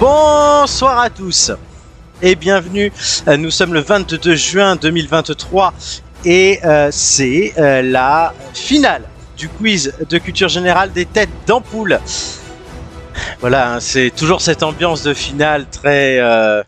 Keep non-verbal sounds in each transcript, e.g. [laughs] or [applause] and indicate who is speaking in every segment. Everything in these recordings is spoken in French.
Speaker 1: Bonsoir à tous et bienvenue. Euh, Nous sommes le 22 juin 2023 et euh, c'est euh, la finale du quiz de culture générale des têtes d'ampoule. Voilà, hein, c'est toujours cette ambiance de finale très euh,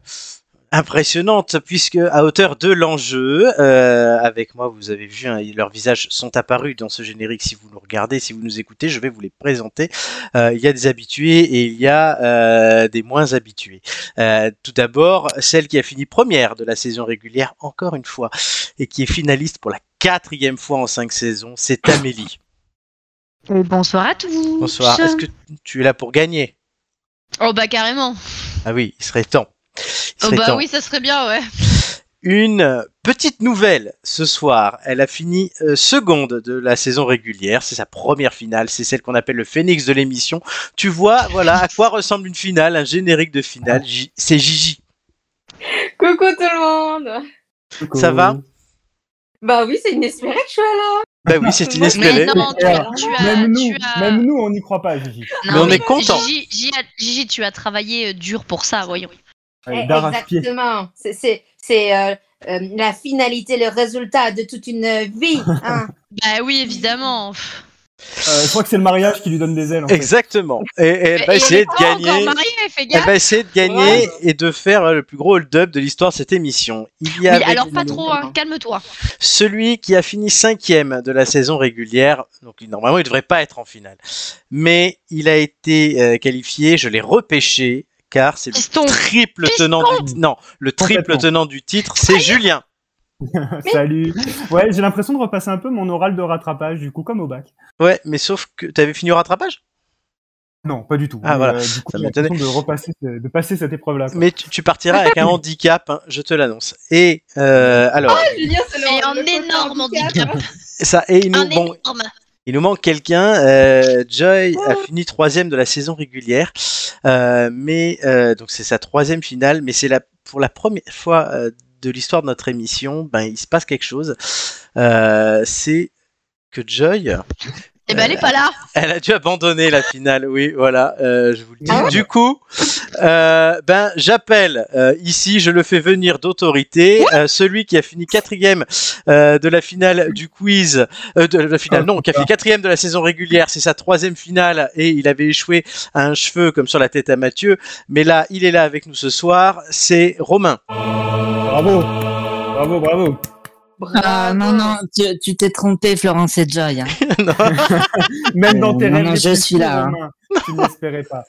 Speaker 1: impressionnante puisque à hauteur de l'enjeu, euh, avec moi vous avez vu, hein, leurs visages sont apparus dans ce générique. Si vous nous regardez, si vous nous écoutez, je vais vous les présenter. Euh, il y a des habitués et il y a euh, des moins habitués. Euh, tout d'abord, celle qui a fini première de la saison régulière, encore une fois, et qui est finaliste pour la quatrième fois en cinq saisons, c'est Amélie.
Speaker 2: Et bonsoir à tous.
Speaker 1: Bonsoir. Est-ce que tu es là pour gagner
Speaker 2: Oh bah carrément.
Speaker 1: Ah oui, il serait temps. Il
Speaker 2: Oh
Speaker 1: serait
Speaker 2: bah
Speaker 1: temps.
Speaker 2: oui, ça serait bien, ouais.
Speaker 1: Une petite nouvelle ce soir. Elle a fini euh, seconde de la saison régulière. C'est sa première finale. C'est celle qu'on appelle le phénix de l'émission. Tu vois, voilà, à quoi ressemble une finale, un générique de finale. J- C'est Gigi.
Speaker 3: Coucou tout le monde
Speaker 1: Ça va
Speaker 3: Bah oui, c'est inespéré que je sois là
Speaker 1: Ben oui, c'est
Speaker 2: Mais
Speaker 1: inespéré.
Speaker 2: non, tu as, tu as-
Speaker 4: Même nous,
Speaker 2: tu as-
Speaker 4: même nous, on n'y croit pas, Gigi.
Speaker 2: Non,
Speaker 1: Mais on est content.
Speaker 2: Gigi, Gigi a- Gigi, tu as travaillé euh, dur pour ça, voyons.
Speaker 4: Allez,
Speaker 3: Eh,
Speaker 4: D'arrache-pied. Euh,
Speaker 3: Exactement, c'est- c'est c'est, euh, euh, la finalité, le résultat de toute une
Speaker 1: [laughs]
Speaker 3: vie. hein.
Speaker 2: Bah oui, évidemment.
Speaker 4: Euh, je crois que c'est le mariage qui lui donne des ailes. En fait. [laughs]
Speaker 1: Exactement. Et, et elle va
Speaker 2: Et
Speaker 1: essayer
Speaker 2: elle est
Speaker 1: de
Speaker 2: pas
Speaker 1: gagner.
Speaker 2: encore mariée, fais
Speaker 1: Elle
Speaker 2: gaffe.
Speaker 1: va essayer de gagner
Speaker 4: Ouais.
Speaker 1: et de faire euh, le plus gros hold-up de l'histoire de cette émission. Il y a
Speaker 2: Oui,
Speaker 1: avec
Speaker 2: alors
Speaker 1: nous
Speaker 2: pas trop, hein, calme-toi.
Speaker 1: Euh, celui qui a fini cinquième de la saison régulière. Donc normalement, il ne devrait pas être en finale. Mais il a été euh, qualifié, je l'ai repêché, car c'est
Speaker 2: Piston.
Speaker 1: le triple
Speaker 2: Piston.
Speaker 1: tenant du Non, le triple
Speaker 4: Complètement.
Speaker 1: tenant du titre, c'est Julien.
Speaker 4: Salut. Ouais, j'ai l'impression de repasser un peu mon oral de rattrapage, du coup, comme au
Speaker 1: [laughs]
Speaker 4: bac.
Speaker 1: Ouais, mais sauf que tu avais fini au rattrapage
Speaker 4: Non, pas du tout.
Speaker 1: Ah,
Speaker 4: Mais,
Speaker 1: voilà.
Speaker 4: euh, du coup,
Speaker 1: Ça
Speaker 4: j'ai
Speaker 1: m'étonnait.
Speaker 4: l'impression de repasser, ce- de passer cette épreuve-là. quoi.
Speaker 1: Mais tu, tu partiras
Speaker 2: [laughs]
Speaker 1: avec un handicap, hein, je te l'annonce. Et euh, alors,
Speaker 2: Ah,
Speaker 3: Ah, Julien, c'est
Speaker 2: Mais un énorme handicap.
Speaker 1: ça, et il nous,
Speaker 2: Un
Speaker 1: bon,
Speaker 2: énorme.
Speaker 5: [laughs]
Speaker 1: Il nous manque quelqu'un. euh, Joy a fini troisième de la saison régulière, euh, mais euh, donc c'est sa troisième finale, mais c'est la pour la première fois euh, de l'histoire de notre émission, ben il se passe quelque chose. Euh, c'est que Joy,
Speaker 2: Et ben elle est pas là.
Speaker 1: elle a dû abandonner la finale. Oui, voilà, euh, je vous le dis.
Speaker 3: Ah ouais
Speaker 1: du coup, euh, ben j'appelle euh, ici, je le fais venir d'autorité, euh, celui qui a fini quatrième euh, de la finale du quiz, euh, de la finale non, qui a fini quatrième de la saison régulière, c'est sa troisième finale et il avait échoué à un cheveu comme sur la tête à Mathieu, mais là il est là avec nous ce soir, c'est Romain.
Speaker 4: Bravo. Bravo, bravo.
Speaker 6: Ah non, non, tu tu t'es trompé, Florence et
Speaker 1: [laughs]
Speaker 6: Joy. hein.
Speaker 4: [laughs]
Speaker 6: Euh,
Speaker 4: Même dans tes
Speaker 6: Non,
Speaker 4: rêves.
Speaker 6: non,
Speaker 4: les
Speaker 6: je
Speaker 4: plus
Speaker 6: suis
Speaker 4: fous,
Speaker 6: là, hein.
Speaker 4: Romain, Tu n'espérais pas.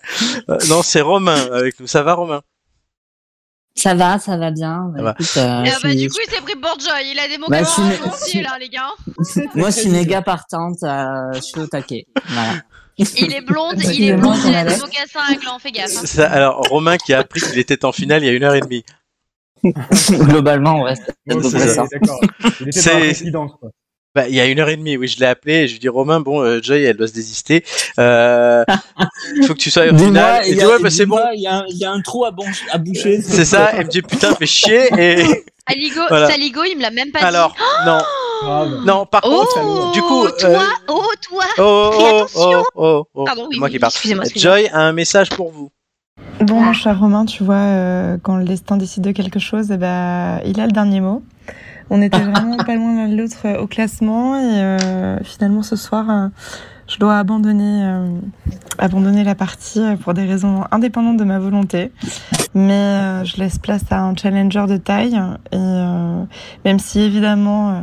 Speaker 1: Euh, non, c'est Romain avec nous. Ça va Romain
Speaker 6: Ça va, ça va bien.
Speaker 1: Ça va.
Speaker 6: Écoute, euh,
Speaker 2: Ah
Speaker 6: je
Speaker 2: bah
Speaker 6: suis-
Speaker 2: du coup, il s'est pris pour Joy. Il a des mots
Speaker 6: Bah,
Speaker 2: comme
Speaker 6: c'est-
Speaker 2: un aussi, là, les gars.
Speaker 6: [laughs] Moi, je suis méga partante. euh, je suis au taquet. Voilà.
Speaker 2: Il est blonde, il est
Speaker 6: Excusez-moi,
Speaker 2: blonde, il a
Speaker 6: j'en
Speaker 2: des
Speaker 6: avais.
Speaker 2: mots cassins à gland, fais gaffe. hein.
Speaker 1: Ça- Alors Romain qui a appris qu'il était en finale il y a une heure et demie.
Speaker 6: Globalement, ouais.
Speaker 4: Bon,
Speaker 6: C'est
Speaker 4: c'est-
Speaker 6: ça.
Speaker 4: D'accord. Il était
Speaker 1: C'est-
Speaker 4: dans la présidence, quoi.
Speaker 1: Bah, il y a une heure et demie, oui, je l'ai appelé et je lui ai dit Romain, bon, euh, Joy, elle doit se désister. Euh, Il faut que tu sois
Speaker 2: [laughs]
Speaker 1: au final. Il dit ouais, bah, c'est bon.
Speaker 5: Il y, a un- il y a un trou à, bon- à boucher.
Speaker 1: C'est ça, elle me dit putain,
Speaker 2: [laughs]
Speaker 5: [laughs]
Speaker 1: fais chier. Et
Speaker 2: Saligo,
Speaker 1: Voilà.
Speaker 2: Saligo, il me l'a même pas
Speaker 1: [laughs] alors,
Speaker 2: dit.
Speaker 1: non,
Speaker 4: Bravo.
Speaker 1: non, par
Speaker 2: Oh,
Speaker 1: contre, du coup,
Speaker 2: toi,
Speaker 1: euh,
Speaker 2: oh, toi.
Speaker 1: oh,
Speaker 2: fais
Speaker 1: oh, oh,
Speaker 2: attention.
Speaker 1: oh, oh,
Speaker 2: Pardon,
Speaker 1: c'est
Speaker 2: oui,
Speaker 1: moi
Speaker 2: oui,
Speaker 1: qui parle.
Speaker 2: excusez-moi. excusez-moi.
Speaker 1: Joy a un message pour vous.
Speaker 7: Bon, mon cher Romain, tu vois, euh, quand le destin décide de quelque chose, eh ben, il a le dernier mot. On était vraiment pas loin l'un de l'autre euh, au classement et euh, finalement ce soir, euh, je dois abandonner, euh, abandonner la partie euh, pour des raisons indépendantes de ma volonté. Mais euh, je laisse place à un challenger de taille et euh, même si évidemment euh,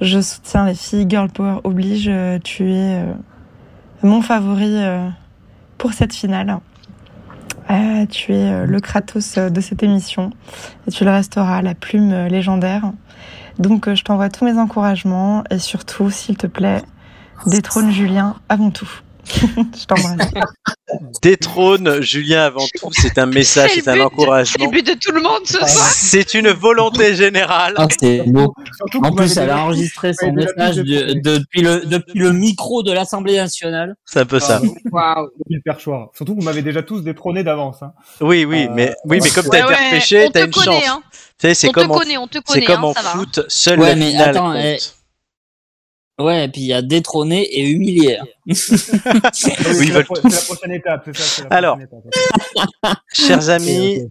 Speaker 7: je soutiens les filles, Girl Power oblige, euh, tu es euh, mon favori euh, pour cette finale. Ah, tu es euh, le Kratos euh, de cette émission et tu le resteras, la plume euh, légendaire. Donc euh, je t'envoie tous mes encouragements et surtout, s'il te plaît, détrône Julien avant tout. je t'embrasse.
Speaker 1: Détrône Julien avant tout, c'est un message,
Speaker 2: C'est
Speaker 1: c'est
Speaker 2: le
Speaker 1: un
Speaker 2: but, C'est le
Speaker 1: encouragement.
Speaker 2: but de tout le monde ce soir.
Speaker 1: C'est une volonté générale.
Speaker 5: Ah, c'est beau.
Speaker 4: Surtout
Speaker 5: En
Speaker 4: qu'on
Speaker 5: plus,
Speaker 4: m'avait
Speaker 5: elle
Speaker 4: donné-
Speaker 5: a enregistré son
Speaker 4: Ouais, déjà
Speaker 5: message
Speaker 4: plus de-
Speaker 5: de- depuis, le, depuis le Ah. micro de l'Assemblée nationale.
Speaker 1: C'est un peu ça.
Speaker 3: Waouh
Speaker 4: depuis le perchoir. Surtout que vous m'avez déjà tous détrôné d'avance. hein.
Speaker 1: Oui, oui,
Speaker 4: Euh,
Speaker 1: mais, oui, mais comme
Speaker 4: ouais,
Speaker 1: t'as été
Speaker 2: Ouais, ouais,
Speaker 1: repêché,
Speaker 2: on
Speaker 1: t'as
Speaker 2: te
Speaker 1: une
Speaker 2: connaît,
Speaker 1: chance.
Speaker 2: hein.
Speaker 1: Tu sais, c'est
Speaker 2: On te
Speaker 1: comme en
Speaker 2: connaît, on te
Speaker 1: C'est
Speaker 2: connaît,
Speaker 1: comme
Speaker 2: hein,
Speaker 1: en
Speaker 2: ça va. hein.
Speaker 1: foot, seule
Speaker 4: eh.
Speaker 5: Ouais,
Speaker 1: la
Speaker 5: mais
Speaker 1: finale
Speaker 5: attends,
Speaker 1: compte.
Speaker 5: eh, Ouais, et puis il y a détrôné et humilié. [laughs]
Speaker 4: Oui,
Speaker 1: Oui,
Speaker 4: Ah c'est
Speaker 1: ils
Speaker 4: la,
Speaker 1: veulent
Speaker 4: pro- c'est la prochaine étape. c'est ça, c'est la
Speaker 1: Alors.
Speaker 4: prochaine étape.
Speaker 5: [laughs]
Speaker 2: [laughs]
Speaker 1: Chers amis,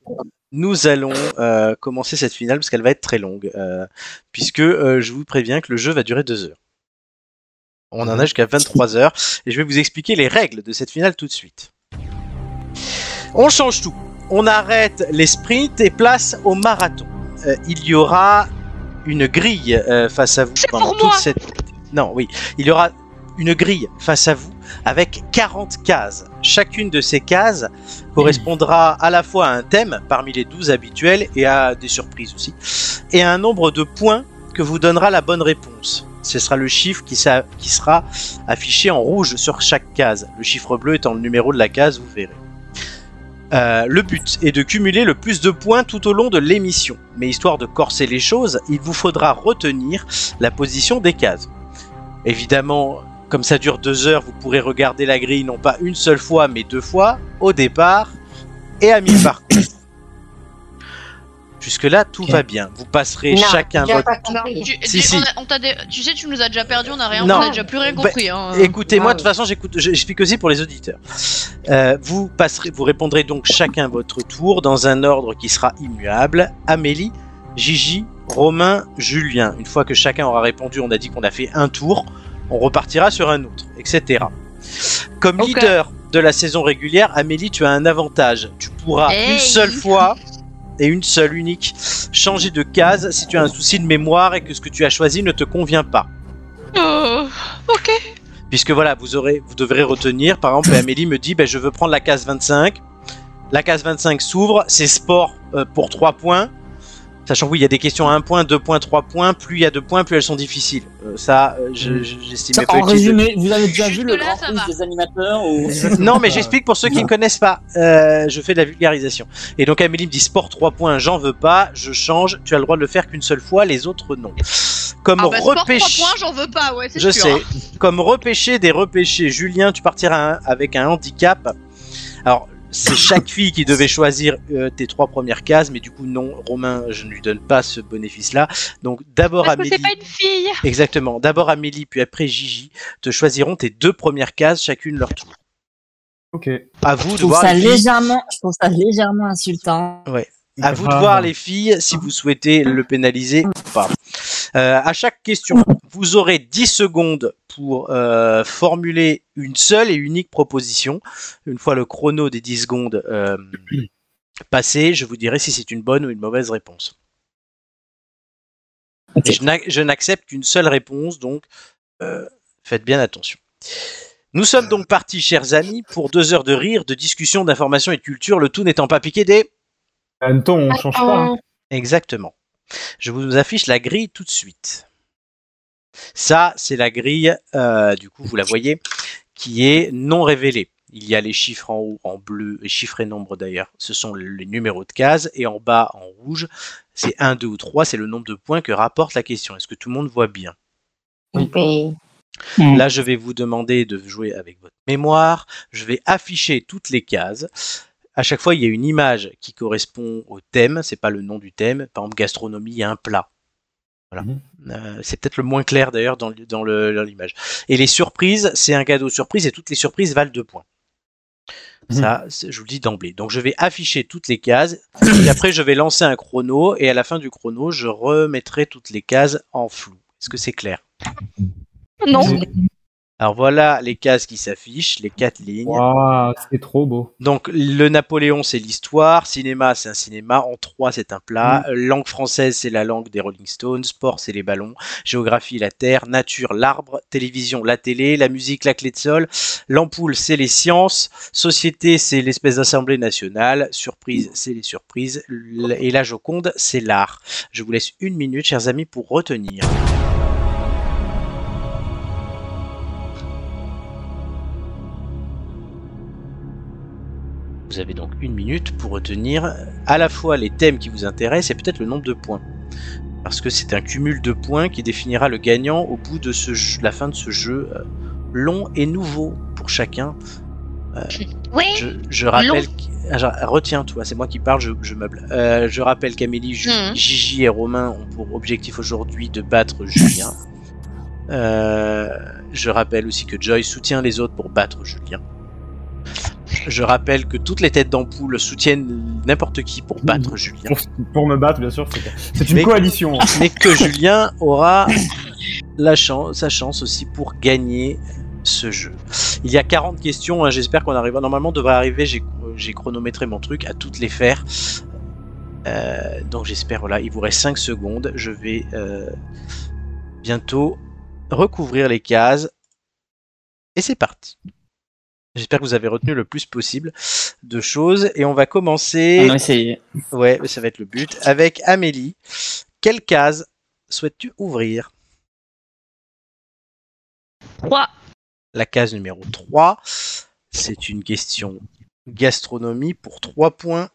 Speaker 1: nous allons euh, commencer cette finale parce qu'elle va être très longue, euh, puisque euh, je vous préviens que le jeu va durer deux heures. On en a jusqu'à 23 heures, et je vais vous expliquer les règles de cette finale tout de suite. On change tout. On arrête les sprints et place au marathon. Euh, il y aura une grille euh, face à vous
Speaker 2: C'est
Speaker 1: pendant
Speaker 2: pour
Speaker 1: toute
Speaker 2: moi.
Speaker 1: cette. Non, oui, il y aura une grille face à vous avec 40 cases. Chacune de ces cases correspondra à la fois à un thème parmi les 12 habituels et à des surprises aussi, et à un nombre de points que vous donnera la bonne réponse. Ce sera le chiffre qui, sa- qui sera affiché en rouge sur chaque case, le chiffre bleu étant le numéro de la case, vous verrez. Euh, le but est de cumuler le plus de points tout au long de l'émission, mais histoire de corser les choses, il vous faudra retenir la position des cases. Évidemment, comme ça dure deux heures, vous pourrez regarder la grille non pas une seule fois, mais deux fois, au départ et à mi-parcours. Jusque-là, tout
Speaker 5: Ok.
Speaker 1: va bien. Vous passerez
Speaker 3: Non,
Speaker 1: chacun
Speaker 3: j'ai
Speaker 1: votre...
Speaker 3: pas
Speaker 2: Non,
Speaker 3: compris.
Speaker 2: tu,
Speaker 1: Si,
Speaker 2: tu-
Speaker 1: si.
Speaker 2: on a- on t'a dé- tu sais, tu nous as déjà perdu, on a rien,
Speaker 1: Non.
Speaker 2: on a déjà plus rien
Speaker 1: Bah,
Speaker 2: compris. hein.
Speaker 1: Écoutez, moi,
Speaker 6: Ah
Speaker 1: de toute façon, j'écoute, je- j'explique aussi pour les auditeurs. Euh, vous passerez, vous répondrez donc chacun votre tour dans un ordre qui sera immuable. Amélie, Gigi, Romain, Julien. Une fois que chacun aura répondu, on a dit qu'on a fait un tour. On repartira sur un autre, etc. Comme
Speaker 2: Ok.
Speaker 1: leader de la saison régulière, Amélie, tu as un avantage. Tu pourras
Speaker 2: Hey.
Speaker 1: une seule fois et une seule unique changer de case si tu as un souci de mémoire et que ce que tu as choisi ne te convient pas
Speaker 2: Euh, ok.
Speaker 1: puisque voilà, vous aurez, vous devrez retenir. Par exemple, Amélie me dit, ben, je veux prendre la case 25. La case 25 s'ouvre, c'est sport euh, pour 3 points. Sachant que oui, il y a des questions à 1 point, 2 points, 3 points. Plus il y a de points, plus elles sont difficiles. Euh, ça, euh, je- je- j'estimais pas
Speaker 5: En
Speaker 1: utile de-
Speaker 5: résumé, vous avez déjà vu le
Speaker 2: Jusque-là,
Speaker 5: grand
Speaker 2: ça
Speaker 5: quiz
Speaker 2: va.
Speaker 5: des animateurs ou... [laughs]
Speaker 1: [laughs] Non, mais j'explique pour ceux qui ne connaissent pas. Euh, je fais de la vulgarisation. Et donc Amélie me dit sport 3 points, j'en veux pas, je change. Tu as le droit de le faire qu'une seule fois, les autres non. Comme
Speaker 2: Ah bah, sport trois
Speaker 1: repêche-
Speaker 2: points, j'en veux pas, ouais, c'est
Speaker 1: Je
Speaker 2: sûr. hein.
Speaker 1: sais. Comme repêcher des repêchés. Julien, tu partiras un- avec un handicap. Alors, c'est chaque fille qui devait choisir euh, tes trois premières cases, mais du coup, non, Romain, je ne lui donne pas ce bénéfice-là. Donc, d'abord
Speaker 2: Parce que
Speaker 1: Amélie.
Speaker 2: c'est pas une fille.
Speaker 1: Exactement. D'abord Amélie, puis après Gigi, te choisiront tes deux premières cases, chacune leur tour.
Speaker 4: Ok.
Speaker 1: À vous
Speaker 5: Je
Speaker 1: de
Speaker 5: trouve
Speaker 1: voir.
Speaker 5: ça
Speaker 1: les filles.
Speaker 5: légèrement, je trouve ça légèrement insultant.
Speaker 1: À vous de voir les filles si vous souhaitez le pénaliser ou pas. Euh, à chaque question, vous aurez 10 secondes pour euh, formuler une seule et unique proposition. Une fois le chrono des 10 secondes euh, passé, je vous dirai si c'est une bonne ou une mauvaise réponse.
Speaker 5: Ok.
Speaker 1: Et je n'ac- Je n'accepte qu'une seule réponse, donc euh, faites bien attention. Nous sommes donc partis, chers amis, pour deux heures de rire, de discussion, d'information et de culture, le tout n'étant pas piqué des...
Speaker 4: En même temps, on change pas. hein.
Speaker 1: Exactement. Je vous affiche la grille tout de suite. Ça, c'est la grille, euh, du coup, vous la voyez, qui est non révélée. Il y a les chiffres en haut en bleu, les chiffres et nombres d'ailleurs, ce sont les numéros de cases, et en bas en rouge, c'est 1, 2 ou 3, c'est le nombre de points que rapporte la question. Est-ce que tout le monde voit bien
Speaker 3: Oui.
Speaker 5: Mm.
Speaker 1: Là, je vais vous demander de jouer avec votre mémoire. Je vais afficher toutes les cases. À chaque fois, il y a une image qui correspond au thème. C'est pas le nom du thème. Par exemple, gastronomie, il y a un plat. Voilà.
Speaker 4: Mhm.
Speaker 1: Euh, c'est peut-être le moins clair d'ailleurs dans, le- dans le- dans l'image. Et les surprises, c'est un cadeau surprise et toutes les surprises valent deux points. Ça, c'est- je vous le dis d'emblée. Donc, je vais afficher toutes les cases. Et après, je vais lancer un chrono. Et à la fin du chrono, je remettrai toutes les cases en flou. Est-ce que c'est clair
Speaker 2: Non.
Speaker 1: alors voilà les cases qui s'affichent, les quatre lignes.
Speaker 4: Waouh, c'est trop beau.
Speaker 1: Donc le Napoléon c'est l'histoire, cinéma c'est un cinéma, en trois c'est un plat, Euh, langue française c'est la langue des Rolling Stones, sport c'est les ballons, géographie la terre, nature l'arbre, télévision la télé, la musique la clé de sol, l'ampoule c'est les sciences, société c'est l'espèce d'assemblée nationale, surprise c'est les surprises L- et la Joconde c'est l'art. Je vous laisse une minute chers amis pour retenir. Vous avez donc une minute pour retenir à la fois les thèmes qui vous intéressent et peut-être le nombre de points. Parce que c'est un cumul de points qui définira le gagnant au bout de ce jeu- la fin de ce jeu euh, long et nouveau pour chacun. Euh,
Speaker 2: Oui.
Speaker 1: Je, je rappelle. qu'- Ah, je- Retiens-toi, c'est moi qui parle, je, je meuble. Euh, je rappelle qu'Amélie, Ju-
Speaker 2: Mhm.
Speaker 1: Gigi et Romain ont pour objectif aujourd'hui de battre Julien. Euh, je rappelle aussi que Joy soutient les autres pour battre Julien. Je rappelle que toutes les têtes d'ampoule soutiennent n'importe qui pour battre Julien.
Speaker 4: Pour, pour me battre, bien sûr, c'est c'est une
Speaker 1: Mais-
Speaker 4: coalition.
Speaker 1: Mais que Julien aura la chance, sa chance aussi pour gagner ce jeu. Il y a 40 questions, hein, j'espère qu'on arrivera. Normalement, on devrait arriver, j'ai- j'ai chronométré mon truc, à toutes les faire. Euh, donc j'espère, voilà, il vous reste 5 secondes. Je vais euh, bientôt recouvrir les cases. Et c'est parti. J'espère que vous avez retenu le plus possible de choses. Et on va commencer.
Speaker 8: On a essayé.
Speaker 1: Ouais, mais ça va être le but. Avec Amélie, quelle case souhaites-tu ouvrir
Speaker 2: 3.
Speaker 1: La case numéro 3, c'est une question gastronomie pour 3 points.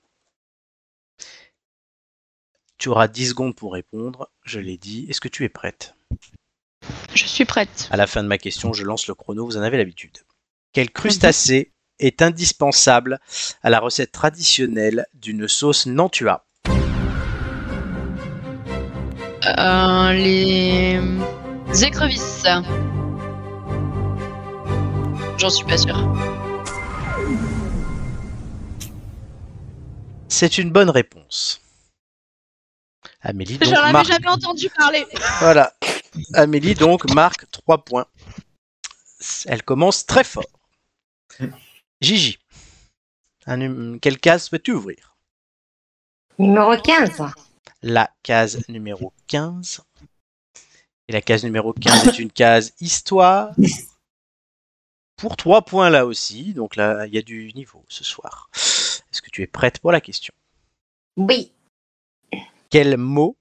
Speaker 1: Tu auras 10 secondes pour répondre, je l'ai dit. Est-ce que tu es prête
Speaker 2: Je suis prête.
Speaker 1: À la fin de ma question, je lance le chrono, vous en avez l'habitude. Quel crustacé est indispensable à la recette traditionnelle d'une sauce Nantua
Speaker 2: Euh, les... les écrevisses. J'en suis pas sûre.
Speaker 1: C'est une bonne réponse. Amélie, donc,
Speaker 2: J'en avais
Speaker 1: marque-
Speaker 2: jamais entendu parler.
Speaker 1: Voilà. Amélie, donc, marque 3 points. Elle commence très fort. Gigi, un num- quelle case souhaites-tu ouvrir
Speaker 3: Numéro 15.
Speaker 1: La case numéro 15. Et la case numéro 15 est une case histoire. Pour 3 points là aussi. Donc là, il y a du niveau ce soir. Est-ce que tu es prête pour la question
Speaker 3: Oui.
Speaker 1: Quel mot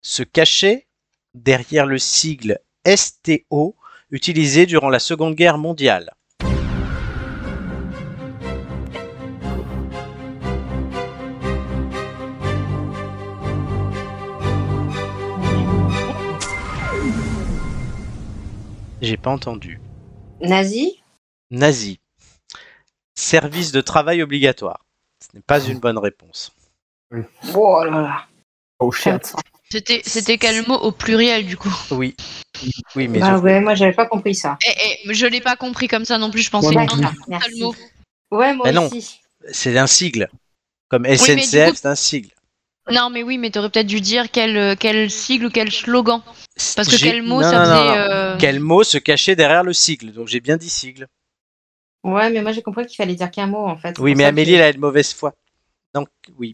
Speaker 1: se cachait derrière le sigle STO utilisé durant la Seconde Guerre mondiale J'ai pas entendu.
Speaker 3: Nazi
Speaker 1: Nazi. Service de travail obligatoire. Ce n'est pas une bonne réponse.
Speaker 3: Oh là là.
Speaker 4: Oh shit.
Speaker 2: C'était, c'était quel mot au pluriel du coup
Speaker 1: Oui. Oui, mais
Speaker 3: bah
Speaker 1: sauf-
Speaker 3: ouais, moi j'avais pas compris ça.
Speaker 2: Eh, eh, Je l'ai pas compris comme ça non plus, je pensais
Speaker 4: Moi
Speaker 2: un
Speaker 4: non plus.
Speaker 2: seul
Speaker 3: Merci.
Speaker 2: mot.
Speaker 3: Ouais, moi
Speaker 1: Bah non.
Speaker 3: aussi.
Speaker 1: c'est un sigle. Comme
Speaker 2: mais du
Speaker 1: SNCF,
Speaker 2: coup-
Speaker 1: c'est un sigle.
Speaker 2: Non mais oui, mais t'aurais peut-être dû dire quel, euh, quel sigle ou quel slogan. Parce que
Speaker 1: J'ai-
Speaker 2: quel mot
Speaker 1: Non,
Speaker 2: ça
Speaker 1: non, non,
Speaker 2: faisait...
Speaker 1: non.
Speaker 2: euh,
Speaker 1: Quel mot se cachait derrière le sigle Donc j'ai bien dit sigle.
Speaker 3: Ouais, mais moi j'ai compris qu'il fallait dire qu'un mot en fait.
Speaker 1: Oui,
Speaker 3: C'est
Speaker 1: mais
Speaker 3: pour ça que
Speaker 1: Amélie, elle a une mauvaise foi. Donc oui.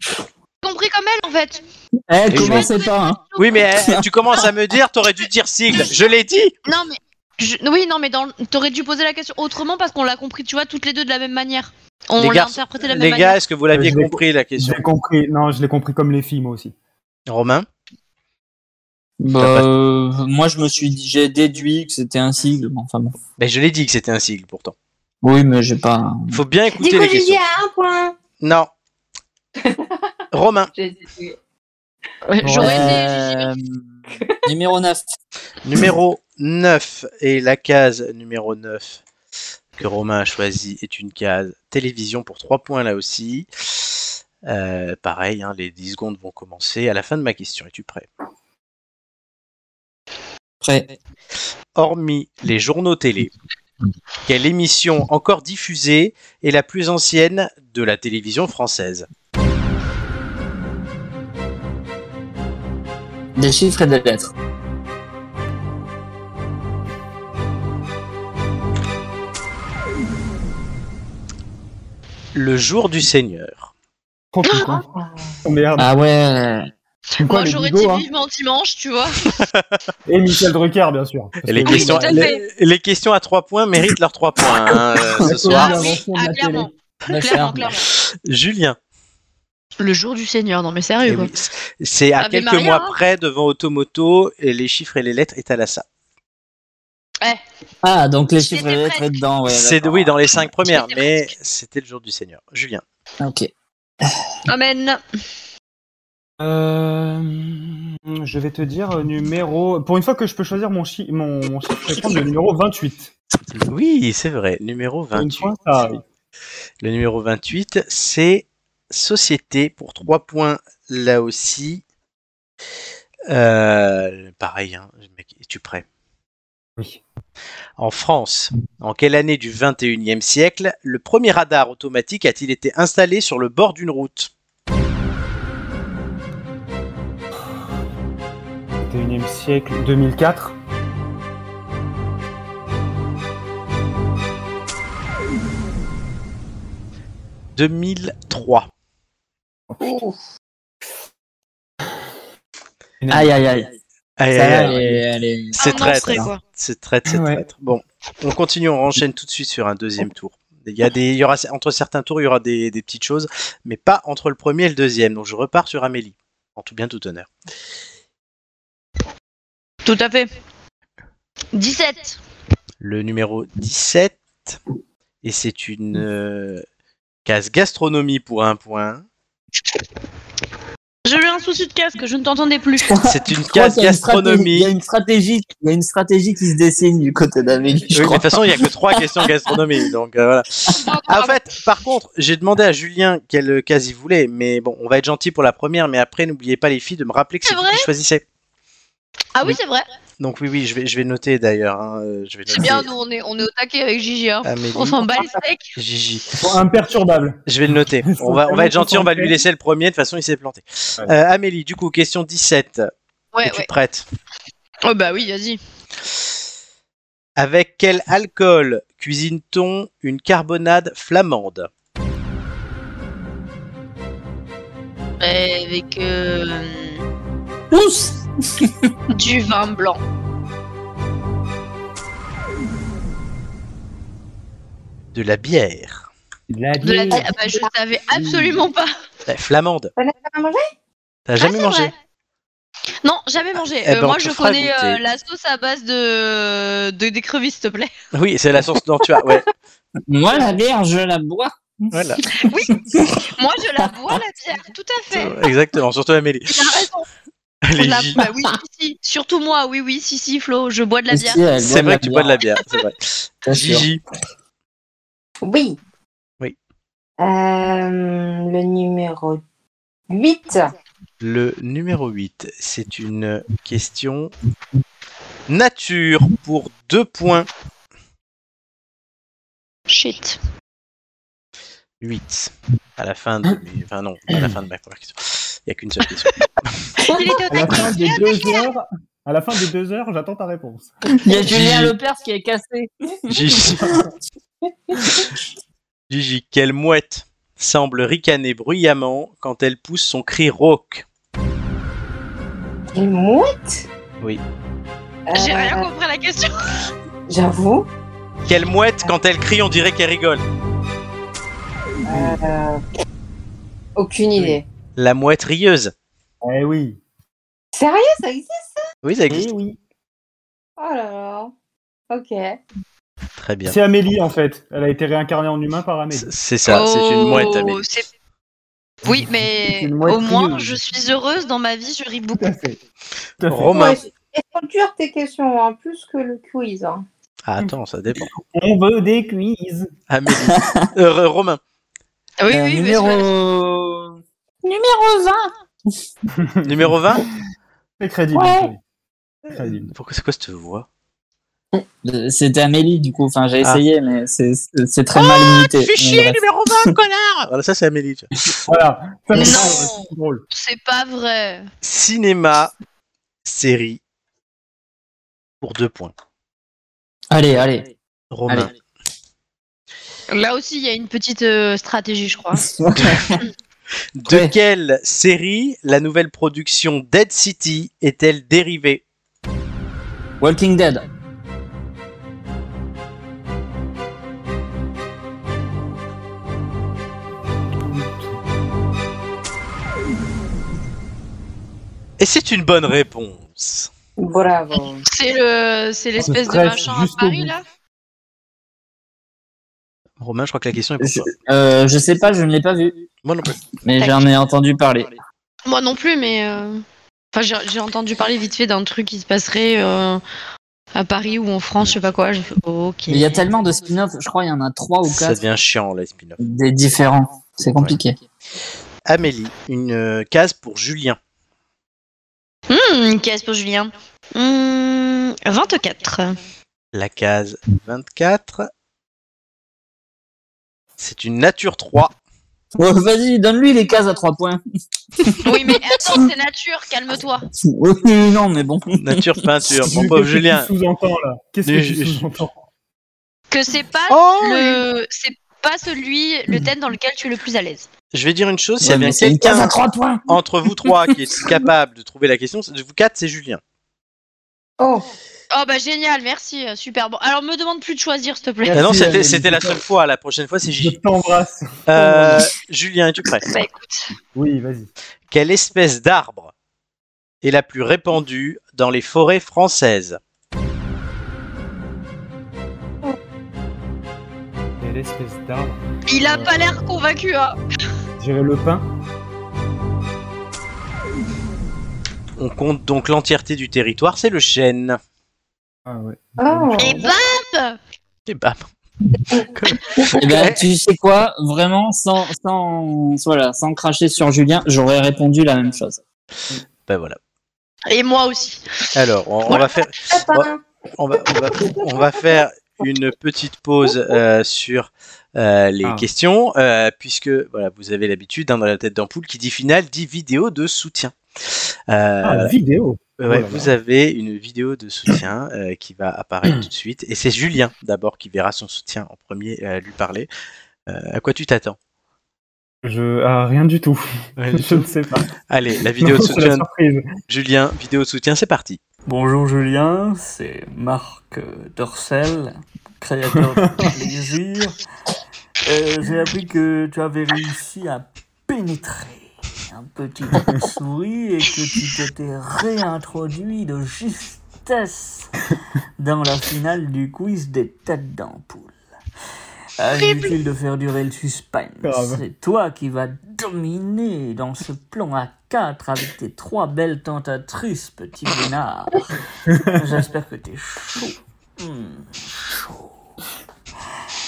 Speaker 2: compris comme elle en fait.
Speaker 6: Eh,
Speaker 1: Oui,
Speaker 6: commencez pas, hein.
Speaker 1: Oui, mais eh, tu commences à me dire, t'aurais dû dire sigle. Je l'ai dit.
Speaker 2: Non mais je- oui, non mais dans le- t'aurais dû poser la question autrement parce qu'on l'a compris, tu vois, toutes les deux de la même manière. On
Speaker 1: Les
Speaker 2: l'a
Speaker 1: gars-
Speaker 2: interprété de la même
Speaker 1: Les
Speaker 2: manière.
Speaker 1: gars, est-ce que vous l'aviez
Speaker 4: Je l'ai-
Speaker 1: compris la question
Speaker 4: J'ai compris. Non, je l'ai compris comme les filles, moi aussi.
Speaker 1: Romain
Speaker 5: Bah, euh, moi, je me suis dit, j'ai déduit que c'était un sigle. mais Enfin bon.
Speaker 1: Ben je l'ai dit que c'était un sigle pourtant.
Speaker 5: Oui, mais j'ai pas.
Speaker 1: Il faut bien
Speaker 3: Du
Speaker 1: écouter
Speaker 3: coup,
Speaker 1: les
Speaker 3: Julie
Speaker 1: questions.
Speaker 3: a un point.
Speaker 1: Non. Romain,
Speaker 2: Ouais, J'aurais aimé-
Speaker 5: Euh,
Speaker 2: [laughs]
Speaker 5: Numéro 9.
Speaker 1: numéro 9 et la case numéro 9 que Romain a choisi est une case télévision pour 3 points là aussi. Euh, pareil, hein, les 10 secondes vont commencer à la fin de ma question. Es-tu prêt
Speaker 5: Prêt.
Speaker 1: hormis les journaux télé, quelle émission encore diffusée est la plus ancienne de la télévision française
Speaker 5: Des chiffres et des lettres.
Speaker 1: Le jour du Seigneur.
Speaker 4: Oh putain. Oh, merde.
Speaker 5: Ah ouais.
Speaker 4: Comme quoi,
Speaker 2: Moi
Speaker 4: les
Speaker 2: j'aurais dit
Speaker 4: bigots, hein.
Speaker 2: vivement dimanche, tu vois.
Speaker 4: Et Michel Drucker, bien sûr. Parce
Speaker 1: Et les,
Speaker 4: que-
Speaker 2: Oui,
Speaker 1: questions,
Speaker 2: tout à
Speaker 1: les,
Speaker 2: fait.
Speaker 1: les questions à 3 points méritent leurs 3 points hein, euh, ce
Speaker 4: Ah,
Speaker 1: soir.
Speaker 2: Ah oui,
Speaker 4: l'invention de
Speaker 2: ah,
Speaker 4: la
Speaker 2: clairement,
Speaker 5: Ouais, c'est
Speaker 2: clairement,
Speaker 5: un-
Speaker 2: clairement.
Speaker 1: Julien,
Speaker 4: Ah
Speaker 2: Le jour du Seigneur, non mais
Speaker 1: eh
Speaker 2: sérieux quoi.
Speaker 1: oui, c- c'est à
Speaker 2: Ave
Speaker 1: quelques
Speaker 2: Maria,
Speaker 1: mois
Speaker 2: hein.
Speaker 1: près devant Automoto, et les chiffres et les lettres est à la salle.
Speaker 5: Ah, donc les
Speaker 2: J'étais
Speaker 5: chiffres et les lettres
Speaker 2: presque.
Speaker 5: est dedans. Ouais,
Speaker 1: C'est
Speaker 5: d'accord.
Speaker 1: oui dans les 5 premières,
Speaker 2: J'étais
Speaker 1: mais c'était le jour du Seigneur. Julien,
Speaker 5: Ok.
Speaker 2: Amen.
Speaker 4: Euh, je vais te dire euh, numéro. Pour une fois que je peux choisir mon, chi... mon... mon chiffre, je vais prendre le numéro 28.
Speaker 1: oui, c'est vrai, numéro
Speaker 4: Pour
Speaker 1: 28.
Speaker 4: une fois, ça arrive.
Speaker 1: Le numéro 28, c'est Société pour 3 points là aussi. Euh, pareil, hein, mec, es-tu prêt
Speaker 4: Oui.
Speaker 1: En France, en quelle année du 21e siècle le premier radar automatique a-t-il été installé sur le bord d'une route
Speaker 4: 21e siècle, 2004.
Speaker 1: — 2003.
Speaker 5: Aïe, aïe, aïe.
Speaker 1: Allez,
Speaker 5: Ça,
Speaker 1: allez,
Speaker 5: elle est- elle est-
Speaker 1: C'est
Speaker 2: Un
Speaker 1: traître.
Speaker 2: entrée,
Speaker 1: hein.
Speaker 2: quoi.
Speaker 1: C'est traître, c'est
Speaker 4: Ouais.
Speaker 1: traître. Bon, on continue, on enchaîne tout de suite sur un deuxième tour. Il y, a des, il y aura entre certains tours, il y aura des, des petites choses, mais pas entre le premier et le deuxième. Donc je repars sur Amélie, en tout bien tout honneur.
Speaker 2: Tout à fait. 17.
Speaker 1: Le numéro 17, et c'est une euh, case gastronomie pour un point.
Speaker 2: J'ai eu un souci de casque, je ne t'entendais plus.
Speaker 1: C'est une
Speaker 5: Je crois
Speaker 1: case
Speaker 5: qu'il y a une stratégie- Il
Speaker 1: gastronomie.
Speaker 5: y a une stratégie, il y a une stratégie qui se dessine du côté d'Amélie.
Speaker 1: Oui,
Speaker 5: je
Speaker 1: mais de
Speaker 5: crois.
Speaker 1: toute façon, il n'y a
Speaker 5: [laughs]
Speaker 1: que trois questions gastronomie. Donc euh, voilà. Ah, en fait, par contre, j'ai demandé à Julien quelle case il voulait, mais bon, on va être gentil pour la première, mais après, n'oubliez pas les filles de me rappeler que
Speaker 2: C'est
Speaker 1: c'est vous
Speaker 2: vrai
Speaker 1: qui choisissez.
Speaker 2: Ah oui, c'est vrai.
Speaker 1: Donc oui, oui, je vais, je vais noter d'ailleurs. hein, euh, je vais
Speaker 2: C'est
Speaker 1: noter
Speaker 2: bien, nous, on est, on est au taquet avec Gigi. Hein.
Speaker 1: Amélie,
Speaker 2: On s'en bat les steaks.
Speaker 1: Gigi.
Speaker 4: Imperturbable.
Speaker 1: Je vais le noter. On va, on va être gentil, on va lui laisser le premier. De toute façon, il s'est planté.
Speaker 4: Ouais.
Speaker 1: Euh, Amélie, du coup, question 17.
Speaker 2: Ouais,
Speaker 1: Es-tu
Speaker 2: ouais.
Speaker 1: prête
Speaker 2: Oh, bah oui, vas-y.
Speaker 1: Avec quel alcool cuisine-t-on une carbonade flamande
Speaker 2: Et Avec euh,
Speaker 5: Tous
Speaker 2: du vin blanc.
Speaker 1: De la bière.
Speaker 4: La
Speaker 2: De la...
Speaker 4: bière.
Speaker 2: Ah, bah, je savais absolument pas.
Speaker 1: Eh, flamande.
Speaker 3: On a pas mangé
Speaker 1: T'as jamais
Speaker 2: Ah, c'est
Speaker 1: mangé
Speaker 2: vrai. Non, jamais mangé.
Speaker 1: Eh
Speaker 2: Euh,
Speaker 1: ben, on
Speaker 2: moi,
Speaker 1: te
Speaker 2: je
Speaker 1: fera
Speaker 2: connais
Speaker 1: goûter.
Speaker 2: euh, la sauce à base de de- d'écrevisses, s'il te plaît. [laughs]
Speaker 1: Oui, c'est la source dont tu as. Ouais,
Speaker 5: [laughs] Moi, la bière, je la bois.
Speaker 1: voilà.
Speaker 2: Oui, moi, je la bois, la bière, tout à fait.
Speaker 1: Exactement, surtout Amélie.
Speaker 2: T'as raison.
Speaker 1: Allez,
Speaker 2: On la-
Speaker 1: Gigi.
Speaker 2: bah oui, si, si. Surtout moi, oui, oui, si, si, Flo, je bois de la bière.
Speaker 5: Si, elle
Speaker 1: C'est
Speaker 5: boit
Speaker 1: vrai que tu bois de la bière, c'est vrai.
Speaker 5: [laughs] bien sûr.
Speaker 1: Gigi,
Speaker 3: Oui.
Speaker 1: Oui.
Speaker 3: Euh, le numéro 8.
Speaker 1: le numéro 8, c'est une question nature pour deux points.
Speaker 2: Shit.
Speaker 1: 8. À la fin de. mes- Enfin, non, à la fin de ma première question. Il n'y a qu'une seule question.
Speaker 2: Il était au
Speaker 4: À la
Speaker 2: taquet.
Speaker 4: fin des deux heures, à la fin des deux heures, j'attends ta réponse.
Speaker 6: Il y a Julien Lepers qui est cassé.
Speaker 5: [laughs]
Speaker 1: Gigi. Gigi, quelle mouette semble ricaner bruyamment quand elle pousse son cri rauque
Speaker 3: Quelle mouette
Speaker 1: Oui.
Speaker 3: Euh,
Speaker 2: J'ai rien compris à la question.
Speaker 3: J'avoue.
Speaker 1: Quelle mouette, quand elle crie, on dirait qu'elle rigole
Speaker 3: euh, aucune idée.
Speaker 1: La mouette rieuse.
Speaker 4: Eh oui. Eh
Speaker 3: Sérieux, ça existe
Speaker 1: Eh Oui, ça existe.
Speaker 4: oui.
Speaker 3: Oh là là. Ok.
Speaker 1: Très bien.
Speaker 4: C'est Amélie en fait. Elle a été réincarnée en humain par Amélie.
Speaker 1: C'est ça, c'est une mouette, Amélie.
Speaker 2: Oh, c'est- Oui, mais
Speaker 4: C'est une mouette
Speaker 2: au moins,
Speaker 4: curieuse.
Speaker 2: je suis heureuse dans ma vie, je ris beaucoup.
Speaker 4: Tout à fait. Tout à fait.
Speaker 1: Romain.
Speaker 3: Ouais, c'est- elles sont dures tes questions, en plus que le
Speaker 2: [laughs]
Speaker 3: quiz. hein.
Speaker 1: Ah, attends,
Speaker 3: [laughs]
Speaker 1: ça dépend.
Speaker 4: On veut des quiz.
Speaker 1: Amélie. Euh, R- Romain.
Speaker 2: Ah Oui,
Speaker 5: Euh,
Speaker 2: oui, mais c'est-
Speaker 5: numéro...
Speaker 1: Numéro 20.
Speaker 4: C'est crédible.
Speaker 3: Ouais.
Speaker 4: c'est crédible.
Speaker 1: Pourquoi c'est quoi cette voix
Speaker 5: Euh, C'était Amélie, du coup. Enfin, j'ai
Speaker 1: Ah.
Speaker 5: essayé, mais c'est c'est- c'est très mal
Speaker 3: Ah,
Speaker 5: imité. Mais bref.
Speaker 1: numéro 20, connard Voilà, ça c'est Amélie. tu vois.
Speaker 4: Voilà. Ah, Ça,
Speaker 2: Non.
Speaker 4: c'est drôle, c'est drôle.
Speaker 2: c'est pas vrai.
Speaker 1: Cinéma, série. Pour deux points.
Speaker 5: Allez, allez,
Speaker 1: Romain.
Speaker 5: allez.
Speaker 2: Là aussi, il y a une petite euh, stratégie, je
Speaker 5: [laughs]
Speaker 2: crois.
Speaker 1: De
Speaker 5: Ouais.
Speaker 1: quelle série la nouvelle production Dead City est-elle dérivée
Speaker 5: Walking Dead.
Speaker 1: Et c'est une bonne réponse.
Speaker 3: Bravo.
Speaker 2: C'est le, c'est l'espèce de
Speaker 4: Bref,
Speaker 2: machin à
Speaker 4: Ah, jusqu'au
Speaker 2: Paris
Speaker 4: bout.
Speaker 2: là.
Speaker 1: Romain, je crois que la question est pour
Speaker 5: Je,
Speaker 1: toi.
Speaker 5: euh, je sais pas, je ne l'ai pas vu,
Speaker 1: Moi non plus.
Speaker 5: mais j'en ai entendu parler.
Speaker 2: [laughs] Moi non plus, mais euh, enfin, j'ai, j'ai entendu parler vite fait d'un truc qui se passerait euh, à Paris ou en France, je sais pas quoi. J'ai fait, ok.
Speaker 5: Mais Il y a tellement de spin-offs, je crois qu'il y en a trois ou
Speaker 1: Ça
Speaker 5: quatre
Speaker 1: devient chiant, la spin-off.
Speaker 5: des différents. C'est compliqué.
Speaker 1: Amélie, une euh, case pour Julien.
Speaker 2: Hmm, une caisse pour Julien. Hmm, 24.
Speaker 1: la case 24. C'est une nature 3.
Speaker 5: Ouais, Oh, Vas-y, donne-lui les cases à 3 points. [laughs]
Speaker 2: Oui, mais attends, c'est nature, calme-toi.
Speaker 5: Oui, non, mais bon.
Speaker 1: Nature peinture. Mon pauvre
Speaker 4: Qu'est-ce que tu
Speaker 1: Julien.
Speaker 4: sous-entends, là Qu'est-ce que
Speaker 1: Mais
Speaker 4: tu
Speaker 1: je-
Speaker 4: sous-entends
Speaker 2: Que c'est pas
Speaker 1: Oh
Speaker 2: le, c'est pas celui, le thème dans lequel tu es le plus à l'aise.
Speaker 1: Je vais dire une chose, s'il y
Speaker 5: Ouais,
Speaker 1: a bien
Speaker 5: mais C'est une case à
Speaker 1: quelqu'un
Speaker 5: 3 points.
Speaker 1: entre vous trois
Speaker 5: [laughs]
Speaker 1: qui est capable de trouver la question, c'est- de vous quatre, c'est Julien.
Speaker 3: Oh,
Speaker 2: Oh bah génial, merci, euh, super. Bon, alors me demande plus de choisir, s'il te plaît.
Speaker 1: Ah non,
Speaker 5: Merci,
Speaker 1: c'était
Speaker 5: Amélie.
Speaker 1: c'était la seule fois. La prochaine fois, c'est
Speaker 4: Je
Speaker 1: J.
Speaker 4: t'embrasse.
Speaker 1: Euh, Julien, es-tu prêt
Speaker 2: Bah écoute,
Speaker 4: Oui, vas-y.
Speaker 1: Quelle espèce d'arbre est la plus répandue dans les forêts françaises
Speaker 4: Quelle espèce d'arbre
Speaker 2: il a pas l'air convaincu, hein.
Speaker 4: J'irai le pain.
Speaker 1: On compte donc l'entièreté du territoire, c'est le chêne.
Speaker 4: Ah ouais.
Speaker 3: Oh.
Speaker 2: Et [laughs] bam
Speaker 1: Et bam.
Speaker 5: Eh ben, tu sais quoi Vraiment, sans, sans, voilà, sans cracher sur Julien, j'aurais répondu la même chose.
Speaker 1: Ben voilà.
Speaker 2: Et moi aussi.
Speaker 1: Alors, on, on va faire,
Speaker 3: Papa.
Speaker 1: on va, on va, on va faire une petite pause euh, sur euh, les
Speaker 4: Ah.
Speaker 1: questions, euh, puisque voilà, vous avez l'habitude hein, dans la tête d'ampoule qui dit finale dit vidéo de soutien. Euh,
Speaker 4: Ah, vidéo
Speaker 1: Ouais,
Speaker 4: Oh là là.
Speaker 1: vous avez une vidéo de soutien euh, qui va apparaître tout de suite. Et c'est Julien d'abord qui verra son soutien en premier euh, lui parler. Euh, à quoi tu t'attends
Speaker 4: Je... Ah, rien du tout. je ne sais pas.
Speaker 1: Allez, la vidéo de
Speaker 4: Non, [laughs] c'est la
Speaker 1: soutien.
Speaker 4: surprise.
Speaker 1: Julien, vidéo de soutien, c'est parti.
Speaker 8: Bonjour Julien, c'est Marc euh, Dorcel, créateur
Speaker 5: [laughs]
Speaker 8: de plaisir. Euh, J'ai appris que tu avais réussi à pénétrer un
Speaker 5: [laughs]
Speaker 8: petit bout de souris et que tu t'étais réintroduit de justesse dans la finale du quiz des têtes d'ampoule. Ah, Inutile de faire durer le suspense.
Speaker 4: Grave.
Speaker 8: C'est toi qui vas dominer dans ce plan à 4 avec tes trois belles tentatrices,
Speaker 1: [laughs]
Speaker 8: petit renard. J'espère que t'es chaud. Hmm, chaud.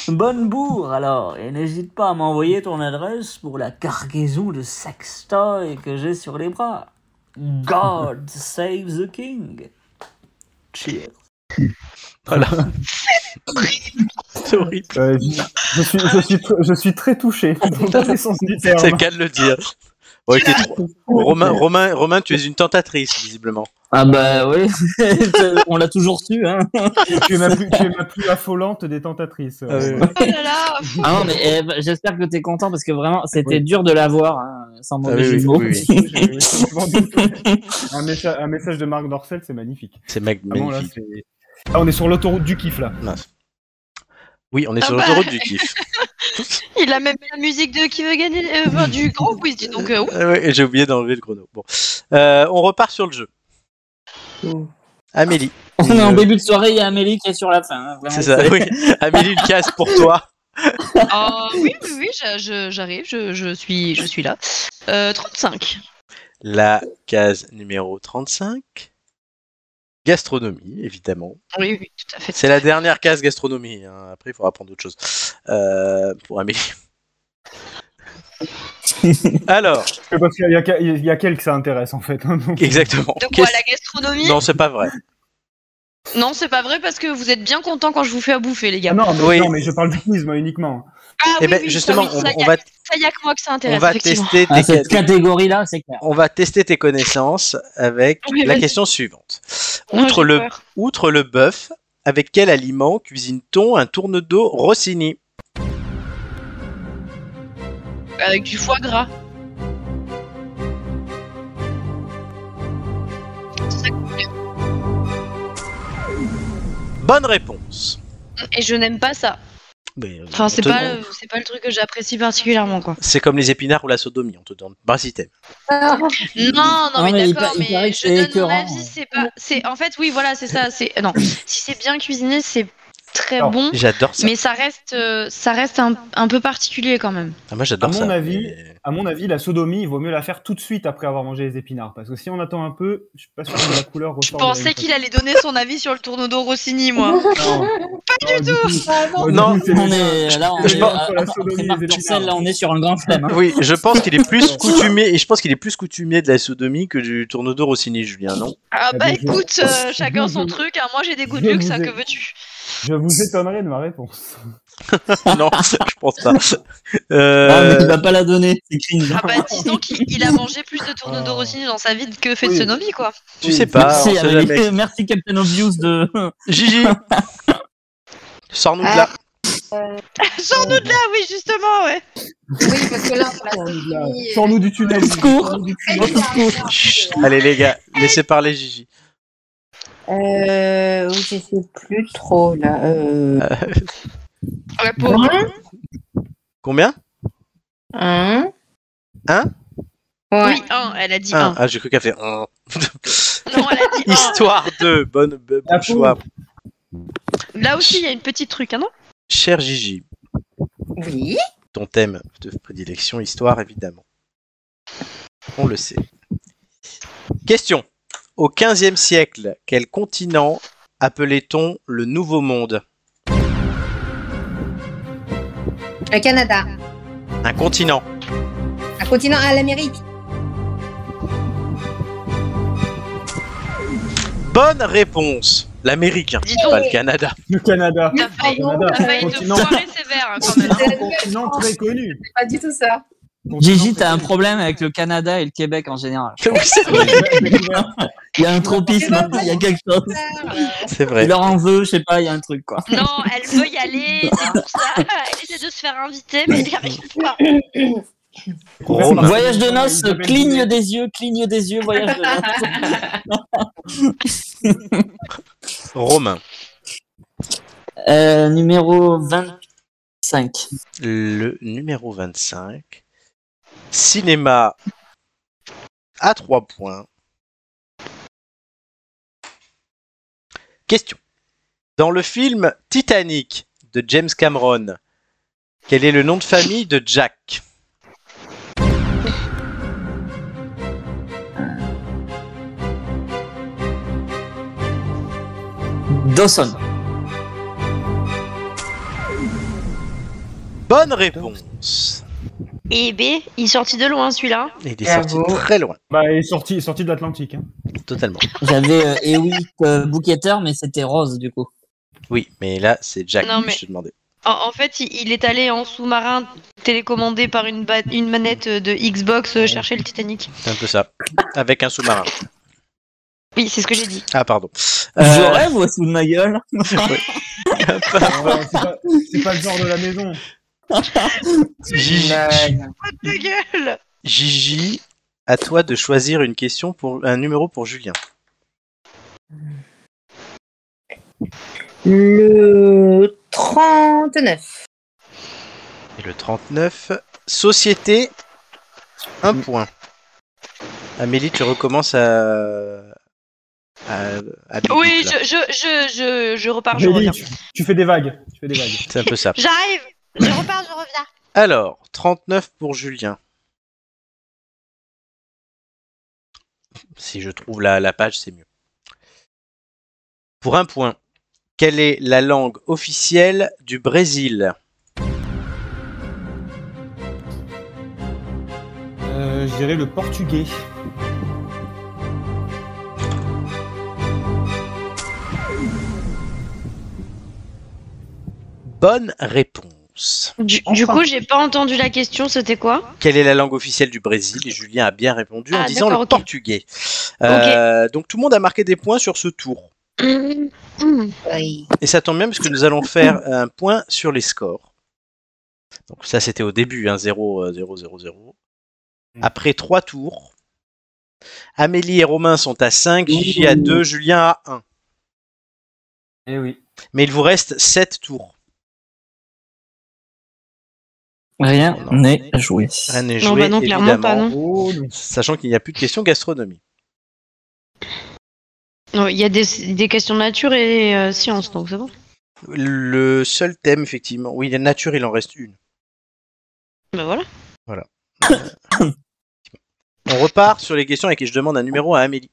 Speaker 8: Bonne bourre alors, et n'hésite pas à m'envoyer ton adresse pour la cargaison de sextoy que j'ai sur les bras. God save the king. Cheers.
Speaker 1: C'est horrible. Ah,
Speaker 4: Euh, je, je suis, je, suis, tr- je suis très touché, dans tous les sens du terme.
Speaker 1: C'est le cas de le dire. Bon, t'es trop- Romain, Romain, Romain, tu es une tentatrice, visiblement.
Speaker 5: Ah bah
Speaker 1: [laughs]
Speaker 5: oui,
Speaker 4: Ah
Speaker 5: Euh, on l'a toujours su. Hein.
Speaker 4: Tu es, ma plus, tu es ma plus affolante des tentatrices.
Speaker 1: ouais.
Speaker 2: Oh là là.
Speaker 5: Ah non, mais eh, bah, j'espère que t'es content parce que vraiment, c'était
Speaker 4: Oui.
Speaker 5: dur de l'avoir, hein, sans mauvais
Speaker 1: Ah oui,
Speaker 5: jeu
Speaker 1: oui,
Speaker 5: de mots. [laughs]
Speaker 1: oui,
Speaker 4: Je- je- je m'en doute. un, mésa- un message de Marc Dorcel, c'est magnifique.
Speaker 1: C'est mag-
Speaker 4: Ah bon, là,
Speaker 1: magnifique.
Speaker 4: c'est- Ah, on est sur l'autoroute du kiff là.
Speaker 1: Mince. Oui, on est
Speaker 2: Ah
Speaker 1: sur
Speaker 2: bah.
Speaker 1: l'autoroute du kiff.
Speaker 2: [laughs] Il a même mis la musique de qui veut gagner euh, enfin, du grand quiz, dis donc. euh, [laughs] ouf.
Speaker 1: Ah ouais, et J'ai oublié d'enlever le chrono. Bon. Euh, on repart sur le jeu.
Speaker 2: Oh.
Speaker 1: Amélie.
Speaker 5: On est en début de soirée, il y a Amélie qui est sur la fin. hein, vraiment,
Speaker 1: Euh, C'est ça,
Speaker 5: [laughs]
Speaker 1: oui. Amélie, une case pour toi.
Speaker 2: Ah, oui, oui, oui, j'a- je- j'arrive, je, je suis, je suis là. Euh, 35.
Speaker 1: La case numéro 35. Gastronomie, évidemment.
Speaker 2: Oui, oui, tout à fait.
Speaker 1: C'est la dernière case gastronomie. hein. Après, il faudra prendre autre chose. Euh, pour Amélie. [laughs] Alors,
Speaker 4: Euh, Parce qu'il y a, qu'à- il y a qu'elle que ça intéresse en fait. hein, donc.
Speaker 1: exactement.
Speaker 2: De quoi
Speaker 1: Qu'est-ce-
Speaker 2: la gastronomie
Speaker 1: Non, c'est
Speaker 2: [laughs]
Speaker 1: pas vrai.
Speaker 2: Non, c'est pas vrai parce que vous êtes bien content quand je vous fais à bouffer, les
Speaker 4: Ah
Speaker 2: gars.
Speaker 4: non, mais,
Speaker 1: Oui.
Speaker 4: non, mais je parle du quiz moi uniquement.
Speaker 2: Ah,
Speaker 1: Eh ben, justement,
Speaker 2: ça,
Speaker 1: on,
Speaker 2: oui, ça
Speaker 1: on
Speaker 2: y a-
Speaker 1: va,
Speaker 2: Ça y a que moi que ça
Speaker 1: on
Speaker 2: intéresse,
Speaker 1: va
Speaker 2: effectivement.
Speaker 1: tester
Speaker 5: Ah,
Speaker 1: tes
Speaker 5: cette
Speaker 1: cas-
Speaker 5: catégorie-là, c'est clair.
Speaker 1: on va tester tes connaissances avec
Speaker 2: Oui,
Speaker 1: la
Speaker 2: vas-y.
Speaker 1: question suivante.
Speaker 2: Moi,
Speaker 1: Outre
Speaker 2: j'ai
Speaker 1: le,
Speaker 2: peur.
Speaker 1: outre le bœuf, avec quel aliment cuisine-t-on un tourne d'eau Rossini
Speaker 2: Ah. Avec du foie gras.
Speaker 1: Bonne réponse.
Speaker 2: Et je n'aime pas ça.
Speaker 1: Mais, euh,
Speaker 2: Enfin,
Speaker 1: on
Speaker 2: c'est
Speaker 1: te
Speaker 2: pas,
Speaker 1: demande-
Speaker 2: le- c'est pas le truc que j'apprécie particulièrement, quoi.
Speaker 1: C'est comme les épinards ou la sodomie, on te donne pas si t'aimes.
Speaker 2: Ah. Non, non,
Speaker 5: Non,
Speaker 2: mais,
Speaker 5: mais il
Speaker 2: d'accord,
Speaker 5: pa- il
Speaker 2: mais,
Speaker 5: paraît que
Speaker 2: je
Speaker 5: c'est
Speaker 2: donne
Speaker 5: écœurant,
Speaker 2: mon
Speaker 5: hein.
Speaker 2: avis, c'est pas. C'est en fait, oui, voilà, c'est ça. C'est non, si c'est bien cuisiné, c'est très
Speaker 4: Alors,
Speaker 2: bon,
Speaker 1: J'adore ça.
Speaker 2: mais ça reste, euh, ça reste un, un peu particulier quand même.
Speaker 1: Ah, moi j'adore
Speaker 4: À
Speaker 1: ça.
Speaker 4: mon avis-
Speaker 1: mais-
Speaker 4: À mon avis, la sodomie, il vaut mieux la faire tout de suite après avoir mangé les épinards. Parce que si on attend un peu, je suis pas sûr que la couleur
Speaker 2: Je
Speaker 4: ressort. de la
Speaker 2: pensais
Speaker 4: même
Speaker 2: qu'il allait donner son avis sur le tourneau d'eau Rossini, moi.
Speaker 4: façon.
Speaker 2: Pas Ah, du tout.
Speaker 4: Non,
Speaker 1: Non,
Speaker 4: c'est
Speaker 5: On
Speaker 4: le-
Speaker 5: est là, on
Speaker 4: Je
Speaker 5: est,
Speaker 4: pense
Speaker 5: ah,
Speaker 4: sur la
Speaker 5: attends,
Speaker 4: sodomie
Speaker 5: c'est
Speaker 4: des
Speaker 5: Marc
Speaker 4: élites.
Speaker 5: Dorcel, là, on est sur un grand flemme. hein.
Speaker 1: Oui, je pense qu'il
Speaker 5: [laughs]
Speaker 1: est plus coutumier et je pense qu'il est plus coutumier de la sodomie que du tourneau d'eau Rossini, Julien, non
Speaker 2: Ah
Speaker 4: Ah,
Speaker 2: bah
Speaker 4: bien joué.
Speaker 2: [laughs] écoute, euh, chacun son truc. hein. Moi, j'ai des goûts de
Speaker 4: Je
Speaker 2: luxe,
Speaker 4: vous
Speaker 2: hein,
Speaker 4: ai-
Speaker 2: que veux-tu
Speaker 4: Je vous étonnerai de ma réponse.
Speaker 1: [laughs] non, je pense
Speaker 5: [laughs]
Speaker 1: pas.
Speaker 5: Ah, mais
Speaker 1: Euh,
Speaker 5: il va pas la donner, c'est cringe.
Speaker 2: Ah bah disons qu'il il a mangé plus de tourneaux d'orosine dans sa vie que fait de
Speaker 4: Oui.
Speaker 2: Sonobi quoi.
Speaker 1: tu sais pas, on
Speaker 5: merci,
Speaker 1: sait
Speaker 5: Amélie. [laughs]
Speaker 1: jamais.
Speaker 5: merci Captain Obvious de.
Speaker 1: [laughs] Gigi, sors-nous de là.
Speaker 5: Ah.
Speaker 2: Euh, Sors-nous de là, oui justement, ouais.
Speaker 3: Oui, parce que là, on l'a
Speaker 4: Sors-nous de là.
Speaker 3: sorti, euh,
Speaker 4: Sors-nous du tunnel.
Speaker 5: Secours.
Speaker 4: Sors-nous du
Speaker 3: très
Speaker 4: tunnel.
Speaker 3: bizarrement.
Speaker 1: Chut, allez les
Speaker 2: [laughs]
Speaker 1: gars, laissez parler Gigi.
Speaker 3: Euh, oui, je sais plus trop là. Euh...
Speaker 2: La pauvre.
Speaker 1: Combien
Speaker 3: Un.
Speaker 1: Un
Speaker 3: Hein Ouais.
Speaker 2: Oui, un, elle a dit
Speaker 1: Un.
Speaker 2: un.
Speaker 1: Hein Ah, j'ai cru qu'elle fait
Speaker 2: [laughs]
Speaker 1: un.
Speaker 2: Non, elle a dit un.
Speaker 1: Histoire de bonne, bon
Speaker 4: La
Speaker 1: choix.
Speaker 2: Là aussi, il y a une petite truc, hein, non
Speaker 1: Cher Gigi,
Speaker 3: Oui.
Speaker 1: ton thème de prédilection, histoire évidemment. On le sait. Question. Au XVe siècle, quel continent appelait-on le Nouveau Monde
Speaker 3: Le Canada.
Speaker 1: Un continent.
Speaker 3: Un continent à l'Amérique.
Speaker 1: Bonne réponse. L'Amérique, hein,
Speaker 2: Dis donc.
Speaker 1: pas le Canada.
Speaker 4: Le Canada.
Speaker 2: T'as failli,
Speaker 4: Canada,
Speaker 2: t'as failli te
Speaker 4: continent.
Speaker 2: foirer sévère hein, quand même. hein.
Speaker 4: Un continent très connu.
Speaker 3: C'est pas du tout ça.
Speaker 5: Gigi, t'as un problème avec le Canada et le Québec en
Speaker 1: [laughs]
Speaker 5: général. [laughs] Il y a un tropisme, il y a quelque chose.
Speaker 1: C'est vrai.
Speaker 5: Il leur en veut, je sais pas, il y a un truc quoi.
Speaker 2: Non, elle veut y aller, c'est pour ça. Elle essaie de se faire inviter, mais elle n'y arrive pas.
Speaker 1: Rome.
Speaker 4: Bah,
Speaker 5: Voyage de noces,
Speaker 4: Isabelle
Speaker 5: cligne
Speaker 4: Boulet.
Speaker 5: des yeux, cligne des yeux, voyage de noces. [laughs]
Speaker 1: Romain.
Speaker 5: Euh, numéro 25.
Speaker 1: Le numéro 25. Cinéma à 3 points. Question. Dans le film Titanic de James Cameron, quel est le nom de famille de Jack
Speaker 5: Dawson.
Speaker 1: Bonne réponse.
Speaker 2: Et B, il est sorti de loin celui-là.
Speaker 1: Il est sorti
Speaker 3: Bravo.
Speaker 1: très loin,
Speaker 4: Bah, il est sorti, sorti de l'Atlantique. hein.
Speaker 1: totalement.
Speaker 5: J'avais euh, Ewitt euh, Bouqueteur, mais c'était Rose du coup.
Speaker 1: Oui, mais là, c'est Jack
Speaker 2: Non,
Speaker 1: que
Speaker 2: mais-
Speaker 1: je te demandais.
Speaker 2: En, en fait, il, il est allé en sous-marin télécommandé par une, ba- une manette de Xbox euh, chercher le Titanic.
Speaker 1: C'est un peu ça. Avec un sous-marin.
Speaker 2: Oui, c'est ce que j'ai dit.
Speaker 1: Ah, pardon.
Speaker 5: Je
Speaker 1: Euh,
Speaker 5: rêve ou sous de ma [laughs] gueule
Speaker 4: Ouais, Euh, c'est pas- C'est pas le genre de la maison.
Speaker 5: [laughs]
Speaker 1: Gigi,
Speaker 2: What de gueule
Speaker 1: Gigi, à toi de choisir une question pour un numéro pour Julien.
Speaker 3: Le 39.
Speaker 1: Et le 39, société, un point. Amélie, tu recommences à. à, à Big
Speaker 2: Oui,
Speaker 1: Book, là.
Speaker 2: je, je, je, je, je repars, je
Speaker 4: Amélie,
Speaker 2: reviens.
Speaker 4: tu, tu fais des vagues. Tu fais des vagues.
Speaker 1: C'est un peu ça.
Speaker 2: J'arrive Je repars, je reviens.
Speaker 1: Alors, 39 pour Julien. Si je trouve la, la page, c'est mieux. Pour un point, quelle est la langue officielle du Brésil
Speaker 4: Euh, je dirais le portugais. [laughs]
Speaker 1: Bonne réponse.
Speaker 2: Du, du
Speaker 4: Enfin.
Speaker 2: coup, j'ai pas entendu la question, c'était quoi
Speaker 1: Quelle est la langue officielle du Brésil Et Julien a bien répondu en
Speaker 2: Ah,
Speaker 1: disant le
Speaker 2: d'accord, ok.
Speaker 1: portugais. Euh, Donc tout le monde a marqué des points sur ce tour.
Speaker 3: Oui.
Speaker 1: Et ça tombe bien parce que nous allons faire un point sur les scores. Donc ça c'était au début, hein, 0, euh, 0, 0, 0.
Speaker 4: Mm.
Speaker 1: Après trois tours, Amélie et Romain sont à 5, Gigi à 2, Julien à 1.
Speaker 4: Eh oui.
Speaker 1: Mais il vous reste 7 tours.
Speaker 5: Rien n'est joué.
Speaker 1: Rien n'est joué,
Speaker 2: Non, bah non, clairement pas,
Speaker 1: évidemment,
Speaker 2: non.
Speaker 4: Oh non.
Speaker 1: Sachant qu'il n'y a plus de question gastronomie.
Speaker 2: Non, Il y a des, des questions de nature et euh, science, donc c'est bon.
Speaker 1: Le seul thème, effectivement, oui, la nature, il en reste une.
Speaker 2: Bah voilà.
Speaker 1: [coughs] Euh, On repart sur les questions avec qui je demande un numéro à Amélie.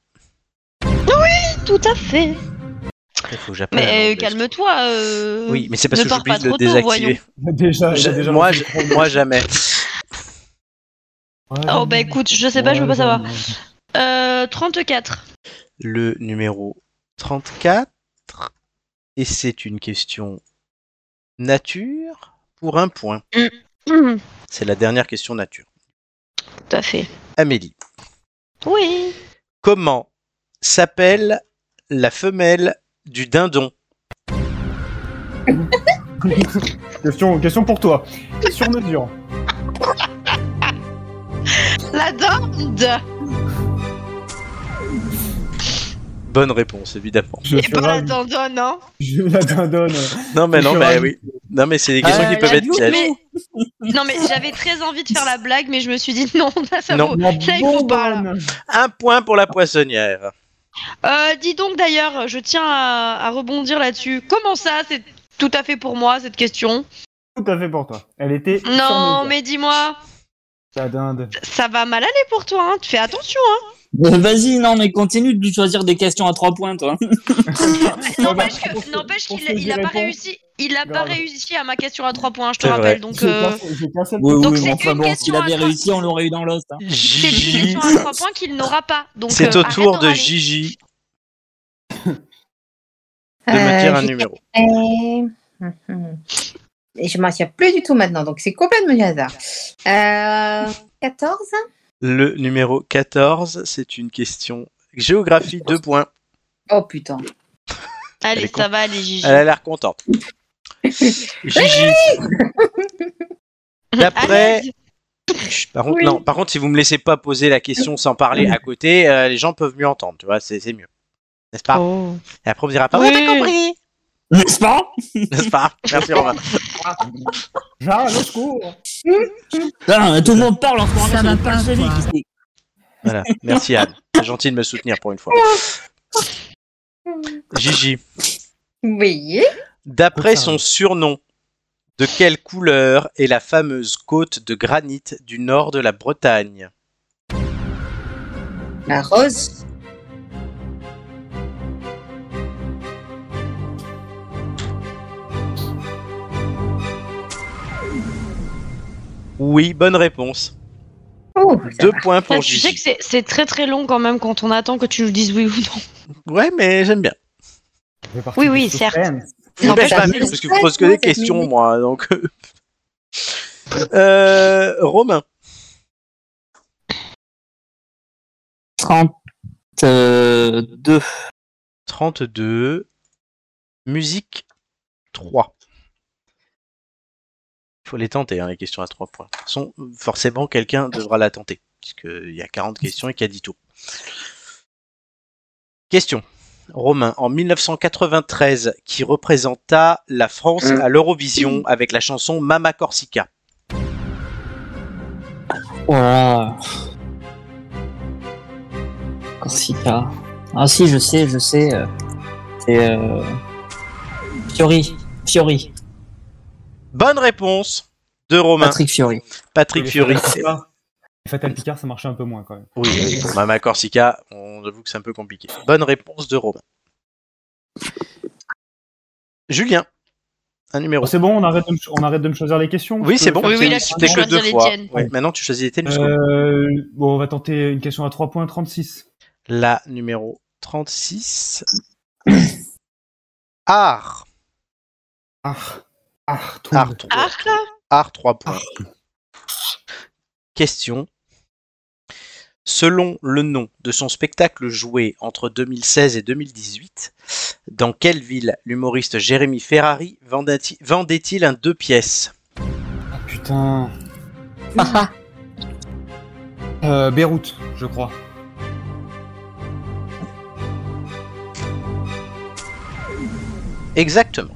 Speaker 2: Tout à fait.
Speaker 1: Il faut que j'appelle un
Speaker 2: Mais euh,
Speaker 1: anglais.
Speaker 2: calme-toi. euh,
Speaker 1: bah, Oui, mais c'est parce
Speaker 2: ne
Speaker 1: que
Speaker 2: pars
Speaker 1: j'oublie
Speaker 2: pas
Speaker 1: de le
Speaker 2: trop tôt, voyons.
Speaker 1: désactiver.
Speaker 4: [laughs] Déjà,
Speaker 1: Je-
Speaker 4: j'ai déjà
Speaker 1: moi,
Speaker 4: lancé
Speaker 1: je- moi, jamais.
Speaker 4: le
Speaker 1: Ah,
Speaker 4: problème.
Speaker 2: Oh bah écoute, je sais pas, je veux pas savoir. Euh, 34.
Speaker 1: Le numéro 34. Et c'est une question nature pour un point.
Speaker 2: Mhm,
Speaker 1: C'est la dernière question nature.
Speaker 2: Tout à fait.
Speaker 1: Amélie,
Speaker 2: Oui.
Speaker 1: comment s'appelle la femelle du dindon
Speaker 4: Question, question pour toi. Sur mesure.
Speaker 2: La dinde.
Speaker 1: Bonne réponse, évidemment.
Speaker 4: Je
Speaker 2: Et pas la
Speaker 4: ravi.
Speaker 2: dindonne, non
Speaker 4: Je la donne. euh,
Speaker 1: Non, mais
Speaker 4: Je
Speaker 1: non,
Speaker 4: suis
Speaker 1: mais
Speaker 4: ravi.
Speaker 1: oui. Non, mais c'est des questions
Speaker 5: Ah,
Speaker 1: qui
Speaker 5: la
Speaker 1: peuvent être
Speaker 5: loupe,
Speaker 1: pièges.
Speaker 2: Euh, mais- Non, mais j'avais très envie de faire la blague, mais je me suis dit non, [laughs] là, ça
Speaker 1: Non.
Speaker 2: vaut. Là, il faut pas. là.
Speaker 1: Un point pour la poissonnière.
Speaker 2: Euh, dis donc d'ailleurs, je tiens à, à rebondir là-dessus. Comment ça, c'est tout à fait pour moi cette question
Speaker 4: Tout à fait pour toi. Elle était. sur
Speaker 2: Non,
Speaker 4: mesure.
Speaker 2: mais dis-moi,
Speaker 4: La dinde.
Speaker 2: ça va mal aller pour toi, hein tu fais attention. hein.
Speaker 5: Euh, Vas-y, non, mais continue de lui choisir des questions à trois points, toi.
Speaker 2: N'empêche que-
Speaker 4: Pour ce-
Speaker 2: n'empêche
Speaker 4: pour
Speaker 2: qu'il
Speaker 4: ce que
Speaker 2: il
Speaker 4: j'y
Speaker 2: a pas
Speaker 4: réponds,
Speaker 2: réussi. Il a pas
Speaker 4: Grave.
Speaker 2: réussi à ma question à trois points, je te
Speaker 1: C'est vrai.
Speaker 2: rappelle. Donc,
Speaker 4: J'ai
Speaker 2: euh,
Speaker 4: qu'un seul- j'ai qu'un seul
Speaker 5: Oui,
Speaker 2: Donc
Speaker 5: oui,
Speaker 2: c'est
Speaker 5: mais enfin
Speaker 2: une
Speaker 5: bon,
Speaker 2: question
Speaker 5: s'il avait
Speaker 2: à trois-
Speaker 5: réussi, on l'aurait eu dans l'autre. hein.
Speaker 2: c'est une
Speaker 1: Gigi.
Speaker 2: question à trois points qu'il n'aura pas. Donc,
Speaker 1: C'est
Speaker 2: euh,
Speaker 1: au
Speaker 2: arrête
Speaker 1: tour de
Speaker 2: râler.
Speaker 1: Gigi de me dire un
Speaker 3: Euh,
Speaker 1: numéro.
Speaker 3: je- Et je m'en souviens plus du tout maintenant, donc c'est complètement du hasard. Euh, 14
Speaker 1: Le numéro 14, c'est une question géographie, deux points.
Speaker 3: Oh putain.
Speaker 1: Elle
Speaker 2: Allez,
Speaker 1: est
Speaker 2: ça va, allez, Gigi.
Speaker 1: Elle a l'air contente. Gigi, d'après.
Speaker 2: Allez,
Speaker 1: Chut, Par contre,
Speaker 3: Oui.
Speaker 1: non, par contre, si vous me laissez pas poser la question sans parler à côté, euh, les gens peuvent mieux entendre, tu vois, c'est c'est mieux. N'est-ce pas Et après, on me dira pas,
Speaker 2: Oh. Oui.
Speaker 1: oui, t'as compris
Speaker 5: N'est-ce pas
Speaker 1: N'est-ce pas Merci, Romain.
Speaker 4: Jean, au secours.
Speaker 5: Ah, Tout le monde parle en ce moment.
Speaker 6: Ça
Speaker 5: c'est
Speaker 6: va
Speaker 5: le
Speaker 6: pas,
Speaker 5: seul
Speaker 6: quoi.
Speaker 5: qui sait.
Speaker 1: Voilà, merci Anne. C'est gentil de me soutenir pour une fois. Gigi,
Speaker 3: Oui.
Speaker 1: d'après son surnom, de quelle couleur est la fameuse côte de granit du nord de la Bretagne
Speaker 3: La rose.
Speaker 1: Oui, bonne réponse.
Speaker 3: Oh, ça
Speaker 1: Deux
Speaker 3: va.
Speaker 1: points pour
Speaker 2: tu sais que
Speaker 1: Gigi.
Speaker 2: c'est- c'est très très long quand même quand on attend que tu nous dises oui ou non.
Speaker 1: Ouais, mais j'aime bien.
Speaker 2: Oui, oui, certes.
Speaker 1: Je
Speaker 2: Non,
Speaker 1: vous lâche
Speaker 3: mais
Speaker 1: pas
Speaker 3: ça
Speaker 1: mieux,
Speaker 3: me
Speaker 1: parce que vous
Speaker 3: stresse,
Speaker 1: posez que
Speaker 3: moi,
Speaker 1: des
Speaker 3: cette
Speaker 1: questions,
Speaker 3: minute.
Speaker 1: moi. Donc, Euh, Romain,
Speaker 5: 32.
Speaker 1: 32. Musique, 3. Il faut les tenter, hein, les questions à 3 points. De toute façon, forcément, quelqu'un devra la tenter, puisqu'il y a 40 questions et qu'il y a 10 tours. Question. Romain, en 1993, qui représenta la France à l'Eurovision avec la chanson Mama Corsica
Speaker 5: Oh Voilà. Corsica. Ah si, je sais, je sais. euh, C'est euh... Fiori. Fiori.
Speaker 1: Bonne réponse de Romain.
Speaker 5: Patrick Fiori.
Speaker 1: Patrick Fury.
Speaker 4: Fatal Picard, ça marchait un peu moins quand même.
Speaker 1: [laughs] Oui, oui. Mama Corsica, on avoue que c'est un peu compliqué. Bonne réponse de Romain. Julien, un numéro.
Speaker 4: Bon, c'est bon, on arrête, de me, cho- on arrrête de me choisir les questions.
Speaker 1: Oui, c'est bon.
Speaker 2: Oui, oui, là,
Speaker 1: C'était
Speaker 2: tu
Speaker 1: que
Speaker 2: peux choisir
Speaker 1: deux
Speaker 2: les
Speaker 1: fois.
Speaker 2: tiennes.
Speaker 1: Oui, Maintenant, tu choisis les tiennes. jusqu'au-
Speaker 4: Euh, bon, on va tenter une question à 3 points 36.
Speaker 1: La numéro 36. [coughs] Art.
Speaker 4: Ah, ah, tout.
Speaker 1: Art 3.
Speaker 2: Arc
Speaker 1: Art 3 points. Question. Selon le nom de son spectacle joué entre 2016 et 2018, dans quelle ville l'humoriste Jérémy Ferrari vendait- vendait-il un deux pièces
Speaker 4: Ah, putain. Ah, Euh, Beyrouth, je crois.
Speaker 1: Exactement.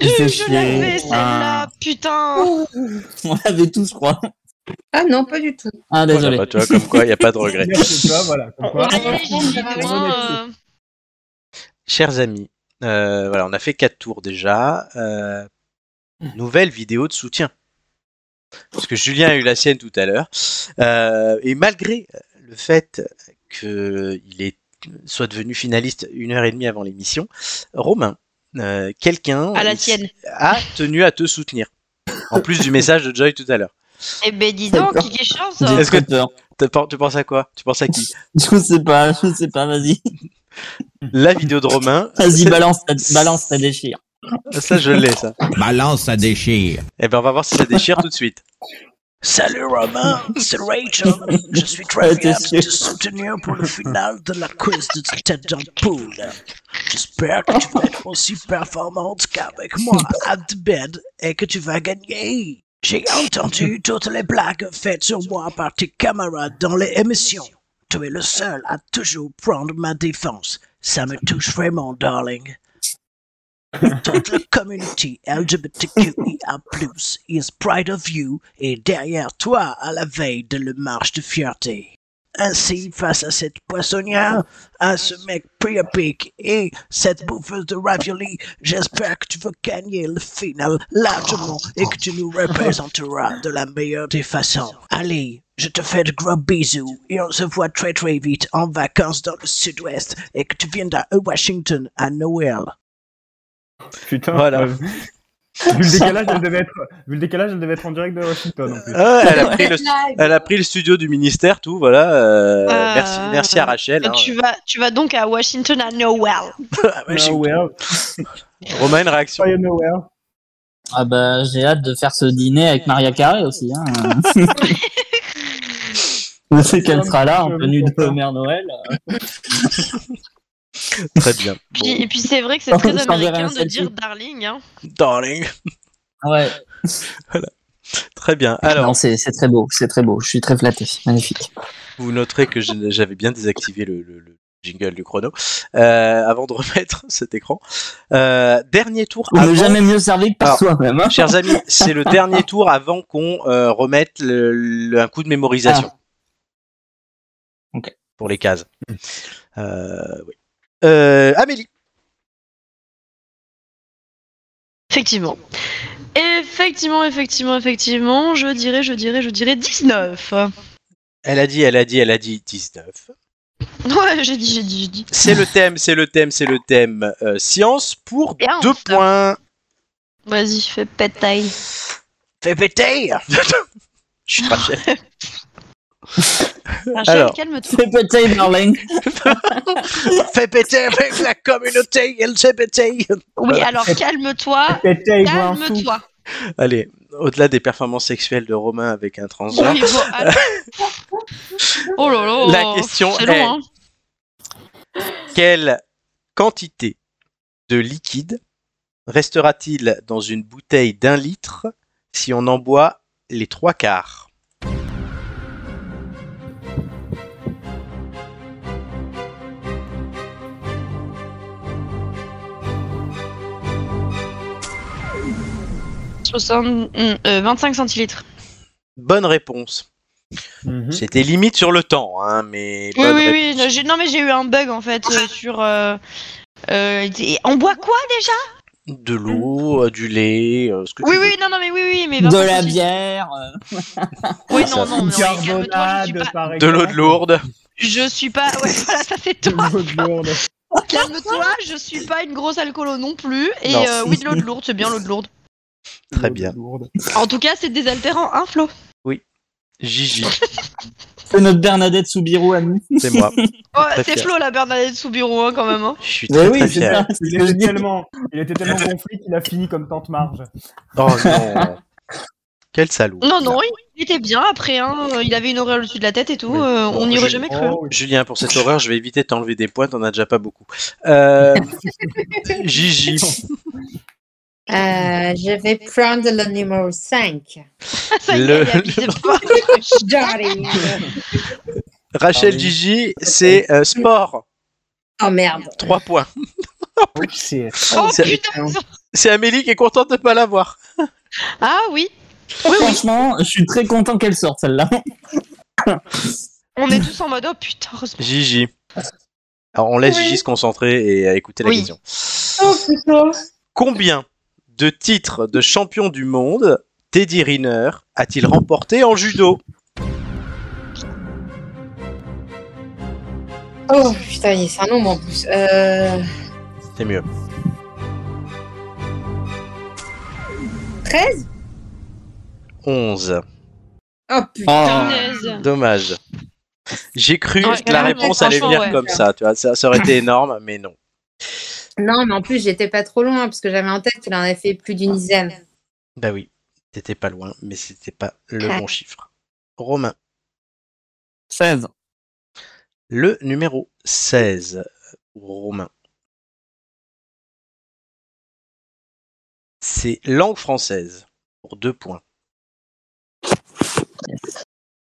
Speaker 2: Je l'avais celle-là,
Speaker 1: Ah.
Speaker 2: putain.
Speaker 5: [laughs] On l'avait tous, je crois.
Speaker 3: Ah non, pas du tout.
Speaker 5: Ah, désolé. Ah,
Speaker 1: Voilà, bah, tu vois, comme quoi, il n'y a
Speaker 5: [laughs]
Speaker 1: pas de regret.
Speaker 4: Merci, tu vois, voilà. Comme quoi.
Speaker 2: Allez, Gigi, vraiment, euh,
Speaker 1: Chers amis, euh, voilà, on a fait quatre tours déjà. Euh, nouvelle vidéo de soutien. Parce que Julien a eu la sienne tout à l'heure. Euh, et malgré le fait qu'il est soit devenu finaliste une heure et demie avant l'émission, Romain, euh, quelqu'un
Speaker 2: à la
Speaker 1: ici
Speaker 2: tienne.
Speaker 1: a tenu à te soutenir. En plus du message de Joy tout à l'heure.
Speaker 2: Eh ben dis donc, qui chance.
Speaker 5: J'ai
Speaker 1: Est-ce que-
Speaker 5: très peur.
Speaker 1: Tu pen- tu penses à quoi Tu penses à qui
Speaker 5: Je sais pas, je sais pas, vas-y.
Speaker 1: la vidéo de Romain. [laughs]
Speaker 5: Vas-y, balance, ta- balance, ta déchire.
Speaker 1: Ça, je [laughs] l'ai, ça.
Speaker 9: Balance, ça déchire.
Speaker 1: Eh ben, on va voir si ça déchire tout de suite.
Speaker 10: Salut Romain, c'est Rachel. Je suis très
Speaker 5: Ouais, t'es
Speaker 10: fier de
Speaker 5: sûr.
Speaker 10: te soutenir pour le final de la quiz de tête dans le pool. J'espère que tu vas être aussi performante qu'avec moi à The Bed et que tu vas gagner. J'ai entendu toutes les blagues faites sur moi par tes camarades dans les émissions. Tu es le seul à toujours prendre ma défense. Ça me touche vraiment, darling. Toute la communauté LGBTQIA+, is proud of you et derrière toi à la veille de la marche de fierté. Ainsi, face à cette poissonnière, à ce mec priapique et cette bouffeuse de ravioli, j'espère que tu vas gagner le final largement et que tu nous représenteras de la meilleure des façons. Allez, je te fais de gros bisous et on se voit très très vite en vacances dans le sud-ouest et que tu viennes à Washington à Noël.
Speaker 4: Putain.
Speaker 1: Voilà.
Speaker 4: euh, [laughs] vu, le décalage, elle devait être, vu le décalage, elle devait être en direct de Washington. En plus.
Speaker 1: Ah, elle, a
Speaker 4: [laughs]
Speaker 1: pris le, elle a pris le studio du ministère, tout, voilà. euh,
Speaker 2: Euh,
Speaker 1: merci, merci à Rachel. hein. [laughs]
Speaker 2: tu, vas, tu vas donc à Washington à Noël.
Speaker 1: Ah, ouais, j'ai-
Speaker 4: Nowhere,
Speaker 1: Romain, une réaction
Speaker 4: soyez nowhere.
Speaker 5: Ah bah, j'ai hâte de faire ce dîner avec Maria Carré aussi.
Speaker 1: [laughs]
Speaker 5: Hein. Je sais qu'elle sera là en tenue de Mère Noël.
Speaker 1: [laughs] Très bien. Bon,
Speaker 2: Puis- et puis c'est vrai que c'est très
Speaker 5: Je t'enverrai un
Speaker 2: américain de
Speaker 5: selfie.
Speaker 2: dire darling. Hein.
Speaker 1: darling.
Speaker 5: Ah Ouais.
Speaker 1: Très bien.
Speaker 5: Non,
Speaker 1: Alors,
Speaker 5: c'est c'est très beau, c'est très beau. Je suis très flatté, magnifique.
Speaker 1: vous noterez que je- j'avais bien désactivé le, le- le jingle du chrono euh, avant de [laughs] remettre cet écran. Euh, dernier tour.
Speaker 5: On
Speaker 1: avant-
Speaker 5: n'est jamais mieux servi que par
Speaker 1: Alors,
Speaker 5: soi-même. hein.
Speaker 1: Chers amis, c'est le
Speaker 5: [laughs]
Speaker 1: dernier tour avant qu'on euh, remette le- le- un coup de mémorisation.
Speaker 5: Ah. Ok.
Speaker 1: Pour les cases. Euh, oui. Euh, Amélie.
Speaker 2: Effectivement. Effectivement, effectivement, effectivement. Je dirais, je dirais, je dirais 19.
Speaker 1: Elle a dit, elle a dit, elle a dit 19.
Speaker 2: Ouais, j'ai dit, j'ai dit, j'ai dit.
Speaker 1: C'est le thème, c'est le thème, c'est le thème euh, science
Speaker 5: [laughs]
Speaker 1: pour
Speaker 2: Science.
Speaker 1: deux points.
Speaker 2: Vas-y, fais pétaille.
Speaker 10: Fais péter
Speaker 1: Je suis pas chef.
Speaker 2: Rachel,
Speaker 1: Alors.
Speaker 2: calme-toi.
Speaker 5: C'est peut-être
Speaker 1: [laughs]
Speaker 5: darling.
Speaker 10: Fais péter avec la communauté LGBT
Speaker 2: [laughs] Oui, alors calme-toi.
Speaker 4: Pétez, bois un sou.
Speaker 2: Calme-toi.
Speaker 1: Allez, au-delà des performances sexuelles de Romain avec un transgenre,
Speaker 2: Oui, bon, alors- oh là là.
Speaker 1: La question
Speaker 2: c'est long,
Speaker 1: est-
Speaker 2: hein.
Speaker 1: quelle quantité de liquide restera-t-il dans une bouteille d'un litre si on en boit les trois quarts
Speaker 2: Soixante- mm, euh, 25 centilitres.
Speaker 1: Bonne réponse.
Speaker 4: Mhm.
Speaker 1: C'était limite sur le temps, hein, mais
Speaker 2: Oui,
Speaker 1: bonne
Speaker 2: oui, oui.
Speaker 1: réponse.
Speaker 2: Non, j'ai- non, mais j'ai eu un bug en fait euh, sur. euh, euh, et on boit quoi déjà
Speaker 1: De l'eau, euh, du lait, euh, ce que
Speaker 2: Oui,
Speaker 1: tu veux.
Speaker 2: oui, non, non, mais oui, oui, mais. 25
Speaker 5: De la
Speaker 2: centilitres.
Speaker 5: bière. euh,
Speaker 2: [laughs] Oui,
Speaker 1: Ça,
Speaker 2: non, non, mais calme-toi, je suis
Speaker 4: Carbonade,
Speaker 2: pas.
Speaker 4: par
Speaker 1: de l'eau de
Speaker 4: exemple.
Speaker 2: [laughs]
Speaker 1: lourde.
Speaker 2: Je suis pas. Ouais, [laughs] voilà, ça c'est
Speaker 4: De
Speaker 2: toi.
Speaker 4: l'eau de lourde.
Speaker 2: [laughs] Calme-toi, je suis pas une grosse alcoolo non plus. Et
Speaker 1: Non.
Speaker 2: euh, oui, de l'eau de lourde, c'est bien l'eau de lourde.
Speaker 1: Très bien.
Speaker 4: Lourde.
Speaker 2: En tout cas, c'est désaltérant, hein, Flo
Speaker 1: Gigi,
Speaker 5: C'est notre Bernadette Soubirou à nous.
Speaker 1: c'est
Speaker 5: [laughs]
Speaker 1: moi.
Speaker 2: Oh,
Speaker 1: Très
Speaker 2: c'est
Speaker 1: fier.
Speaker 2: Flo la Bernadette Soubirou, hein, quand même. hein.
Speaker 1: Je suis
Speaker 5: Mais
Speaker 1: très,
Speaker 5: oui,
Speaker 1: très
Speaker 5: c'est
Speaker 1: fier.
Speaker 5: ça. c'est ce
Speaker 4: Il
Speaker 5: que je
Speaker 4: était
Speaker 5: dis.
Speaker 4: tellement, il était tellement conflit qu'il a fini comme tante Marge.
Speaker 1: Oh non. Quel salaud.
Speaker 2: Non, non, il- il était bien après, hein. euh, il avait une auréole au-dessus de la tête et tout,
Speaker 1: Oui.
Speaker 2: euh, on
Speaker 1: Bon,
Speaker 2: n'y aurait
Speaker 1: je-
Speaker 2: jamais cru.
Speaker 4: Oh, oui.
Speaker 1: Julien, pour cette horreur, je vais éviter de t'enlever des points, t'en as déjà pas beaucoup.
Speaker 5: [laughs]
Speaker 1: Euh, Gigi,
Speaker 3: Euh, je vais prendre le numéro 5.
Speaker 2: [laughs] ça y est,
Speaker 1: Le-
Speaker 2: il a mis des points.
Speaker 1: [laughs]
Speaker 2: [laughs]
Speaker 1: Rachel,
Speaker 5: Ah oui.
Speaker 1: Gigi, c'est euh, sport,
Speaker 3: Oh merde.
Speaker 5: [laughs]
Speaker 1: 3 points.
Speaker 2: Oh
Speaker 1: C'est-
Speaker 2: putain
Speaker 1: C'est Amélie qui est contente de pas l'avoir.
Speaker 2: Ah oui,
Speaker 5: Franchement, je suis très content qu'elle sorte celle-là.
Speaker 2: on est tous en mode oh putain, heureusement.
Speaker 1: Gigi. Alors, on laisse
Speaker 3: Oui.
Speaker 1: Gigi se concentrer et euh, écouter la
Speaker 2: Oui.
Speaker 1: question. Combien de titres de champion du monde Teddy Riner a-t-il remporté en judo
Speaker 3: Oh putain, c'est un nombre en plus. Euh,
Speaker 1: C'est mieux.
Speaker 3: 13
Speaker 1: 11.
Speaker 3: Oh putain.
Speaker 2: punaise.
Speaker 4: Oh.
Speaker 1: Dommage. Oh, J'ai cru
Speaker 2: Ouais,
Speaker 1: que la
Speaker 2: ouais,
Speaker 1: réponse
Speaker 2: ouais,
Speaker 1: allait venir
Speaker 2: franchement,
Speaker 1: comme ça, tu vois. Ça, ça aurait été énorme, mais non.
Speaker 3: Non, mais en plus, j'étais pas trop loin, parce que j'avais en tête qu'il en avait fait plus d'une dizaine.
Speaker 1: Bah oui, t'étais pas loin, mais c'était pas le
Speaker 3: Ah.
Speaker 1: bon chiffre. Romain,
Speaker 5: 16.
Speaker 1: le numéro 16. Romain. C'est langue française pour deux points.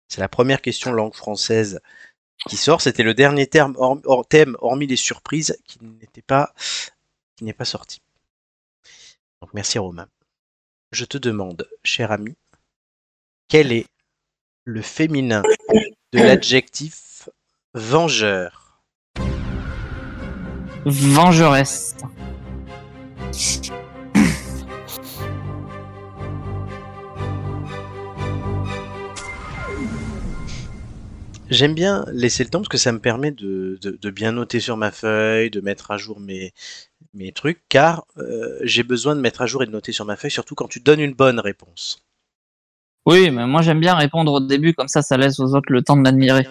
Speaker 1: C'est la première question langue française qui sort. C'était le dernier terme, horm- hors- thème, hormis les surprises, qui n'était pas, qui n'est pas sorti. Donc merci Romain. Je te demande, cher ami, quel est le féminin de l'adjectif vengeur
Speaker 5: Vengeresse.
Speaker 1: J'aime bien laisser le temps parce que ça me permet de, de- de bien noter sur ma feuille, de mettre à jour mes, mes trucs, car euh, j'ai besoin de mettre à jour et de noter sur ma feuille, surtout quand tu donnes une bonne réponse.
Speaker 5: [coughs] Oui, mais moi j'aime bien répondre au début, comme ça, ça laisse aux autres le temps de l'admirer.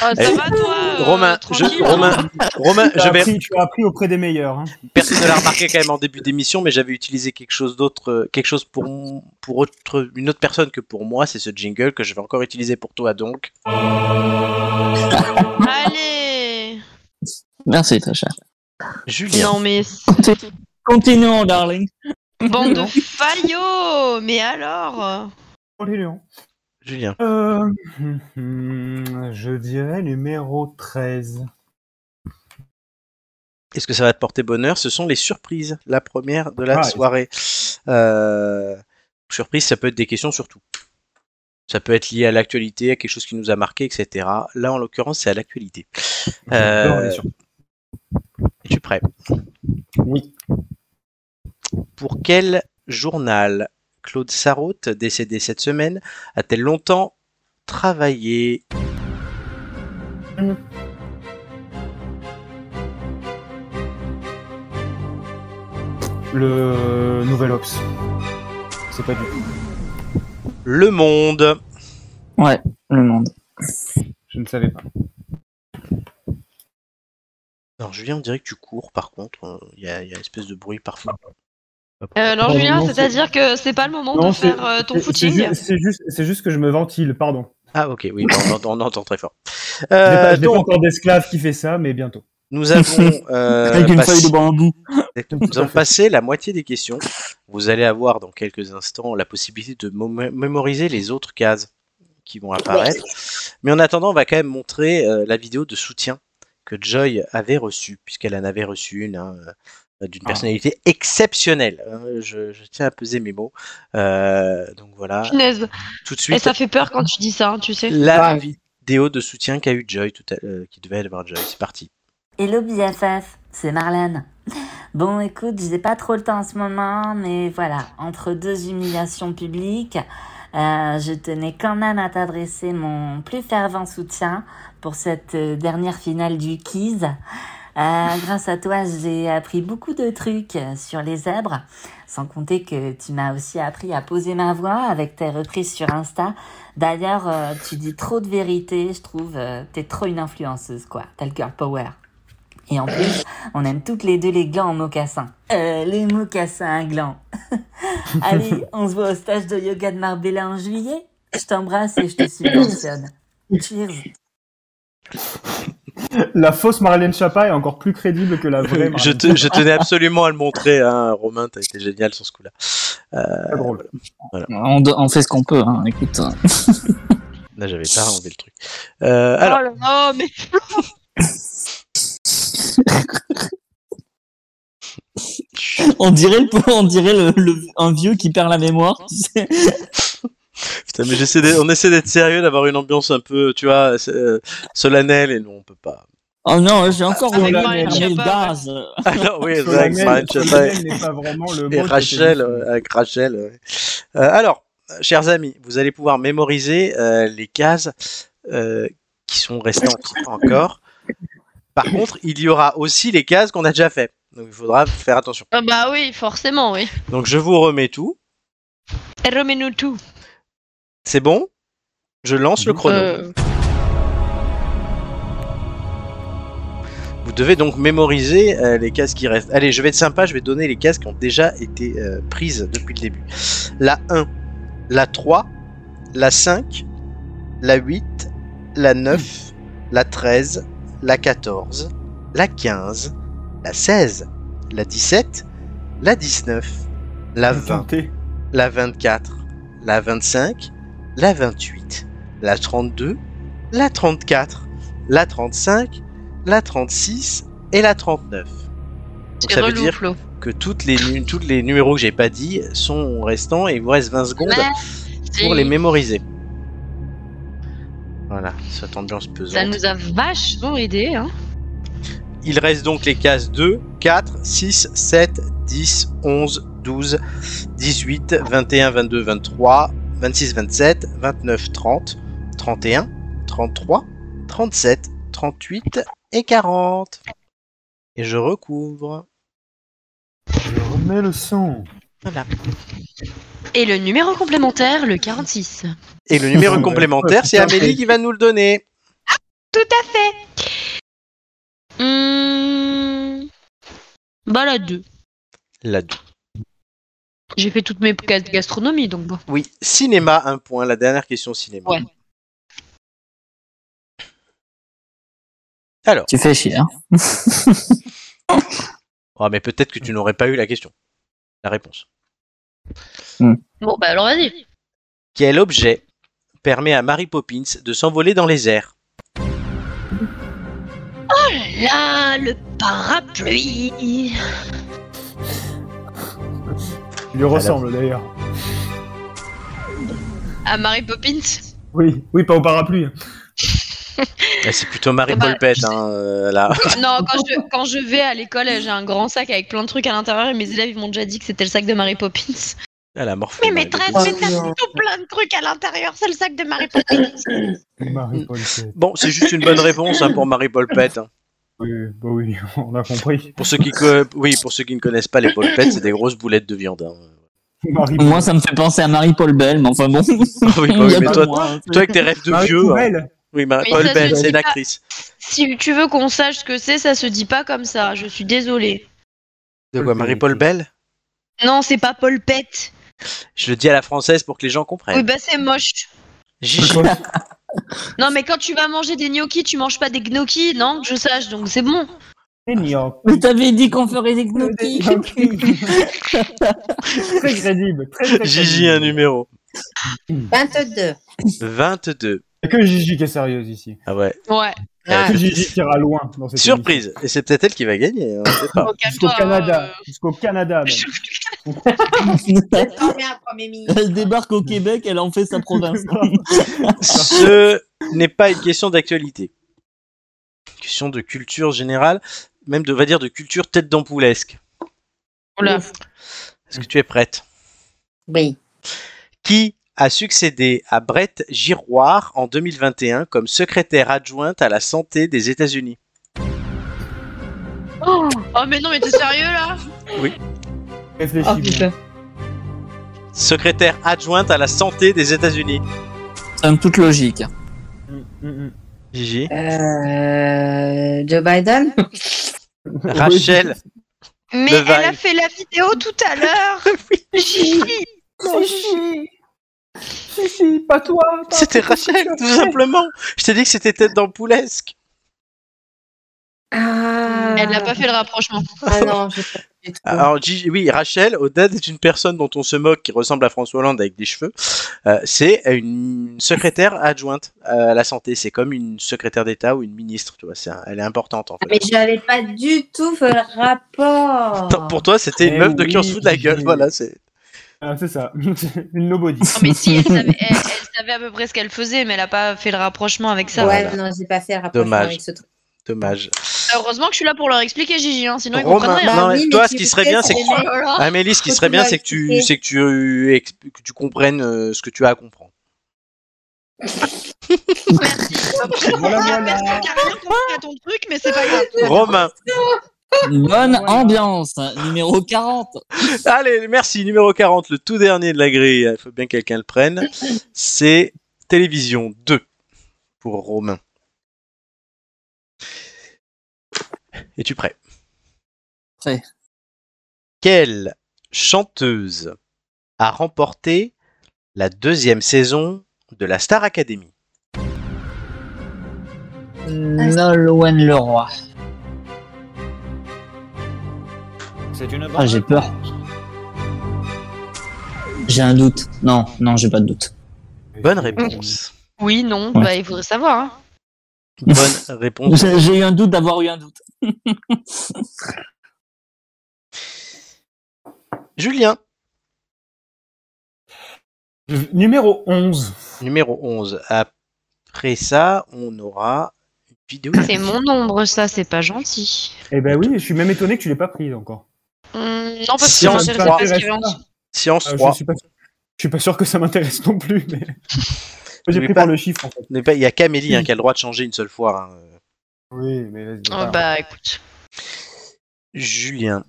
Speaker 2: Ah, ça
Speaker 1: Eh,
Speaker 2: va, toi euh,
Speaker 1: Romain, je,
Speaker 2: tranquille, hein
Speaker 1: Romain, Romain,
Speaker 4: Tu as
Speaker 1: je vais,
Speaker 4: appris, tu as appris auprès des meilleurs. hein.
Speaker 1: Personne ne l'a remarqué quand même en début d'émission, mais j'avais utilisé quelque chose d'autre, euh, quelque chose pour, m- pour autre, une autre personne que pour moi. C'est ce jingle que je vais encore utiliser pour toi donc.
Speaker 2: Allez
Speaker 5: Merci, très cher.
Speaker 1: Julien,
Speaker 2: Non, [laughs] mais
Speaker 5: Continuons, darling.
Speaker 2: Bande de faillots Mais alors
Speaker 4: Oh, les lions.
Speaker 1: Julien,
Speaker 4: Euh, hum, hum, je dirais numéro 13.
Speaker 1: est-ce que ça va te porter bonheur Ce sont les surprises, la première de la
Speaker 4: Ah,
Speaker 1: soirée. Euh, surprise, ça peut être des questions surtout. Ça peut être lié à l'actualité, à quelque chose qui nous a marqué, etc. Là, en l'occurrence, c'est à l'actualité.
Speaker 4: J'adore
Speaker 1: Euh,
Speaker 4: les surprises.
Speaker 1: Es-tu prêt
Speaker 4: Oui.
Speaker 1: Pour quel journal Claude Sarraute, décédé cette semaine, a-t-elle longtemps travaillé
Speaker 4: Le nouvel Ops. C'est pas du tout.
Speaker 1: Le Monde
Speaker 5: Le monde.
Speaker 4: Je
Speaker 2: [laughs]
Speaker 4: ne savais pas.
Speaker 1: Alors Julien, on dirait que tu cours par contre, euh, il y, a il y a une espèce de bruit parfois.
Speaker 2: Euh, Alors,
Speaker 4: Pardon,
Speaker 2: Julien,
Speaker 4: Oh, non, c'est-
Speaker 2: c'est-à-dire que c'est pas le moment
Speaker 4: Non,
Speaker 2: de
Speaker 4: c'est-
Speaker 2: faire euh, ton
Speaker 4: C'est- C'est
Speaker 2: footing
Speaker 4: ju- c'est juste, c'est juste que je me ventile, pardon.
Speaker 1: Ah ok, oui, on, entend- on entend très fort.
Speaker 4: Je n'ai
Speaker 1: Euh,
Speaker 4: pas, je n'ai pas
Speaker 1: donc,
Speaker 4: encore d'esclave qui fait ça, mais bientôt.
Speaker 1: nous
Speaker 5: [laughs]
Speaker 1: avons, euh,
Speaker 5: Avec une
Speaker 1: passé-
Speaker 5: feuille de bambou.
Speaker 1: Exactement. Nous avons passé la moitié des questions. Vous allez avoir dans quelques instants la possibilité de mo- mémoriser les autres cases qui vont apparaître. Mais en attendant, on va quand même montrer euh, la vidéo de soutien que Joy avait reçue, puisqu'elle en avait reçu une hein, euh,
Speaker 5: Ah.
Speaker 1: d'une personnalité exceptionnelle. Euh, Je, je tiens à peser mes mots. Euh, donc voilà,
Speaker 2: Punaise.
Speaker 1: tout de
Speaker 2: Et
Speaker 1: suite,
Speaker 2: ça fait peur quand tu dis ça, hein, tu sais.
Speaker 1: la vidéo de soutien qu'a eu Joy, tout à, euh, qui devait avoir Joy. C'est parti.
Speaker 9: Hello BFF, c'est Marlène. Bon écoute, j'ai pas trop le temps en ce moment, mais voilà, entre deux humiliations publiques, euh, je tenais quand même à t'adresser mon plus fervent soutien pour cette euh, dernière finale du Quiz. Euh, grâce à toi, j'ai appris beaucoup de trucs euh, sur les zèbres, sans compter que tu m'as aussi appris à poser ma voix avec tes reprises sur Insta. D'ailleurs, euh, tu dis trop de vérité, je trouve. euh, T'es trop une influenceuse, quoi. T'as le girl power. Et en plus, on aime toutes les deux les glands en mocassin. Euh, les mocassins à glands. [laughs] Allez, on se voit au stage de yoga de Marbella en juillet. Je t'embrasse et je te subventionne. Cheers.
Speaker 4: La fausse Marlène Chapa est encore plus crédible que la vraie.
Speaker 1: Je,
Speaker 4: Marlène
Speaker 1: te- je tenais absolument à le montrer, hein, Romain, t'as été génial sur ce coup-là.
Speaker 4: Chapa, pas drôle.
Speaker 5: Euh, On, do- on fait ce qu'on peut, hein. écoute.
Speaker 1: [laughs] Là, j'avais pas enlevé le truc. Euh, alors,
Speaker 2: oh, là- oh, mais
Speaker 5: On dirait, le- on dirait le, le- un vieux qui perd la mémoire, tu sais.
Speaker 1: putain, mais j'essaie d'être- on essaie d'être sérieux, d'avoir une ambiance un peu, tu vois, c'est, euh, solennelle, et non, on peut pas.
Speaker 5: Oh non, j'ai encore
Speaker 2: Avec
Speaker 5: eu la-
Speaker 2: Marlène
Speaker 5: la-
Speaker 2: Schiappa,
Speaker 5: le
Speaker 2: ouais.
Speaker 5: gaz.
Speaker 1: Alors, oui,
Speaker 4: Solennel-
Speaker 1: exact, Marine Chapa et,
Speaker 4: Solennel n'est pas vraiment le mot.
Speaker 1: et
Speaker 4: qui
Speaker 1: Rachel,
Speaker 4: était-
Speaker 1: euh, avec Rachel. ouais. Euh, alors, euh, chers amis, vous allez pouvoir mémoriser euh, les cases euh, qui sont restantes encore. Par contre, il y aura aussi les cases qu'on a déjà fait. Donc, il faudra faire attention.
Speaker 2: Ah bah oui, forcément, oui.
Speaker 1: Donc, je vous remets tout.
Speaker 2: Et remets-nous Eh, tout.
Speaker 1: C'est bon Je lance le chrono.
Speaker 2: Euh,
Speaker 1: Vous devez donc mémoriser euh, les cases qui restent. Allez, je vais être sympa, je vais donner les cases qui ont déjà été euh, prises depuis le début. La 1, la 3, la 5, la 8, la 9, la 13, la 14, la 15, la 16, la 17, la 19, la 20, la 24, la 25, la 28, la 32, la 34, la 35, la 36 et la 39. Donc
Speaker 2: C'est
Speaker 1: ça veut
Speaker 2: relou,
Speaker 1: dire
Speaker 2: Flo.
Speaker 1: que toutes les, nu- toutes les numéros que j'ai pas dit sont restants et il vous reste 20 secondes pour les mémoriser. Voilà, cette ambiance
Speaker 2: Ça
Speaker 1: pesante.
Speaker 2: nous a vachement aidé. Hein.
Speaker 1: Il reste donc les cases 2, 4, 6, 7, 10, 11, 12, 18, 21, 22, 23, 26, 27, 29, 30, 31, 33, 37, 38 et 40. Et je recouvre.
Speaker 4: Je remets le sang.
Speaker 1: Voilà.
Speaker 2: Et le numéro complémentaire, le 46.
Speaker 1: Et le [laughs] numéro complémentaire, c'est Amélie qui va nous le donner.
Speaker 2: Tout à fait.
Speaker 4: Mm,
Speaker 2: Hum... Bah la 2.
Speaker 1: La 2.
Speaker 2: J'ai fait toutes mes cases de gastronomie, donc bon.
Speaker 1: Oui, cinéma, un point. La dernière question cinéma.
Speaker 2: Ouais.
Speaker 1: Alors.
Speaker 5: Tu fais chier. hein.
Speaker 1: Oh, mais peut-être que tu n'aurais pas eu la question. La réponse.
Speaker 2: Bon, bah alors vas-y.
Speaker 1: Quel objet permet à Mary Poppins de s'envoler dans les airs
Speaker 2: Oh là là, le parapluie
Speaker 4: Il lui ressemble d'ailleurs.
Speaker 2: À Mary Poppins
Speaker 4: Oui, oui, pas au parapluie.
Speaker 1: Eh, C'est plutôt Mary Polpette, hein, euh, là.
Speaker 2: ben, [laughs] Non, quand je, quand je vais à l'école, j'ai un grand sac avec plein de trucs à l'intérieur et mes élèves ils m'ont déjà dit que c'était le sac de Mary Poppins.
Speaker 1: [laughs] Elle a morphé.
Speaker 2: Mais
Speaker 1: Mary
Speaker 2: maîtresse,
Speaker 1: Poppins.
Speaker 2: mais t'as
Speaker 3: euh,
Speaker 2: tout plein de trucs à l'intérieur, c'est le sac de Mary
Speaker 3: [coughs]
Speaker 2: Poppins.
Speaker 1: Bon, c'est juste une bonne réponse hein, pour Mary Polpette. hein.
Speaker 4: Oui, bah oui, [laughs] on a compris.
Speaker 1: Pour ceux qui, co- oui, pour ceux qui ne connaissent pas les polpettes, c'est des grosses boulettes de viande. hein.
Speaker 5: Moi, ça me fait penser à Marie-Paul Bell, mais enfin bon.
Speaker 1: Oui, bah oui, mais toi,
Speaker 2: hein.
Speaker 1: toi avec tes rêves de
Speaker 5: Marie
Speaker 1: vieux. hein.
Speaker 5: Poubelle.
Speaker 1: Oui, Mary
Speaker 2: Mais ça, je
Speaker 1: Polpette,
Speaker 2: dis
Speaker 1: c'est une
Speaker 2: pas-
Speaker 1: actrice.
Speaker 2: Si tu veux qu'on sache ce que c'est, ça se dit pas comme ça, je suis désolée.
Speaker 1: De quoi, Marie Paul Bell
Speaker 2: Non, c'est pas Polpette.
Speaker 1: Je le dis à la française pour que les gens
Speaker 2: Oui,
Speaker 1: comprennent.
Speaker 2: bah c'est moche.
Speaker 1: Gigi.
Speaker 3: [laughs]
Speaker 2: Non, mais quand tu vas manger des gnocchis, tu manges pas des gnocchis, non, que je sache, donc c'est bon.
Speaker 5: Mais t'avais dit qu'on ferait des gnocchis.
Speaker 4: [laughs] Très crédible, très, très
Speaker 1: Gigi, un numéro.
Speaker 3: 22.
Speaker 1: 22.
Speaker 4: Y'a que Gigi qui est sérieuse ici.
Speaker 1: Ah ouais.
Speaker 2: Ouais.
Speaker 3: Ah.
Speaker 4: Y'a que Gigi qui ira loin dans cette
Speaker 1: Surprise. Et c'est peut-être elle qui va gagner. hein, on sait pas.
Speaker 4: émission. Jusqu'au
Speaker 2: euh.
Speaker 4: Canada. Jusqu'au Canada. même.
Speaker 2: [laughs]
Speaker 5: Elle débarque au Québec, elle en fait sa province. [laughs]
Speaker 1: Ce n'est pas une question d'actualité. Question de culture générale, même de, on va dire, de culture tête d'ampoulesque.
Speaker 2: Oula.
Speaker 1: Est-ce que tu es prête
Speaker 3: Oui.
Speaker 1: Qui a succédé à Brett Giroir en 2021 comme secrétaire adjointe à la santé des États-Unis
Speaker 2: Oh, mais non, mais t'es sérieux là
Speaker 1: Oui.
Speaker 4: Réfléchis.
Speaker 3: Ah,
Speaker 1: Secrétaire adjointe à la santé des États-Unis.
Speaker 5: En toute logique.
Speaker 4: mm,
Speaker 1: Gigi.
Speaker 3: Euh, Joe Biden
Speaker 1: [laughs] Rachel.
Speaker 2: Mais
Speaker 1: Le
Speaker 2: elle a
Speaker 1: vibe.
Speaker 2: fait la vidéo tout à
Speaker 3: [laughs]
Speaker 2: l'heure Gigi.
Speaker 4: Gigi Gigi, pas toi pas-
Speaker 1: C'était Rachel, tout simplement. Je t'ai dit que c'était tête d'ampoulesque.
Speaker 3: Ah,
Speaker 2: Elle n'a pas fait le rapprochement.
Speaker 3: ah non, je...
Speaker 1: Alors, Gigi- oui, Rachel, Odette est une personne dont on se moque qui ressemble à François Hollande avec des cheveux. Euh, c'est une secrétaire adjointe à la santé. C'est comme une secrétaire d'État ou une ministre, tu vois. c'est un- elle est importante, en
Speaker 3: Ah, mais
Speaker 1: fait.
Speaker 3: j'avais pas du tout fait le rapport.
Speaker 1: Tant- Pour toi, c'était une
Speaker 4: Eh
Speaker 1: meuf de qui on
Speaker 4: oui,
Speaker 1: se fout de la gueule,
Speaker 4: Gigi.
Speaker 1: voilà. C'est...
Speaker 4: Ah, c'est ça, [laughs] une nobody.
Speaker 2: Non, Oh, mais si, elle savait, elle- elle savait à peu près ce qu'elle faisait, mais elle n'a pas fait le rapprochement avec ça.
Speaker 3: ouais,
Speaker 1: voilà.
Speaker 3: non, j'ai pas fait le rapport
Speaker 1: Dommage.
Speaker 3: avec ce truc.
Speaker 1: Dommage.
Speaker 2: Bah, Heureusement que je suis là pour leur expliquer, Gigi, hein, sinon ils
Speaker 1: Romain,
Speaker 2: comprendraient.
Speaker 1: non,
Speaker 2: hein.
Speaker 3: Bah oui, mais
Speaker 1: toi,
Speaker 3: tu
Speaker 1: ce qui
Speaker 3: le
Speaker 1: serait
Speaker 3: fais,
Speaker 1: bien,
Speaker 3: c'est
Speaker 1: c'est que
Speaker 2: Oh là là.
Speaker 1: Amélie, ce qui
Speaker 3: Faut
Speaker 1: serait
Speaker 3: que
Speaker 1: bien,
Speaker 3: tu
Speaker 1: c'est que
Speaker 3: m'as
Speaker 1: tu,
Speaker 3: expliqué.
Speaker 1: c'est que tu, ex- que tu comprennes euh, ce que tu as à comprendre.
Speaker 2: Merci.
Speaker 4: Voilà, voilà.
Speaker 2: Personne n'a rien compris à ton truc, mais c'est pas grave.
Speaker 1: Romain.
Speaker 5: Bonne ambiance. Numéro 40.
Speaker 1: [laughs] Allez, merci. Numéro 40, le tout dernier de la grille, il faut bien que quelqu'un le prenne. C'est Télévision 2 pour Romain. Es-tu prêt
Speaker 5: Prêt.
Speaker 1: Quelle chanteuse a remporté la deuxième saison de la Star Academy
Speaker 5: Nolwenn Leroy.
Speaker 4: C'est une
Speaker 5: Ah, j'ai peur. J'ai un doute. Non, non, j'ai pas de doute.
Speaker 1: Bonne réponse.
Speaker 2: Oui, non,
Speaker 5: Ouais.
Speaker 2: bah, il faudrait savoir. hein.
Speaker 5: [laughs]
Speaker 1: Bonne réponse.
Speaker 5: J'ai j'ai eu un doute d'avoir eu un doute.
Speaker 2: hein.
Speaker 5: [laughs]
Speaker 1: Julien.
Speaker 4: Numéro 11.
Speaker 1: Numéro 11. Après ça, on aura une vidéo.
Speaker 2: C'est mon nombre, ça, c'est pas gentil.
Speaker 4: Eh ben oui, je suis même étonné que tu l'aies pas prise encore.
Speaker 2: Hum, non, parce que
Speaker 1: Science
Speaker 2: je sais pas ce
Speaker 4: t'intéresse
Speaker 2: qu'il y a en
Speaker 4: pas.
Speaker 2: dessous.
Speaker 1: Science
Speaker 4: Euh,
Speaker 1: 3.
Speaker 4: je, suis pas, je suis pas sûr que ça m'intéresse non plus, mais. J'ai
Speaker 1: Mais
Speaker 4: pris
Speaker 1: pas-
Speaker 4: par le chiffre en fait.
Speaker 1: N'oublie pas, Il y a Camélie hein, qui a le droit de changer une seule fois. hein.
Speaker 4: Oui, mais vas-y.
Speaker 2: Oh, bah, écoute.
Speaker 1: Julien,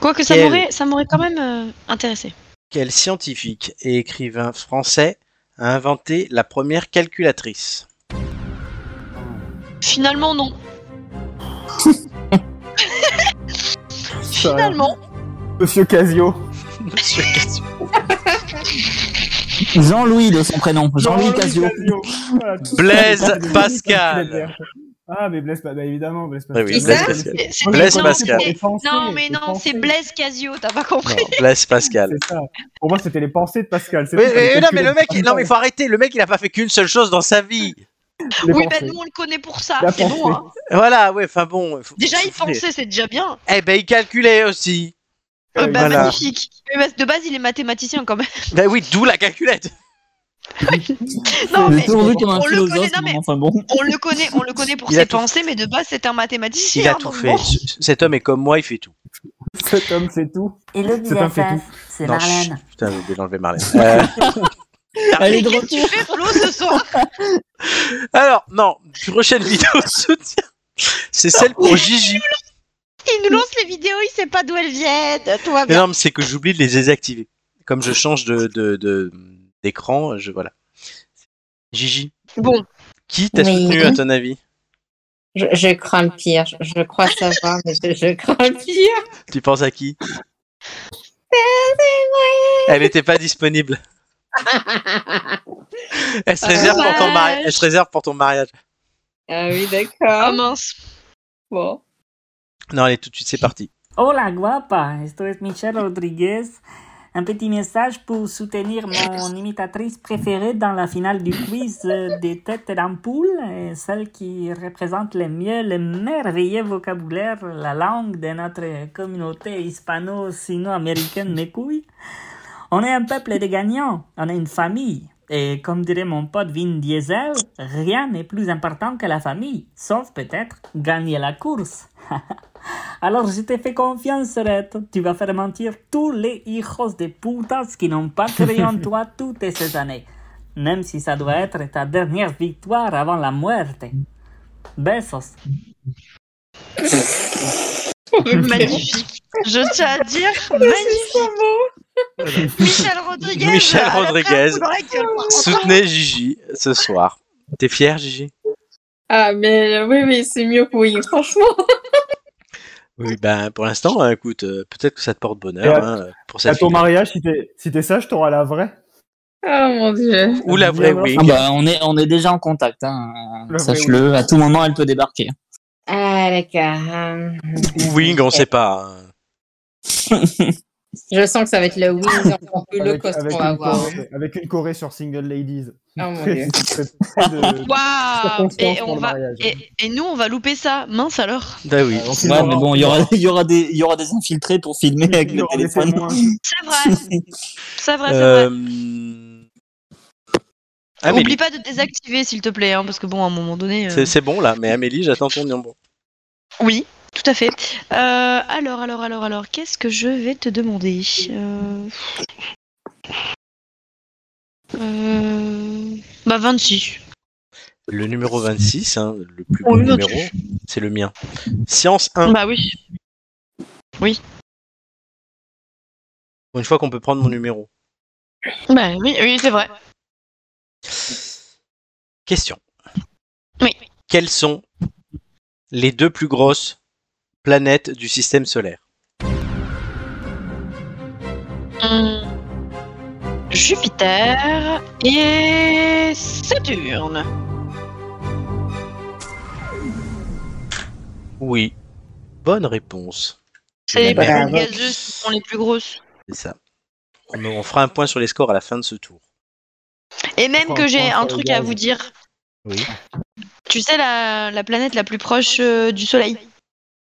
Speaker 2: Quoique ça
Speaker 1: Quel-
Speaker 2: m'aurait, ça m'aurait quand même euh, intéressé.
Speaker 1: quel scientifique et écrivain français a inventé la première calculatrice
Speaker 2: Finalement, non.
Speaker 4: Ça,
Speaker 2: Finalement,
Speaker 4: Monsieur Casio.
Speaker 1: Monsieur Cassio.
Speaker 5: [laughs] Jean-Louis de son prénom. Jean-Louis Casio.
Speaker 4: [laughs] Voilà, tout ça,
Speaker 1: Blaise
Speaker 4: c'est pas-
Speaker 1: Pascal.
Speaker 4: Ah, mais Blaise Pascal, bah, évidemment, Blaise
Speaker 1: Oui,
Speaker 4: Pascal.
Speaker 1: oui,
Speaker 3: C'est
Speaker 1: Blaise
Speaker 3: ça
Speaker 1: Pascal.
Speaker 2: c'est- c'est-
Speaker 1: Blaise
Speaker 2: non,
Speaker 1: Pascal.
Speaker 2: c'est- Non, mais
Speaker 4: Les
Speaker 2: non,
Speaker 4: pensées,
Speaker 2: c'est Blaise Casio, t'as pas
Speaker 1: Non,
Speaker 2: compris.
Speaker 1: Blaise Pascal.
Speaker 4: C'est ça. Pour moi, c'était les pensées de Pascal. c'est
Speaker 1: Oui,
Speaker 4: tout,
Speaker 1: oui,
Speaker 4: les
Speaker 1: non, mais le mec,
Speaker 4: calculs
Speaker 1: non, mais faut arrêter. Le mec, il a pas fait qu'une seule chose dans sa vie.
Speaker 4: Les
Speaker 2: Oui,
Speaker 4: pensées.
Speaker 2: ben nous on le connaît pour ça,
Speaker 4: La
Speaker 2: c'est bon. hein.
Speaker 1: [laughs] Voilà, ouais, enfin bon. faut-
Speaker 2: Déjà, il
Speaker 1: faut-
Speaker 2: pensait, c'est déjà bien.
Speaker 1: Eh ben, il calculait aussi.
Speaker 2: Euh, bah,
Speaker 1: Voilà.
Speaker 2: Magnifique. Mais bah, de base, il est mathématicien quand même.
Speaker 1: Ben oui, d'où la calculette.
Speaker 2: Non,
Speaker 5: J'ai
Speaker 2: mais
Speaker 5: toujours vu comme un
Speaker 2: on le connaît,
Speaker 5: philosophe,
Speaker 2: non, mais-
Speaker 5: mais enfin bon.
Speaker 2: on le connaît, on le connaît pour
Speaker 1: Il a
Speaker 2: ses
Speaker 1: tout-
Speaker 2: pensées, mais de base, c'est un mathématicien.
Speaker 1: Il a tout
Speaker 2: donc
Speaker 1: fait.
Speaker 2: bon.
Speaker 1: C- Cet homme est comme moi, il fait tout.
Speaker 4: Cet homme, c'est tout.
Speaker 8: Et le
Speaker 4: C'est un fait-tout.
Speaker 8: BFF, c'est
Speaker 1: Non,
Speaker 8: Marlène.
Speaker 1: chut, putain, j'ai oublié d'enlever [laughs] Marlène. Euh,
Speaker 5: Elle est de
Speaker 2: Qu'est-ce que tu
Speaker 5: retour.
Speaker 2: fais, Flo, ce soir
Speaker 1: alors, non, prochaine vidéo soutien. C'est
Speaker 2: [laughs]
Speaker 1: celle pour Gigi.
Speaker 2: Il nous Oh, lance les vidéos, il sait pas d'où elles viennent. Tout va
Speaker 1: Mais
Speaker 2: bien.
Speaker 1: non, mais c'est que j'oublie de les désactiver. Comme je change de de- de- d'écran, je voilà. Gigi,
Speaker 2: Bon,
Speaker 1: qui t'a
Speaker 3: Oui.
Speaker 1: soutenu à ton avis
Speaker 3: Je, je crains le pire. Je, je crois savoir, mais je, je crains le pire.
Speaker 1: Tu penses à qui Elle n'était
Speaker 2: [laughs]
Speaker 1: pas disponible. Elle se réserve pour ton mariage. Elle se réserve pour ton mariage.
Speaker 3: Ah oui,
Speaker 2: ah
Speaker 3: d'accord.
Speaker 2: mince.
Speaker 3: Bon.
Speaker 1: Non, allez, tout de suite, c'est parti.
Speaker 8: Hola guapa, esto es Michelle Rodriguez. Un petit message pour soutenir mon imitatrice préférée dans la finale du quiz euh, des têtes d'ampoule, et celle qui représente le mieux le merveilleux vocabulaire, la langue de notre communauté hispano-sino-américaine mes couilles. On est un peuple de gagnants, on est une famille. Et comme dirait mon pote Vin Diesel, rien n'est plus important que la famille, sauf peut-être gagner la course. [laughs] Alors je t'ai fait confiance, Red. Tu vas faire mentir tous les hijos de putas qui n'ont pas créé en toi toutes ces années. Même si ça doit être ta dernière victoire avant la muerte. Besos.
Speaker 2: Magnifique. Je tiens à dire, magnifique. Michel Rodriguez.
Speaker 1: Michel
Speaker 2: elle a pris un
Speaker 1: Rodriguez.
Speaker 2: coup dans la gueule, par contre.
Speaker 1: Soutenez Gigi ce soir. T'es fier, Gigi
Speaker 3: Ah, mais euh, oui, oui, c'est mieux que oui, franchement.
Speaker 1: Oui, ben pour l'instant, hein, écoute, euh, peut-être que ça te porte
Speaker 4: Et
Speaker 1: bonheur
Speaker 4: à-
Speaker 1: hein, pour
Speaker 4: À
Speaker 1: cette
Speaker 4: ton
Speaker 1: vidéo.
Speaker 4: mariage, si t'es si t'es sage, t'auras la vraie.
Speaker 3: Oh mon dieu.
Speaker 1: Ou la vraie
Speaker 4: Ah
Speaker 1: oui.
Speaker 5: Ah bah, on est, on est déjà en contact. Hein.
Speaker 4: Le vrai
Speaker 5: Sache-le, à tout moment, elle peut débarquer.
Speaker 3: Ah, d'accord. hum.
Speaker 1: Ou Wing, on sait pas. hein.
Speaker 3: Je sens que ça va être le oui, encore plus low
Speaker 4: Ah. Avec,
Speaker 3: cost
Speaker 4: avec
Speaker 3: qu'on
Speaker 4: une
Speaker 3: va avoir. hein.
Speaker 4: Corée, avec une Corée sur Single Ladies.
Speaker 3: Oh
Speaker 4: [laughs]
Speaker 3: mon dieu.
Speaker 4: C'est pas de-
Speaker 2: Ah, [laughs] Waouh. Et
Speaker 4: confiance pour
Speaker 2: on
Speaker 4: le
Speaker 2: va,
Speaker 4: mariage.
Speaker 2: et, et nous, on va louper ça. Mince alors.
Speaker 1: Bah oui.
Speaker 4: Ah, on sait
Speaker 5: Ouais,
Speaker 4: pas.
Speaker 5: mais bon, il y aura, il y aura des, il y aura des infiltrés pour filmer avec
Speaker 4: Il y
Speaker 5: le
Speaker 4: aura des
Speaker 5: téléphone. [laughs]
Speaker 4: témoins.
Speaker 2: C'est vrai. C'est vrai, c'est vrai.
Speaker 1: Euh, [laughs] Amélie,
Speaker 2: Oublie pas de désactiver, s'il te plaît, hein, parce que bon, à un moment donné. euh,
Speaker 1: c'est- c'est bon là, mais Amélie, j'attends ton numéro.
Speaker 2: Oui, tout à fait. Euh, alors, alors, alors, alors, qu'est-ce que je vais te demander Euh, euh, Bah 26.
Speaker 1: Le numéro 26, hein, le plus
Speaker 2: Oh,
Speaker 1: beau
Speaker 2: le nôtre.
Speaker 1: numéro, c'est le mien. Science 1.
Speaker 2: Bah oui.
Speaker 1: Pour une fois qu'on peut prendre mon numéro.
Speaker 2: Bah oui, oui c'est vrai.
Speaker 1: Question.
Speaker 2: Oui.
Speaker 1: Quels sont les deux plus grosses planètes du système solaire.
Speaker 2: Hum, Jupiter et Saturne.
Speaker 1: Oui. Bonne réponse.
Speaker 2: C'est les
Speaker 1: Voilà.
Speaker 2: planètes gazeuses qui sont les plus grosses.
Speaker 1: C'est ça. On, on fera un point sur les scores à la fin de ce tour.
Speaker 2: Et même que j'ai un
Speaker 1: sur
Speaker 2: truc
Speaker 1: les
Speaker 2: à
Speaker 1: gaz.
Speaker 2: vous dire.
Speaker 1: Oui.
Speaker 2: Tu sais la, la planète la plus proche euh, du Soleil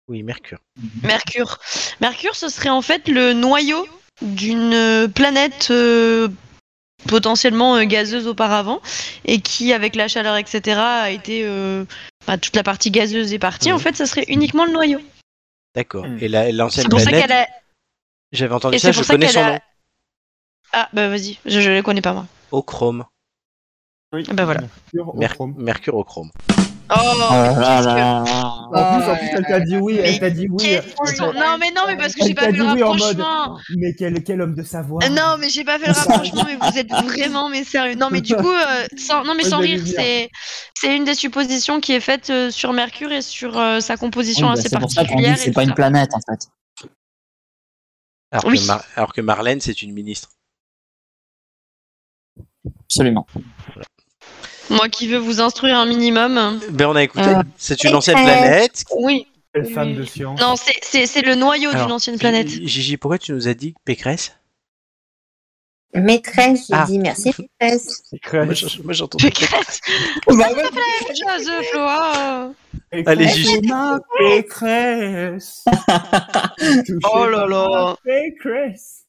Speaker 1: Oui, Mercure.
Speaker 2: Mercure. Mercure, ce serait en fait le noyau d'une planète euh, potentiellement euh, gazeuse auparavant et qui, avec la chaleur, etc., a été. euh, bah, toute la partie gazeuse est partie. En fait, ça serait uniquement le noyau.
Speaker 1: D'accord. Et la- l'ancienne
Speaker 2: C'est pour ça
Speaker 1: planète,
Speaker 2: qu'elle a.
Speaker 1: j'avais entendu
Speaker 2: Et
Speaker 1: ça,
Speaker 2: c'est
Speaker 1: je
Speaker 2: pour ça
Speaker 1: connais
Speaker 2: qu'elle
Speaker 1: son
Speaker 2: a.
Speaker 1: nom.
Speaker 2: Ah, bah vas-y, je, je les connais pas moi.
Speaker 1: Ochrome.
Speaker 4: Oui.
Speaker 2: Bah voilà.
Speaker 1: Mer- Mercure Ochrome.
Speaker 2: Oh,
Speaker 4: En plus, en plus, elle t'a dit oui, elle t'a dit oui.
Speaker 2: Non, mais non, mais parce que j'ai
Speaker 4: Elle
Speaker 2: pas
Speaker 4: t'a
Speaker 2: fait
Speaker 4: dit
Speaker 2: le
Speaker 4: oui en mode.
Speaker 2: rapprochement.
Speaker 4: Mais quel, quel homme de savoir.
Speaker 2: Euh, Non, mais j'ai pas fait le rapprochement, mais vous êtes vraiment mais sérieux. Non, mais du coup, euh, sans, non, mais
Speaker 4: Ouais,
Speaker 2: sans
Speaker 4: j'allais
Speaker 2: rire,
Speaker 4: dire.
Speaker 2: c'est c'est une des suppositions qui est faite euh, sur Mercure et sur euh, sa composition
Speaker 5: Oui, bah,
Speaker 2: assez
Speaker 5: c'est pour ça qu'on dit
Speaker 2: particulière.
Speaker 5: que c'est
Speaker 2: et
Speaker 5: pas
Speaker 2: tout
Speaker 5: une
Speaker 2: ça.
Speaker 5: planète en fait.
Speaker 1: Alors,
Speaker 2: Oui.
Speaker 1: que Mar- alors que Marlène, c'est une ministre.
Speaker 5: Absolument.
Speaker 2: Moi qui veux vous instruire un minimum. euh,
Speaker 1: Ben, on a écouté.
Speaker 2: Euh,
Speaker 1: C'est une ancienne planète.
Speaker 2: Oui.
Speaker 4: Quelle femme de science.
Speaker 2: Non, c'est- c'est c'est le noyau
Speaker 1: Alors,
Speaker 2: d'une ancienne planète.
Speaker 1: Gigi, pourquoi tu nous as dit Pécresse
Speaker 3: Maîtresse, j'ai
Speaker 1: Ah.
Speaker 3: dit merci, maîtresse.
Speaker 1: Moi, je- moi, j'entends.
Speaker 2: Pécresse
Speaker 3: Bah
Speaker 2: Ça, c'est pas la même chose, euh, Floa. euh.
Speaker 1: Allez, Gigi.
Speaker 4: Ma pécresse.
Speaker 2: Oh là là.
Speaker 4: Pécresse.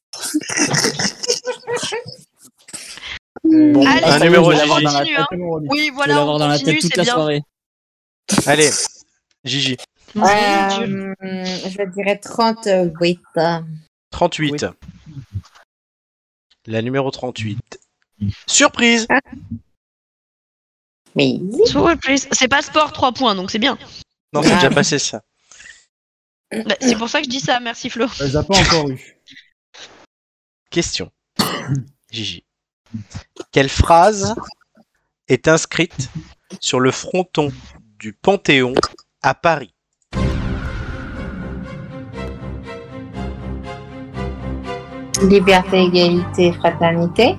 Speaker 5: Bon,
Speaker 2: Allez,
Speaker 1: un numéro,
Speaker 5: je vais l'avoir
Speaker 1: Gigi.
Speaker 5: dans la
Speaker 2: Continue, hein. Oui,
Speaker 5: je vais
Speaker 2: voilà,
Speaker 5: l'avoir
Speaker 2: on
Speaker 5: dans la
Speaker 2: continue,
Speaker 5: tête toute
Speaker 2: c'est
Speaker 5: la
Speaker 2: bien.
Speaker 5: soirée.
Speaker 1: Allez, Gigi.
Speaker 2: Mon Dieu.
Speaker 3: Euh, je dirais 38.
Speaker 1: 38. La numéro 38. Surprise
Speaker 2: Ah,
Speaker 3: Mais
Speaker 2: Soul, please. C'est pas sport 3 points, donc c'est bien.
Speaker 1: Non, c'est déjà passé ça.
Speaker 2: Bah, c'est pour ça que je dis ça, merci Flo.
Speaker 4: Elle les a pas encore eu.
Speaker 1: Question. Gigi. Quelle phrase est inscrite sur le fronton du Panthéon à Paris
Speaker 3: liberté, égalité, fraternité.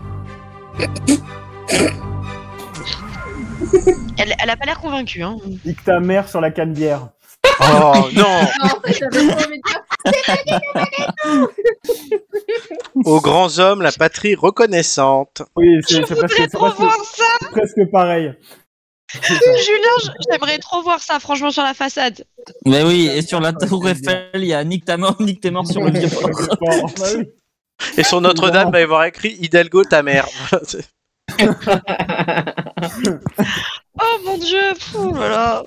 Speaker 2: Elle, elle a pas l'air convacue, hein.
Speaker 4: Nique ta mère sur la canne-bière.
Speaker 1: Oh [laughs] non
Speaker 2: [laughs]
Speaker 1: Aux grands hommes, la patrie reconnaissante.
Speaker 4: Oui, c'est
Speaker 2: Je
Speaker 4: c'est presque,
Speaker 2: voudrais
Speaker 4: c'est
Speaker 2: trop
Speaker 4: presque,
Speaker 2: voir ça,
Speaker 4: c'est presque pareil.
Speaker 2: [laughs] Julien. je- J'aimerais trop voir ça, franchement, sur la façade.
Speaker 5: Mais oui, et sur la tour Eiffel, il y a Nick ta mort, Nick t'es mort sur le vieux port. [laughs]
Speaker 4: Bon, bah oui.
Speaker 1: Et sur Notre-Dame, va y avoir écrit Hidalgo, ta
Speaker 4: [laughs]
Speaker 1: mère. Voilà, c'est-
Speaker 2: Oh mon dieu, pff, oh là là.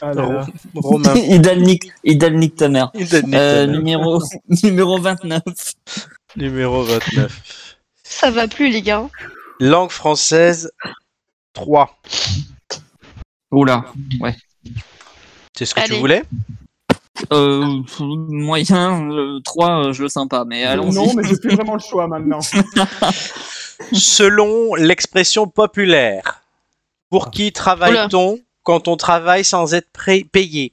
Speaker 4: Ah là là.
Speaker 1: Romain.
Speaker 5: [laughs] Idal Nick, Idal Nick ta mère.
Speaker 1: Hidalgo, ta
Speaker 5: Euh,
Speaker 1: mère.
Speaker 5: numéro, [laughs] numéro 29.
Speaker 1: Numéro 29.
Speaker 2: ça va plus, les gars.
Speaker 1: Langue française 3.
Speaker 5: Oula, ouais.
Speaker 1: C'est ce que
Speaker 2: Allez.
Speaker 1: tu voulais
Speaker 5: Euh, moyen, 3, je le sens pas, mais
Speaker 4: Non,
Speaker 5: allons-y.
Speaker 4: mais j'ai plus vraiment le choix
Speaker 1: [laughs]
Speaker 4: maintenant.
Speaker 1: Selon l'expression populaire, pour qui travaille-t-on quand on travaille sans être pré- payé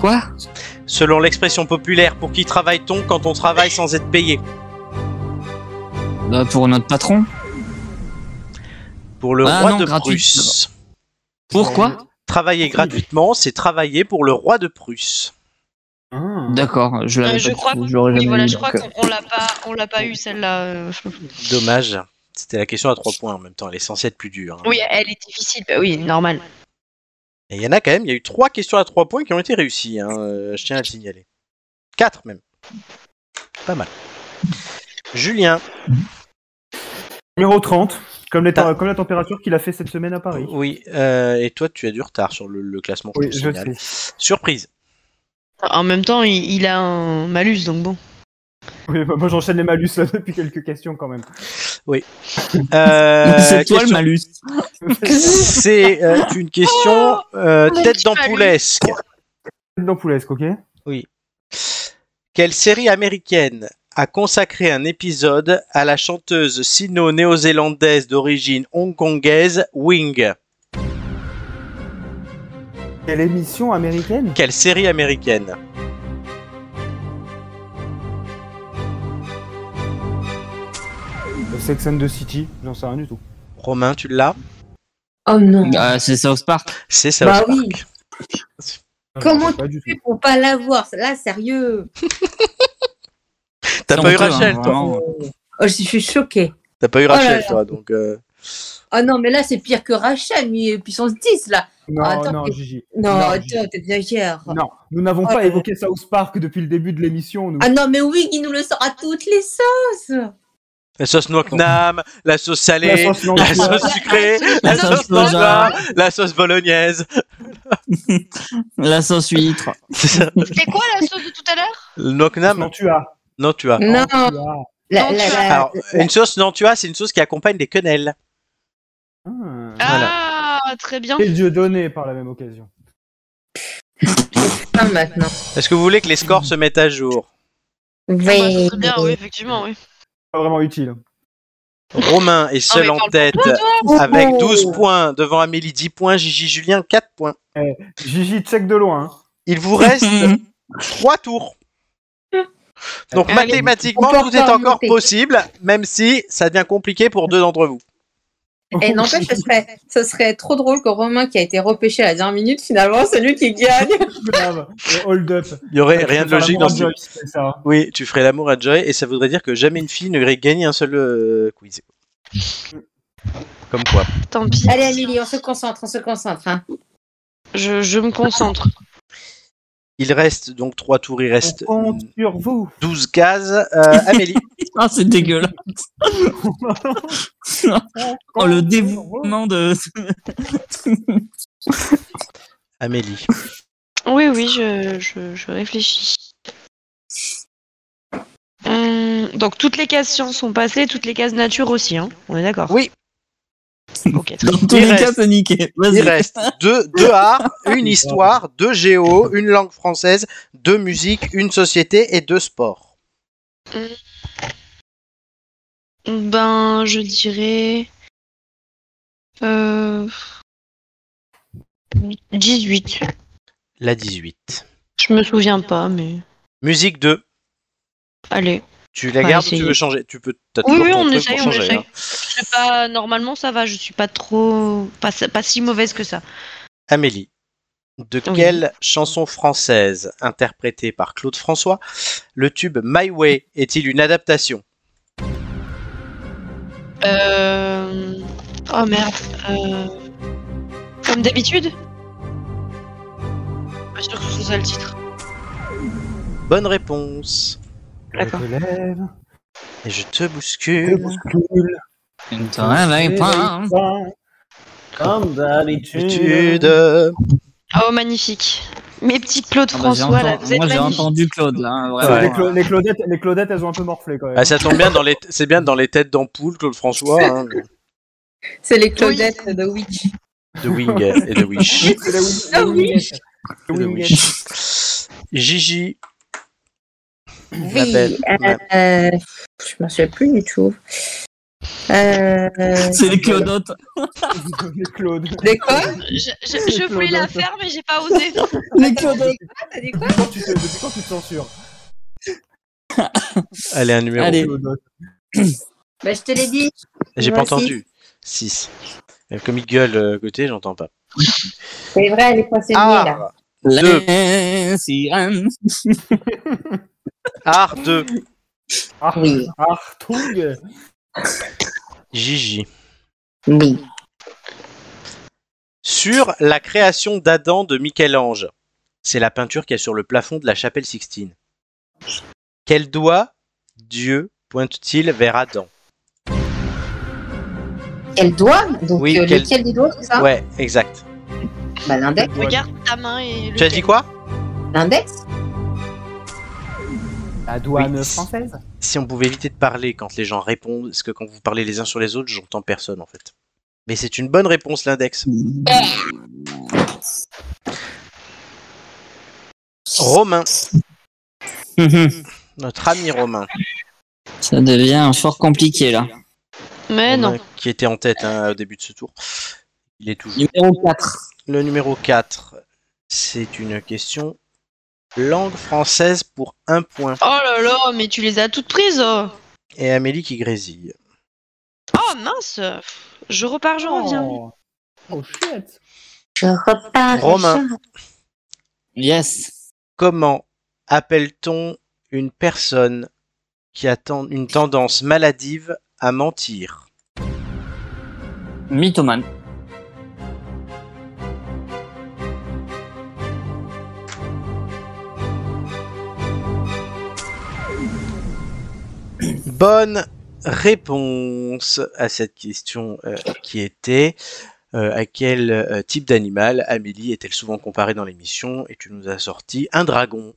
Speaker 5: Quoi
Speaker 1: Selon l'expression populaire, pour qui travaille-t-on quand on travaille sans être payé
Speaker 5: Bah, pour notre patron.
Speaker 1: Pour le
Speaker 5: Ah
Speaker 1: roi
Speaker 5: non,
Speaker 1: de
Speaker 5: gratuit.
Speaker 1: Prusse.
Speaker 5: Pourquoi
Speaker 1: Travailler gratuitement, c'est travailler pour le roi de Prusse.
Speaker 5: Ah. D'accord, je l'avais
Speaker 2: Euh,
Speaker 5: pas
Speaker 2: je
Speaker 5: du
Speaker 2: crois
Speaker 5: tout,
Speaker 2: qu'on
Speaker 5: je l'aurais
Speaker 2: oui,
Speaker 5: jamais
Speaker 2: voilà,
Speaker 5: eu,
Speaker 2: je crois
Speaker 5: donc,
Speaker 2: qu'on on l'a pas, on l'a pas eu celle-là. euh, je-
Speaker 1: Dommage. C'était la question à trois points en même temps. Elle est censée être plus dure. hein.
Speaker 2: Oui, elle est difficile. Bah oui, normal.
Speaker 1: Et il y en a quand même. Il y a eu trois questions à trois points qui ont été réussies. hein, euh, Je tiens à le signaler. Quatre même. Pas mal. Julien.
Speaker 4: Numéro 30, comme, les
Speaker 1: Ah.
Speaker 4: comme la température qu'il a fait cette semaine à Paris.
Speaker 1: Oui. euh, et toi, tu as du retard sur le, le classement. je
Speaker 4: Oui,
Speaker 1: te
Speaker 4: je
Speaker 1: signale.
Speaker 4: sais.
Speaker 1: Surprise.
Speaker 2: En même temps, il, il a un malus, donc bon.
Speaker 4: Oui, bah, moi j'enchaîne les malus là depuis quelques questions quand même. [laughs]
Speaker 1: Euh,
Speaker 5: c'est toi le
Speaker 1: question-
Speaker 5: malus.
Speaker 1: C'est euh, une question euh,
Speaker 2: Mon
Speaker 1: tête
Speaker 2: Ah, petit malus.
Speaker 1: d'ampoulesque.
Speaker 4: Dans Poulesque, ok
Speaker 1: Quelle série américaine a consacré un épisode à la chanteuse sino-néo-zélandaise d'origine hongkongaise Wing
Speaker 4: Quelle émission américaine
Speaker 1: Quelle série américaine
Speaker 4: Le Sex and the City, j'en sais rien du tout.
Speaker 1: Romain, tu l'as
Speaker 3: Oh non.
Speaker 5: Ah, c'est South Park.
Speaker 1: C'est South
Speaker 3: Bah
Speaker 1: Park.
Speaker 3: oui.
Speaker 4: Ah,
Speaker 3: Comment
Speaker 4: je sais pas
Speaker 3: tu fais pour pas l'avoir Là, sérieux.
Speaker 1: T'as pas eu
Speaker 5: honteux, hein,
Speaker 1: Rachel, toi
Speaker 5: vraiment.
Speaker 3: Oh, je suis choquée.
Speaker 1: T'as pas eu
Speaker 3: Oh là
Speaker 1: Rachel,
Speaker 3: là.
Speaker 1: toi, donc... euh,
Speaker 3: Oh non, mais là, c'est pire que Rachel, mais puissance 10, là. Ah,
Speaker 4: Non,
Speaker 3: Attends,
Speaker 4: non,
Speaker 3: mais-
Speaker 4: Gigi.
Speaker 3: Non,
Speaker 4: Gigi.
Speaker 3: attends, t'exagères.
Speaker 4: Non, nous n'avons
Speaker 3: Oh
Speaker 4: pas
Speaker 3: là
Speaker 4: évoqué South Park depuis le début de l'émission. nous.
Speaker 3: Ah non, mais oui, il nous le sort à toutes les sauces.
Speaker 1: La sauce Nam, la sauce
Speaker 4: La
Speaker 1: salée,
Speaker 4: sauce longue.
Speaker 1: la sauce sucrée, la
Speaker 5: sauce
Speaker 1: sauce
Speaker 5: soja.
Speaker 1: noire, la sauce bolognaise.
Speaker 5: [laughs] La sauce huître.
Speaker 2: C'était quoi la sauce de tout à l'heure
Speaker 1: Le Noknam
Speaker 4: Non, tu as.
Speaker 1: Non, tu as.
Speaker 3: Non,
Speaker 4: Tu
Speaker 3: la,
Speaker 4: as.
Speaker 2: Non,
Speaker 3: la-
Speaker 2: tu
Speaker 3: la-
Speaker 1: Alors, une sauce non, tu as, c'est une sauce qui accompagne des quenelles.
Speaker 4: Ah.
Speaker 2: Ah, très bien.
Speaker 4: Et Dieu donné par la même occasion.
Speaker 3: fin Ah, maintenant.
Speaker 1: Est-ce que vous voulez que les scores se mettent à jour
Speaker 2: Ah bah,
Speaker 3: Oui.
Speaker 2: c'est bien, oui, effectivement, oui.
Speaker 4: Pas vraiment utile.
Speaker 1: Romain est seul
Speaker 2: mais
Speaker 1: en
Speaker 2: parle
Speaker 1: tête
Speaker 2: pas de
Speaker 1: avec 12 points, devant Amélie 10 points, Gigi Julien 4 points.
Speaker 4: Eh, Gigi, check de loin. hein.
Speaker 1: Il vous
Speaker 4: [laughs]
Speaker 1: reste 3 tours. Donc
Speaker 2: Allez,
Speaker 1: mathématiquement,
Speaker 3: on peut
Speaker 1: tout est
Speaker 3: encore
Speaker 1: encore
Speaker 3: monter.
Speaker 1: possible, même si ça devient compliqué pour deux d'entre vous.
Speaker 3: Et n'empêche, ce serait, ce serait trop drôle que Romain, qui a été repêché à la dernière minute, finalement, c'est lui qui gagne.
Speaker 4: Grave. Le hold up.
Speaker 1: Il n'y
Speaker 5: Bah,
Speaker 1: aurait rien de logique dans ce
Speaker 4: C'est
Speaker 5: hein.
Speaker 4: ça.
Speaker 1: Oui, tu ferais l'amour à Joy et ça voudrait dire que jamais une fille ne gagne un seul euh, quiz. Comme quoi.
Speaker 2: Tant pis.
Speaker 3: Allez, Amélie, on se concentre, on se concentre. Hein.
Speaker 2: Je, je me concentre.
Speaker 1: Il reste donc trois tours, il reste
Speaker 4: On compte sur vous.
Speaker 1: 12 cases. Euh, Amélie,
Speaker 5: [laughs] Ah,
Speaker 4: [laughs]
Speaker 5: c'est dégueulasse. Oh, le dévouement de. [laughs]
Speaker 1: Amélie,
Speaker 2: Oui, oui, je, je, je réfléchis. Hum, donc toutes les cases sciences sont passées, toutes les cases nature aussi, hein. on est d'accord
Speaker 1: Oui.
Speaker 2: Ok, très
Speaker 5: Dans
Speaker 2: bien.
Speaker 5: tous
Speaker 1: Il
Speaker 5: les
Speaker 1: reste.
Speaker 5: cas, c'est niqué.
Speaker 1: il
Speaker 5: Vas-y.
Speaker 1: reste deux, deux
Speaker 5: [laughs]
Speaker 1: arts, une histoire, deux géo, une langue française, deux musiques, une société et deux sports.
Speaker 2: Hmm. Ben, je dirais... Euh... 18.
Speaker 1: La 18.
Speaker 2: Je me souviens pas, mais...
Speaker 1: Musique 2.
Speaker 2: Allez.
Speaker 1: Tu la
Speaker 2: Ah,
Speaker 1: gardes ou tu
Speaker 2: essayez.
Speaker 1: veux changer Tu peux. t'as
Speaker 2: Oui,
Speaker 1: toujours
Speaker 2: oui,
Speaker 1: ton
Speaker 2: on
Speaker 1: truc
Speaker 2: essaye,
Speaker 1: pour
Speaker 2: on
Speaker 1: changer,
Speaker 2: essaye.
Speaker 1: hein.
Speaker 2: Je sais pas, normalement ça va, je suis pas trop... Pas, pas si mauvaise que ça.
Speaker 1: Amélie, de
Speaker 2: Oui.
Speaker 1: quelle chanson française interprétée par Claude François le tube My Way est-il une adaptation
Speaker 2: Euh... Oh merde. Euh... Comme d'habitude Pas sûr que ce soit ça le titre.
Speaker 1: Bonne réponse.
Speaker 2: D'accord.
Speaker 4: Je te lève,
Speaker 1: Et je te
Speaker 4: je
Speaker 1: bouscule.
Speaker 4: bouscule.
Speaker 5: Une torrent avec pas, hein.
Speaker 4: Comme d'habitude.
Speaker 1: Étude.
Speaker 2: Oh magnifique. Mes petits Claude
Speaker 5: Ah bah, j'ai
Speaker 2: François là,
Speaker 5: entendu-
Speaker 2: vous êtes
Speaker 5: Moi, j'ai
Speaker 2: magnifiques.
Speaker 5: entendu Claude,
Speaker 4: [laughs]
Speaker 5: là. hein,
Speaker 4: Ça, Les,
Speaker 5: vraiment.
Speaker 4: Cla- les Claudettes, les Claudettes, elles ont un peu morflé quand même.
Speaker 1: Ah, ça tombe bien dans les, c'est bien dans les têtes d'ampoule, Claude François, hein,
Speaker 4: [laughs]
Speaker 3: C'est les Claudettes de Witch.
Speaker 1: de Wing et de Wish.
Speaker 4: C'est la wing-
Speaker 3: Ah
Speaker 4: la
Speaker 3: oui.
Speaker 4: wingette.
Speaker 1: Et de
Speaker 4: La wingette.
Speaker 1: Wish. Gigi, la belle.
Speaker 3: euh, je m'en souviens plus du tout. Euh,
Speaker 5: C'est les Claudotes.
Speaker 4: Les
Speaker 1: [laughs]
Speaker 4: Claudes.
Speaker 3: de quoi
Speaker 2: Je, je- je voulais la faire mais j'ai pas osé.
Speaker 5: Les Claudotes.
Speaker 3: T'as dit quoi
Speaker 4: Depuis quand tu te- depuis quand tu te censures
Speaker 1: Allez, un numéro.
Speaker 5: Allez.
Speaker 4: Claudotte.
Speaker 3: bah, Je te l'ai dit.
Speaker 1: J'ai pas
Speaker 3: Moi aussi.
Speaker 1: entendu. 6. Comme il gueule euh, à côté, j'entends pas.
Speaker 3: C'est vrai, elle est coincée là.
Speaker 1: Art Deux.
Speaker 5: Les sirènes.
Speaker 1: 2.
Speaker 4: Ah,
Speaker 3: Oui.
Speaker 4: Artung.
Speaker 1: Gigi.
Speaker 3: Oui.
Speaker 1: Sur la création d'Adam de Michel-Ange. C'est la peinture qui est sur le plafond de la chapelle Sixtine. Quel doigt Dieu pointe-t-il vers Adam
Speaker 3: Quel doigt Donc,
Speaker 1: Oui,
Speaker 3: euh,
Speaker 1: quel-
Speaker 3: lequel des doigts, c'est ça
Speaker 1: Ouais, exact.
Speaker 3: Bah, l'index.
Speaker 2: Regarde ta main et le.
Speaker 1: Tu as dit quoi
Speaker 3: L'index
Speaker 4: La douane
Speaker 1: Oui.
Speaker 4: française.
Speaker 1: Si on pouvait éviter de parler quand les gens répondent, parce que quand vous parlez les uns sur les autres, j'entends personne en fait. Mais c'est une bonne réponse l'index. Romain, notre ami Romain,
Speaker 5: Ça devient fort compliqué, là.
Speaker 2: Mais
Speaker 1: Romain
Speaker 2: non.
Speaker 1: qui était en tête hein, au début de ce tour. Il est toujours
Speaker 5: Numéro 4.
Speaker 1: le numéro 4. C'est une question langue française pour un point.
Speaker 2: Oh là là, mais tu les as toutes prises oh.
Speaker 1: Et Amélie qui grésille.
Speaker 2: Oh mince Je repars, je reviens.
Speaker 4: Oh shit
Speaker 9: Je
Speaker 1: Ah,
Speaker 9: repars.
Speaker 1: Romain.
Speaker 5: Yes.
Speaker 1: Comment appelle-t-on une personne qui a ten- une tendance maladive à mentir
Speaker 5: Mythoman.
Speaker 1: Bonne réponse à cette question euh, qui était euh, à quel euh, type d'animal Amélie est-elle souvent comparée dans l'émission Et tu nous as sorti un dragon.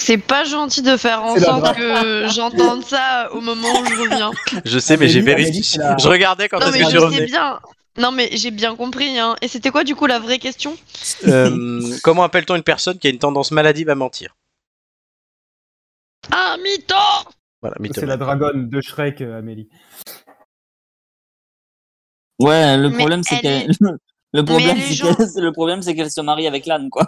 Speaker 2: C'est pas gentil de faire en
Speaker 1: C'est la
Speaker 2: sorte
Speaker 1: vraie.
Speaker 2: que j'entende ça au moment où je reviens.
Speaker 1: [laughs] Je sais, mais j'ai
Speaker 4: Amélie,
Speaker 1: vérifié.
Speaker 4: c'est la-
Speaker 1: Je regardais quand
Speaker 2: non
Speaker 1: est-ce
Speaker 2: mais
Speaker 1: que tu
Speaker 2: je sais
Speaker 1: revenais.
Speaker 2: bien. Non mais j'ai bien compris. Hein. Et c'était quoi du coup la vraie question
Speaker 1: Euh, comment appelle-t-on une personne qui a une tendance maladive à mentir
Speaker 2: Un mytho
Speaker 1: Voilà,
Speaker 4: C'est la dragonne de Shrek, euh, Amélie.
Speaker 5: Ouais, le
Speaker 2: Mais
Speaker 5: problème c'est
Speaker 2: elle
Speaker 5: qu'elle. [laughs] Le problème,
Speaker 2: elle est
Speaker 5: c'est
Speaker 2: gen-
Speaker 5: qu'elle- [laughs] le problème, c'est qu'elle se marie avec l'âne,
Speaker 4: [laughs]
Speaker 5: quoi.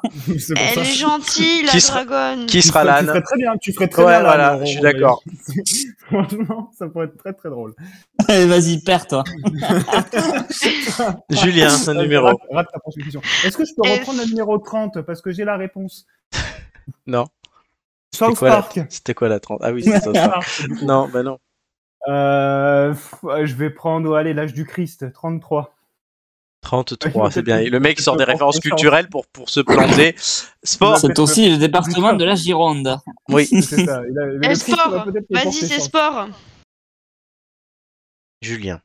Speaker 2: Elle est gentille la
Speaker 1: Qui sera-
Speaker 2: dragonne.
Speaker 1: qui sera
Speaker 4: Tu
Speaker 1: l'âne
Speaker 4: ferais très bien, tu ferais très
Speaker 1: Ouais,
Speaker 4: bien. là,
Speaker 1: voilà,
Speaker 4: Laurent,
Speaker 1: je suis
Speaker 4: Romain.
Speaker 1: d'accord.
Speaker 4: [laughs] Franchement, ça pourrait être très très drôle.
Speaker 5: [laughs] Allez, Eh, Vas-y, perds toi.
Speaker 1: [laughs] Julien,
Speaker 4: Ah,
Speaker 1: un
Speaker 4: je
Speaker 1: numéro.
Speaker 4: Rate, rate ta prochaine question. Est-ce que je peux
Speaker 2: Et-
Speaker 4: reprendre le numéro 30 parce que j'ai la réponse
Speaker 1: Non.
Speaker 4: South
Speaker 1: C'était quoi, la...
Speaker 4: Park.
Speaker 1: C'était quoi la 30 Ah oui, c'est ça. ça. [laughs] non, bah non.
Speaker 4: Euh, pff, je vais prendre, oh, allez, l'âge du Christ, 33.
Speaker 1: 33, c'est bien.
Speaker 4: Peut-être-
Speaker 1: Le mec sort des
Speaker 4: peut-être
Speaker 1: références
Speaker 4: pour ça, en
Speaker 1: culturelles pour, pour se planter. Sport,
Speaker 5: C'est aussi le département de la Gironde.
Speaker 4: [laughs]
Speaker 1: oui.
Speaker 4: C'est ça. Il a- mais le Christ
Speaker 2: Eh, sport
Speaker 4: va peut-être les
Speaker 2: Vas-y
Speaker 4: porter
Speaker 2: c'est
Speaker 4: sans-
Speaker 2: sport.
Speaker 1: Julien,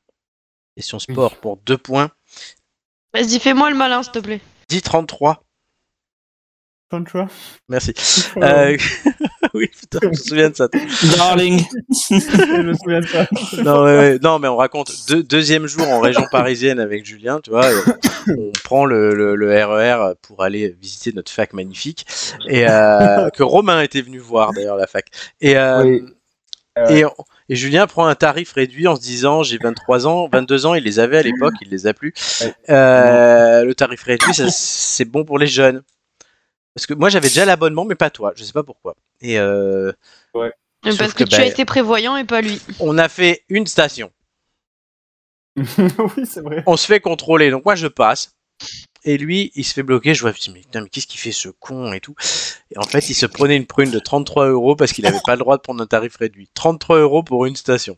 Speaker 1: question sport pour 2 points.
Speaker 2: Vas-y fais-moi le malin s'il te plaît.
Speaker 1: 10-33,
Speaker 4: sans le choix.
Speaker 1: merci. Euh, [laughs] oui, putain, je me souviens de ça.
Speaker 5: Darling.
Speaker 4: Je me souviens de ça.
Speaker 1: [laughs] Non, ouais, ouais. Non, mais on raconte deux- deuxième jour en région parisienne avec Julien, tu vois. et on prend le, le- le RER pour aller visiter notre fac magnifique et
Speaker 4: [laughs]
Speaker 1: euh, que Romain était venu voir d'ailleurs la fac. Et, euh,
Speaker 4: Oui. Euh,
Speaker 1: et, on- et Julien prend un tarif réduit en se disant j'ai 23 ans, 22 ans, il les avait à l'époque, il les a plus.
Speaker 4: Ouais.
Speaker 1: Euh, le tarif réduit, ça, c'est bon pour les jeunes. Parce que moi j'avais déjà l'abonnement, mais pas toi, je sais pas pourquoi. Et euh, Sauf
Speaker 2: Parce que,
Speaker 1: que,
Speaker 2: tu
Speaker 1: bah,
Speaker 2: as été prévoyant et pas lui.
Speaker 1: on a fait une station.
Speaker 4: [laughs] oui, c'est vrai.
Speaker 1: on se fait contrôler. Donc moi je passe. Et lui, il se fait bloquer. Je vois, putain, mais, putain, mais qu'est-ce qu'il fait ce con et tout. Et en fait, il se prenait une prune de 33 euros parce qu'il n'avait pas le droit de prendre un tarif réduit. 33 euros pour une station.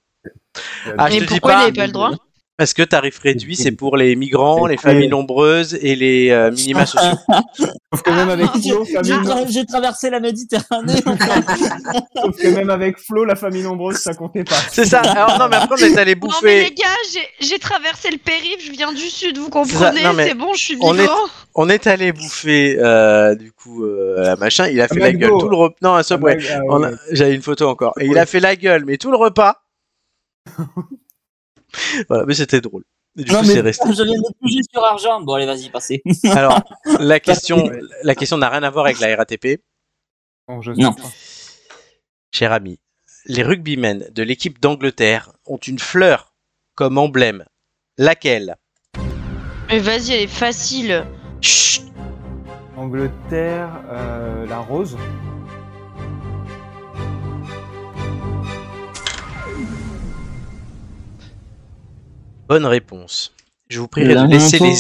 Speaker 1: Ah, je
Speaker 2: mais
Speaker 1: te dis
Speaker 2: pourquoi il
Speaker 1: pas,
Speaker 2: avait pas le droit
Speaker 1: parce que tarif réduit, c'est pour les migrants, les familles
Speaker 4: euh,
Speaker 1: nombreuses et les euh, minima sociaux.
Speaker 4: Sauf que
Speaker 2: Ah,
Speaker 4: même avec Flo,
Speaker 5: J'ai
Speaker 4: famille-
Speaker 5: tra- J'ai traversé la
Speaker 1: [laughs]
Speaker 5: Méditerranée.
Speaker 4: Sauf que même avec Flo, la famille nombreuse, ça comptait pas.
Speaker 1: C'est ça. Alors, non, mais après, on est allé
Speaker 2: Non mais les
Speaker 1: bouffer.
Speaker 2: gars, j'ai- j'ai traversé le périph', je viens du sud, vous comprenez
Speaker 1: non, mais
Speaker 2: C'est bon, je suis
Speaker 1: on est-
Speaker 2: migrant.
Speaker 1: On est allé bouffer, euh, du coup, euh, la machin. Il a fait la
Speaker 4: McDo.
Speaker 1: gueule tout le repas. Non, un Subway.
Speaker 4: Ah,
Speaker 1: On a-
Speaker 4: ouais.
Speaker 1: J'avais une photo encore. Et il a fait la gueule, mais tout
Speaker 4: [laughs]
Speaker 1: le repas. voilà, mais c'était drôle. Et du
Speaker 5: Non,
Speaker 1: coup,
Speaker 5: mais
Speaker 1: c'est resté.
Speaker 4: [laughs]
Speaker 5: je viens de bouger sur argent. Bon, allez, vas-y, passez.
Speaker 1: Alors, la question, la question n'a rien à voir avec la RATP,
Speaker 4: Non, je
Speaker 5: Non.
Speaker 4: sais pas.
Speaker 1: cher ami. Les rugbymen de l'équipe d'Angleterre ont une fleur comme emblème. Laquelle
Speaker 2: Mais vas-y, elle est facile.
Speaker 1: Chut
Speaker 4: Angleterre, euh, la rose.
Speaker 1: Bonne réponse. Je vous prierai de laisser les.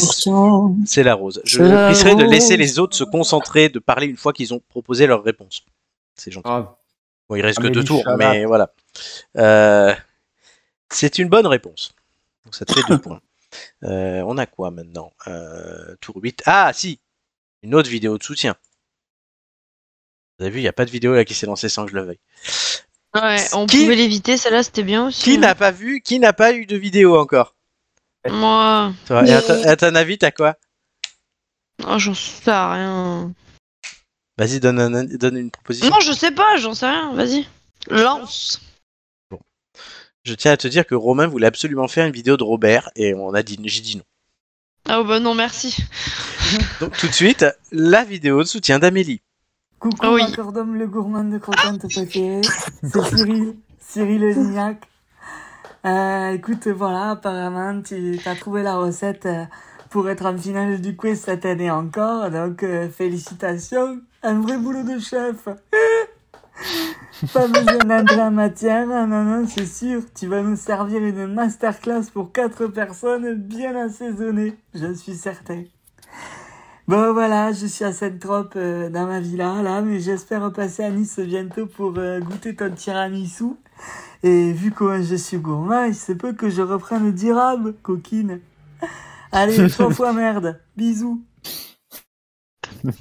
Speaker 1: C'est la rose. Je
Speaker 5: C'est
Speaker 1: vous
Speaker 5: la
Speaker 1: prierai de laisser
Speaker 5: rose.
Speaker 1: les autres se concentrer, de parler une fois qu'ils ont proposé leur réponse. C'est gentil.
Speaker 4: Grave.
Speaker 1: Bon, il reste que
Speaker 4: Amélie
Speaker 1: deux tours,
Speaker 4: Chabat.
Speaker 1: mais voilà. Euh, c'est une bonne réponse. Donc ça te fait
Speaker 4: [laughs]
Speaker 1: deux points. Euh, on a quoi maintenant Euh, Tour 8. Ah, si Une autre vidéo de soutien. Vous avez vu, il n'y a pas de vidéo là qui s'est lancée sans que je le veuille.
Speaker 2: Ouais, on
Speaker 1: Qui-
Speaker 2: pouvait l'éviter, celle-là c'était bien aussi.
Speaker 1: Qui n'a pas vu Qui n'a pas eu de vidéo encore
Speaker 2: Moi,
Speaker 1: Toi, et à, ton- à ton avis, t'as quoi
Speaker 2: oh, j'en sais rien.
Speaker 1: Vas-y, donne, un- donne une proposition.
Speaker 2: Non, je sais pas, j'en sais rien, vas-y. Lance.
Speaker 1: Je tiens à te dire que Romain voulait absolument faire une vidéo de Robert et on a dit, j'ai dit non.
Speaker 2: Ah oh, bah non, merci.
Speaker 1: Donc tout de suite, la vidéo de soutien [laughs] d'Amélie.
Speaker 9: Coucou,
Speaker 2: Ah oui.
Speaker 9: ma cordome, le gourmand de croquante préféré. C'est Cyril, Cyril Olignac. Euh, écoute, voilà, apparemment, tu as trouvé la recette euh,
Speaker 8: pour être en finale du quiz cette année encore. Donc, euh, félicitations. Un vrai boulot de chef. Pas besoin d'entrer en matière. Ah non, non, c'est sûr. Tu vas nous servir une masterclass pour quatre personnes bien assaisonnées. Je suis certain. Bon voilà, je suis à Saint-Trope euh, dans ma villa là, mais j'espère passer à Nice bientôt pour euh, goûter ton tiramisu. Et vu comment je suis gourmand, il se peut que je reprenne du rab, coquine. Allez, trois fois merde, bisous.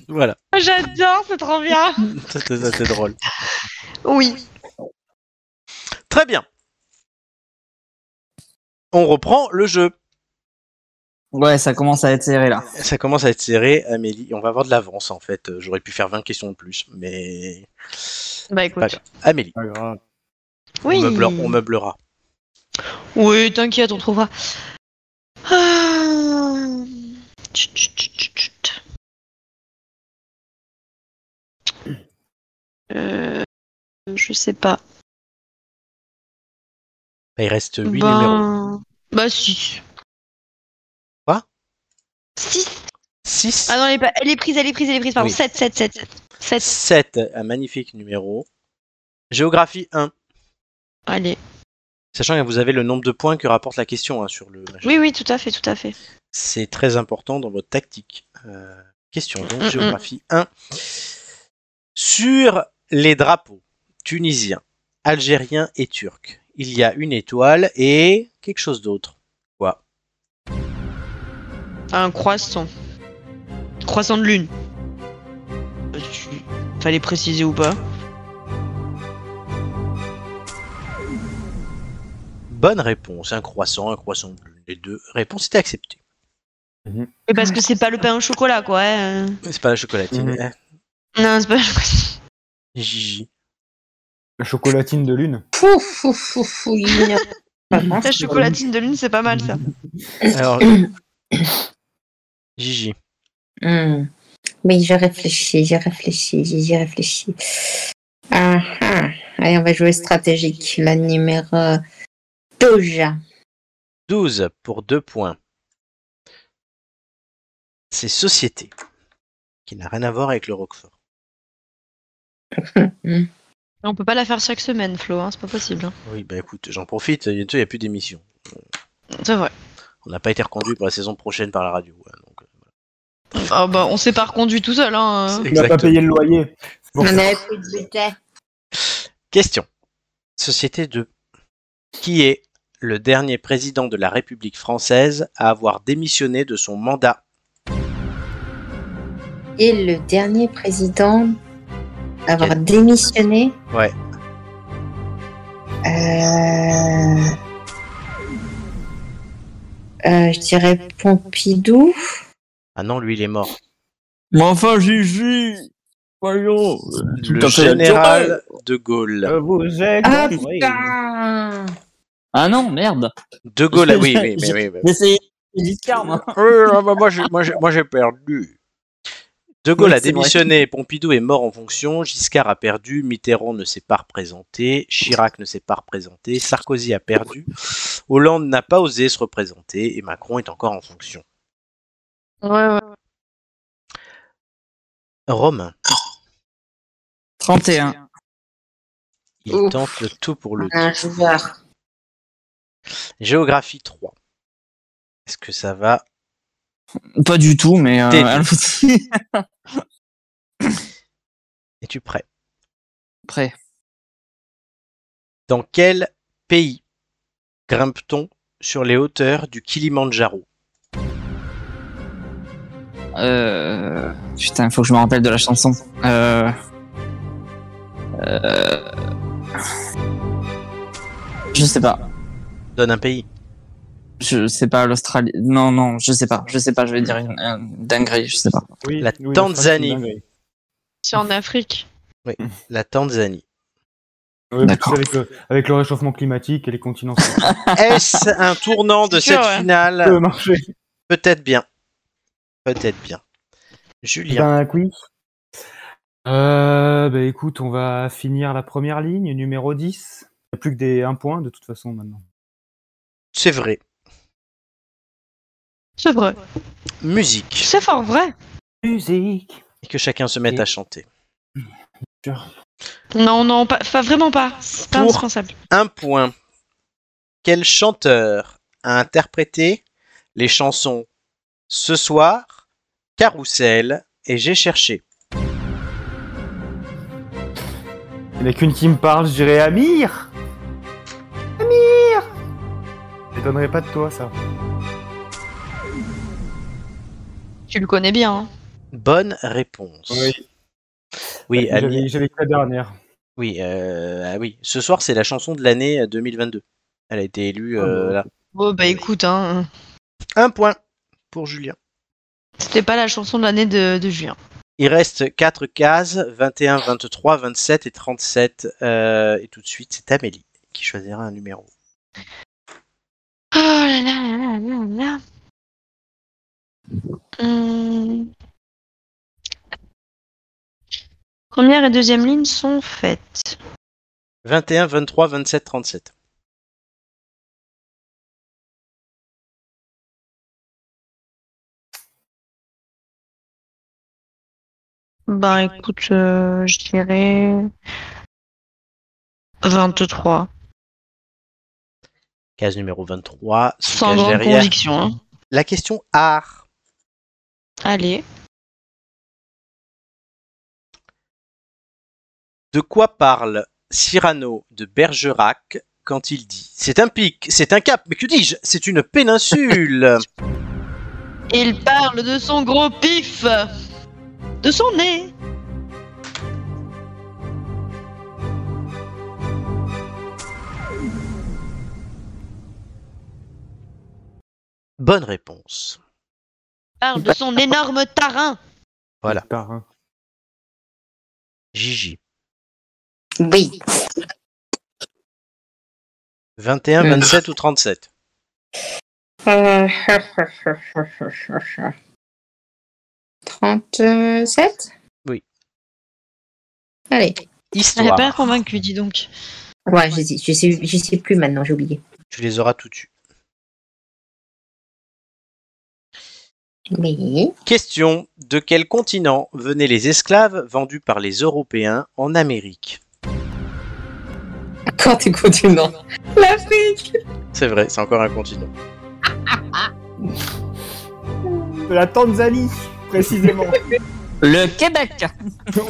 Speaker 1: Voilà.
Speaker 2: J'adore, c'est trop bien.
Speaker 1: C'était assez drôle.
Speaker 2: Oui.
Speaker 1: Très bien. On reprend le jeu.
Speaker 5: Ouais, ça commence à être serré là.
Speaker 1: Ça commence à être serré, Amélie. On va avoir de l'avance en fait. Euh, J'aurais pu faire 20 questions de plus, mais.
Speaker 2: Bah
Speaker 1: Pas
Speaker 2: écoute.
Speaker 1: grave. Amélie,
Speaker 2: Oui.
Speaker 1: on, meublera, on meublera.
Speaker 2: Oui, t'inquiète, on trouvera. Ah. Tchut, tchut, tchut, tchut, tchut. Euh, je sais pas.
Speaker 1: Bah, Il reste 8
Speaker 2: Ben,
Speaker 1: numéros.
Speaker 2: Bah 6.
Speaker 1: Quoi
Speaker 2: 6
Speaker 1: 6
Speaker 2: Ah non, elle est, pas- elle est prise, elle est prise, elle est prise, pardon.
Speaker 1: Oui.
Speaker 2: 7, 7, 7. 7.
Speaker 1: 7, un magnifique numéro. Géographie 1.
Speaker 2: Allez.
Speaker 1: Sachant que vous avez le nombre de points que rapporte la question hein, sur le. machin.
Speaker 2: Oui, oui, tout à fait, tout à fait.
Speaker 1: C'est très important dans votre tactique. Euh, question donc,
Speaker 2: Mm, mm.
Speaker 1: géographie 1. Sur les drapeaux tunisiens, algériens et turcs, il y a une étoile et quelque chose d'autre. Quoi
Speaker 2: Un croissant. Croissant de lune. Euh, tu- Fallait préciser ou pas
Speaker 1: Bonne réponse, un croissant, un croissant bleu. Les deux réponses étaient acceptées.
Speaker 2: Mais parce que c'est pas le pain au chocolat, quoi. hein.
Speaker 1: C'est pas la chocolatine.
Speaker 4: Mhm.
Speaker 1: hein.
Speaker 2: Non, c'est pas le chocolat.
Speaker 1: Gigi.
Speaker 4: La chocolatine de lune.
Speaker 3: Fou, fou, fou, fou, il n'y a pas grand
Speaker 2: La chocolatine de lune, c'est pas mal ça.
Speaker 1: Alors, Gigi.
Speaker 3: [coughs] Hmm. Oui, je réfléchis, j'ai réfléchi, j'ai j'ai réfléchi. Ah, ah. Allez, on va jouer stratégique. La numéro 12.
Speaker 1: 12 pour 2 points. C'est Société, qui n'a rien à voir avec le Roquefort.
Speaker 2: On peut pas la faire chaque semaine, Flo, hein, c'est pas possible. hein.
Speaker 1: Oui, bah écoute, j'en profite, il n'y a plus d'émission.
Speaker 2: C'est vrai.
Speaker 1: On n'a pas été reconduit pour la saison prochaine par la radio. hein, donc, euh,
Speaker 2: Ah bah, on s'est pas reconduit tout seul, hein.
Speaker 1: c'est
Speaker 4: Il n'a pas
Speaker 1: exactement.
Speaker 4: payé le loyer.
Speaker 3: On n'avait plus de budget.
Speaker 1: Question. Société 2. Qui est le dernier président de la République française à avoir démissionné de son mandat
Speaker 3: Et le dernier président à avoir
Speaker 1: Quel-
Speaker 3: démissionné.
Speaker 1: Ouais.
Speaker 3: Euh... euh, je dirais Pompidou.
Speaker 1: Ah non, lui, il est mort.
Speaker 5: Mais enfin, Gigi Voyons
Speaker 1: Le général de Gaulle.
Speaker 5: Euh,
Speaker 3: Ah putain
Speaker 5: Ah non, merde [laughs]
Speaker 1: De Gaulle, ah oui, oui, mais oui. mais-
Speaker 5: J'essayais Giscard,
Speaker 1: [laughs]
Speaker 5: moi
Speaker 1: Euh, ah bah, moi, j'ai- moi, j'ai- moi, j'ai perdu. De Gaulle
Speaker 5: Oui,
Speaker 1: a
Speaker 5: c'est vrai.
Speaker 1: démissionné, Pompidou est mort en fonction, Giscard a perdu, Mitterrand ne s'est pas représenté, Chirac ne s'est pas représenté, Sarkozy a perdu, Hollande n'a pas osé se représenter et Macron est encore en fonction.
Speaker 2: Ouais, ouais.
Speaker 1: Romain,
Speaker 5: 31.
Speaker 1: il
Speaker 3: Ouf.
Speaker 1: tente le tout pour le
Speaker 2: Ah,
Speaker 3: Un
Speaker 1: tout.
Speaker 3: joueur.
Speaker 1: Géographie 3. Est-ce que ça va
Speaker 5: Pas du tout, mais... Euh,
Speaker 2: [laughs]
Speaker 1: T'es-
Speaker 5: allons-y.
Speaker 1: Es-tu prêt
Speaker 5: Prêt.
Speaker 1: Dans quel pays grimpe-t-on sur les hauteurs du Kilimandjaro
Speaker 5: Euh... Putain, faut que je me rappelle de la chanson. Euh... Euh... Je sais pas.
Speaker 1: Donne un pays.
Speaker 5: Je sais pas, l'Australie. Non, non, je sais pas. Je sais pas, je vais dire une, un dinguerie, je sais pas.
Speaker 4: Oui,
Speaker 1: La
Speaker 4: oui, la
Speaker 1: Tanzanie.
Speaker 4: phrase, c'est dingue.
Speaker 2: C'est en Afrique.
Speaker 1: La Tanzanie.
Speaker 4: Ouais, mais tu
Speaker 5: D'accord.
Speaker 4: sais, Avec le, avec le réchauffement climatique et les continents, ça
Speaker 1: Est-ce un tournant de
Speaker 2: C'est sûr,
Speaker 1: cette
Speaker 2: ouais.
Speaker 1: finale
Speaker 4: peut marcher.
Speaker 1: Peut-être bien. Peut-être bien. Julien,
Speaker 4: Ben, oui. Euh, bah, écoute, on va finir la première ligne, numéro 10. Il n'y a plus que des 1 point de toute façon maintenant.
Speaker 1: c'est vrai.
Speaker 2: C'est vrai.
Speaker 1: Musique.
Speaker 2: C'est fort vrai.
Speaker 4: Musique.
Speaker 1: Et que chacun se mette à chanter.
Speaker 2: Non, non, pas, enfin, vraiment pas. C'est pas
Speaker 1: Pour-
Speaker 2: indispensable.
Speaker 1: Un point. Quel chanteur a interprété les chansons Ce soir, Carousel et J'ai cherché
Speaker 4: Il n'y a qu'une qui me parle, je dirais Amir Amir Je donnerai pas de toi, ça.
Speaker 2: Tu le connais bien. hein.
Speaker 1: Bonne réponse.
Speaker 4: Oui.
Speaker 1: Oui,
Speaker 4: J'avais-
Speaker 1: Amir-
Speaker 4: J'avais que la dernière.
Speaker 1: oui, euh, ah oui. Ce soir, c'est la chanson de l'année euh, 2022. Elle a été élue
Speaker 4: Ah
Speaker 1: euh, là.
Speaker 2: Bon, bah écoute, hein.
Speaker 1: Un point pour Julien.
Speaker 2: C'était pas la chanson de l'année de, de Julien.
Speaker 1: Il reste 4 cases, 21, 23, 27 et 37. euh, et tout de suite, c'est Amélie qui choisira un numéro.
Speaker 2: Oh là là là là là là. Hum. Première et deuxième ligne sont faites.
Speaker 1: 21, 23, 27, 37.
Speaker 2: Ben écoute, euh, je dirais 23.
Speaker 1: Case numéro 23. se
Speaker 2: Sans
Speaker 1: cache
Speaker 2: grande
Speaker 1: derrière
Speaker 2: conviction. hein.
Speaker 1: La question art.
Speaker 2: Allez.
Speaker 1: De quoi parle Cyrano de Bergerac quand il dit C'est un pic, c'est un cap, mais que dis-je C'est une péninsule
Speaker 2: Il parle de son gros pif. De son nez. [laughs]
Speaker 1: Bonne réponse.
Speaker 2: Parle de son énorme tarin.
Speaker 1: Voilà.
Speaker 4: Par un.
Speaker 1: Gigi.
Speaker 3: Oui.
Speaker 1: 21,
Speaker 3: Euh.
Speaker 1: 27 ou 37
Speaker 3: Euh, [laughs] 37
Speaker 1: Oui.
Speaker 3: Allez.
Speaker 2: Elle est
Speaker 1: Histoire.
Speaker 2: pas convaincue, dis donc.
Speaker 3: Ouais, je sais, je sais, je sais plus maintenant, j'ai oublié.
Speaker 1: Tu les auras toutes eues.
Speaker 3: Oui.
Speaker 1: Question. De quel continent venaient les esclaves vendus par les Européens en Amérique
Speaker 3: Quand t'es continent L'Afrique
Speaker 1: C'est vrai, c'est encore un continent.
Speaker 4: De la Tanzanie,
Speaker 2: [laughs]
Speaker 4: précisément.
Speaker 5: Le Québec.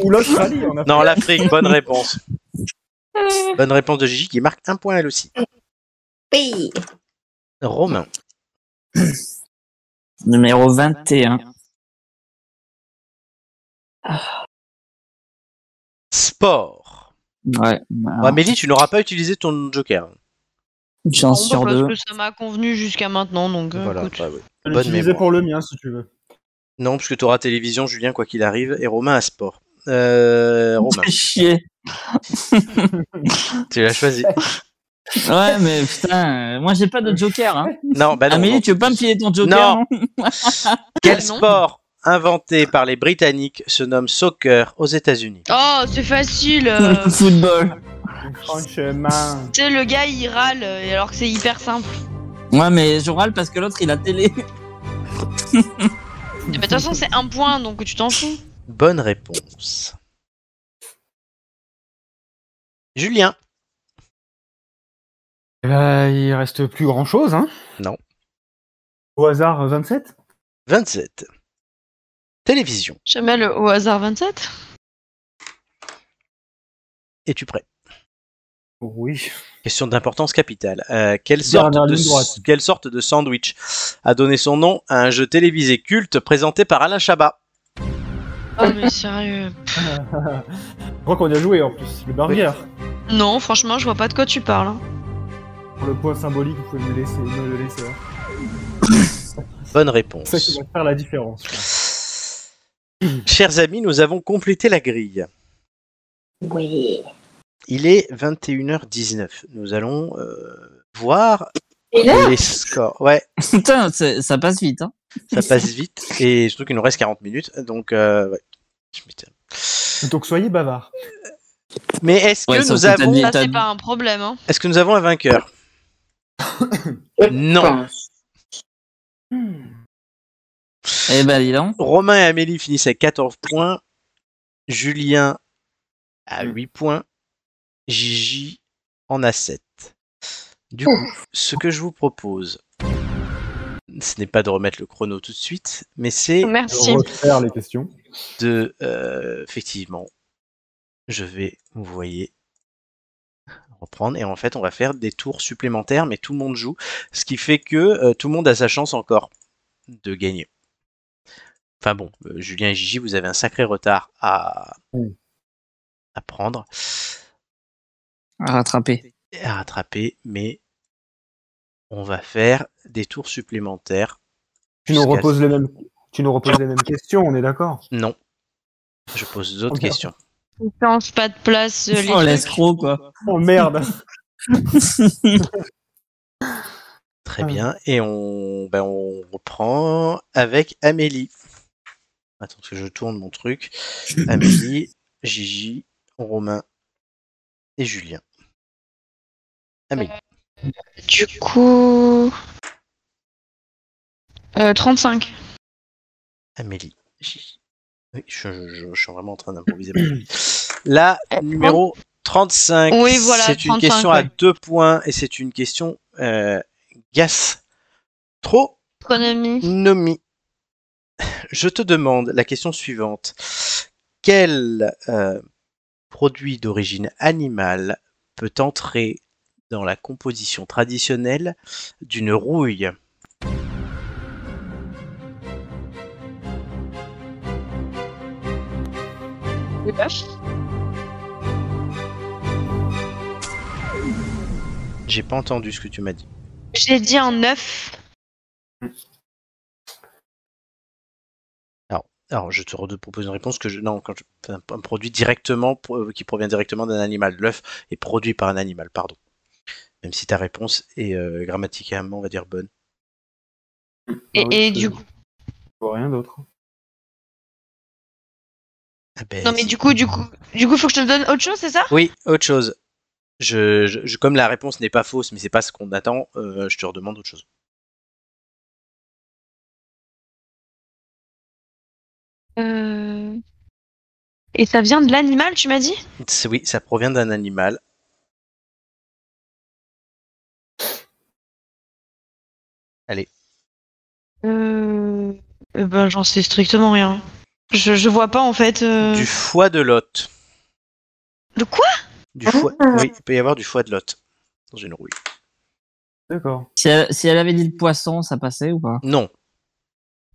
Speaker 4: Ou l'Australie, hein. on a
Speaker 1: Non, l'Afrique, bonne réponse.
Speaker 5: Euh.
Speaker 1: Bonne réponse de Gigi qui marque un point elle aussi.
Speaker 3: Oui.
Speaker 1: Romain.
Speaker 5: Numéro 21.
Speaker 1: Sport.
Speaker 5: Ouais.
Speaker 1: Bon, Amélie, tu n'auras pas utilisé ton joker.
Speaker 5: Une chance
Speaker 2: Bon, bah,
Speaker 5: sur
Speaker 2: parce
Speaker 5: deux.
Speaker 2: que ça m'a convenu jusqu'à maintenant, donc euh,
Speaker 1: Voilà.
Speaker 2: écoute.
Speaker 1: bah oui.
Speaker 4: Je
Speaker 1: Bonne
Speaker 4: l'utilisais
Speaker 1: mémoire.
Speaker 4: pour le mien, si tu veux.
Speaker 1: Non, puisque tu auras télévision, Julien, quoi qu'il arrive, et Romain à sport. Euh,
Speaker 5: [laughs]
Speaker 1: Romain, [laughs]
Speaker 5: Chier.
Speaker 1: tu
Speaker 5: [laughs]
Speaker 1: l'as choisi.
Speaker 5: Ouais, mais putain, euh, moi j'ai pas de joker. Hein.
Speaker 1: Non, bah non. non.
Speaker 5: Amélie, tu veux pas me filer ton joker
Speaker 1: Non.
Speaker 5: non
Speaker 1: [laughs] Quel
Speaker 2: Non.
Speaker 1: sport inventé par les Britanniques se nomme soccer aux États-Unis
Speaker 2: Oh, c'est facile. euh,
Speaker 5: [laughs] Football.
Speaker 4: Franchement.
Speaker 2: tu sais, le gars il râle euh, alors que c'est hyper simple.
Speaker 5: Ouais, mais je râle parce que l'autre il a télé.
Speaker 2: Mais de toute façon, c'est un point donc tu t'en fous.
Speaker 1: Bonne réponse. Julien,
Speaker 4: Euh, il reste plus grand chose, hein
Speaker 1: Non.
Speaker 4: Au hasard, euh, 27
Speaker 1: 27. Télévision,
Speaker 2: Je mets le au hasard 27.
Speaker 1: es-tu prêt
Speaker 4: Oui.
Speaker 1: Question d'importance capitale. Euh, quelle, sorte
Speaker 4: Dernière
Speaker 1: de,
Speaker 4: ligne droite.
Speaker 1: quelle sorte de sandwich a donné son nom à un jeu télévisé culte présenté par Alain Chabat
Speaker 2: Oh, mais
Speaker 1: [laughs]
Speaker 2: sérieux.
Speaker 4: Je crois qu'on y a joué en plus. Le burger.
Speaker 2: Non, franchement, je vois pas de quoi tu parles. hein.
Speaker 4: Pour le point symbolique, vous pouvez me, laisser, me le laisser. hein.
Speaker 1: Bonne
Speaker 4: C'est ça qui
Speaker 1: réponse.
Speaker 4: va faire la différence. je pense.
Speaker 1: Chers amis, nous avons complété la grille.
Speaker 3: Oui.
Speaker 1: Il est 21h19. Nous allons euh, voir
Speaker 3: Une heure
Speaker 1: les scores. Ouais,
Speaker 5: [laughs] Putain, c'est- ça passe vite. Hein.
Speaker 1: ça passe vite et surtout qu'il nous reste 40 minutes. Donc, euh, ouais. Je m'étonne.
Speaker 4: Donc soyez bavard.
Speaker 1: Mais est-ce
Speaker 5: Ouais,
Speaker 1: que,
Speaker 5: sauf
Speaker 1: nous
Speaker 5: que t'as
Speaker 1: avons...
Speaker 5: dit-
Speaker 2: Ça,
Speaker 5: t'as-
Speaker 2: c'est pas un problème. Hein.
Speaker 1: [coughs] est-ce que nous [coughs] avons un vainqueur Non.
Speaker 3: Bon.
Speaker 5: Eh ben, dis donc.
Speaker 1: Romain et Amélie finissent à 14 points. Julien à 8 points. Gigi en a 7. Du coup, ce que je vous propose, ce n'est pas de remettre le chrono tout de suite, mais c'est
Speaker 2: Merci.
Speaker 4: On refaire les questions.
Speaker 1: de euh, effectivement je vais vous voyez reprendre et en fait on va faire des tours supplémentaires mais tout le monde joue ce qui fait que euh, tout le monde a sa chance encore de gagner enfin bon euh, Julien et Gigi vous avez un sacré retard à
Speaker 4: Oui.
Speaker 1: à prendre
Speaker 5: À rattraper.
Speaker 1: et à rattraper mais on va faire des tours supplémentaires
Speaker 4: Tu nous
Speaker 1: jusqu'à-
Speaker 4: reposes les mêmes. Tu nous reposes les mêmes questions, on est d'accord
Speaker 1: non je pose d'autres
Speaker 4: Ok.
Speaker 1: questions
Speaker 2: On change pas de place. euh, les
Speaker 5: Oh,
Speaker 2: trucs.
Speaker 5: l'escroc, quoi.
Speaker 4: Oh merde
Speaker 1: Très
Speaker 4: Ah oui.
Speaker 1: bien. Et on, ben, on reprend avec Amélie. Attends que je tourne
Speaker 4: [coughs]
Speaker 1: mon truc. Amélie, Gigi, Romain et Julien. Amélie.
Speaker 2: Du coup. Euh, 35.
Speaker 1: Amélie. Gigi. Oui, je, je- je suis vraiment en train d'improviser.
Speaker 2: [clears throat]
Speaker 1: La numéro 35.
Speaker 2: Oui, voilà,
Speaker 1: C'est une
Speaker 2: 35,
Speaker 1: question à
Speaker 2: ouais.
Speaker 1: deux points et c'est une question euh, Trop
Speaker 2: Économie.
Speaker 1: Nomi, je te demande la question suivante. Quel euh, produit d'origine animale peut entrer dans la composition traditionnelle d'une rouille
Speaker 2: Le bœuf.
Speaker 1: J'ai pas entendu ce que tu m'as dit.
Speaker 2: J'ai dit en 9.
Speaker 1: Alors, je te re- propose une réponse que je. Non, quand je- un, un produit directement pro- qui provient directement d'un animal. L'œuf est produit par un animal, pardon. Même si ta réponse est euh, grammaticalement, on va dire, bonne.
Speaker 2: Et,
Speaker 4: Ah oui,
Speaker 2: et
Speaker 4: c'est-
Speaker 2: du coup.
Speaker 4: Je vois rien d'autre.
Speaker 1: Ah ben,
Speaker 2: Non, mais du coup, du coup, du coup, faut que je te donne autre chose, c'est ça
Speaker 1: Oui, autre chose. Je, je- je- comme la réponse n'est pas fausse, mais c'est pas ce qu'on attend, euh, je te redemande autre chose.
Speaker 2: Euh, Et ça vient de l'animal, tu m'as dit
Speaker 1: C'est- Oui, ça provient d'un animal.
Speaker 2: Euh. eh ben, j'en sais strictement rien. Je, je vois pas en fait. euh,
Speaker 1: Du foie de l'hôte.
Speaker 2: De quoi Ah.
Speaker 1: Du foie. Oui, il peut y avoir du foie de l'hôte dans une rouille.
Speaker 4: D'accord.
Speaker 5: Si elle, si elle avait dit le poisson, ça passait ou pas
Speaker 1: Non.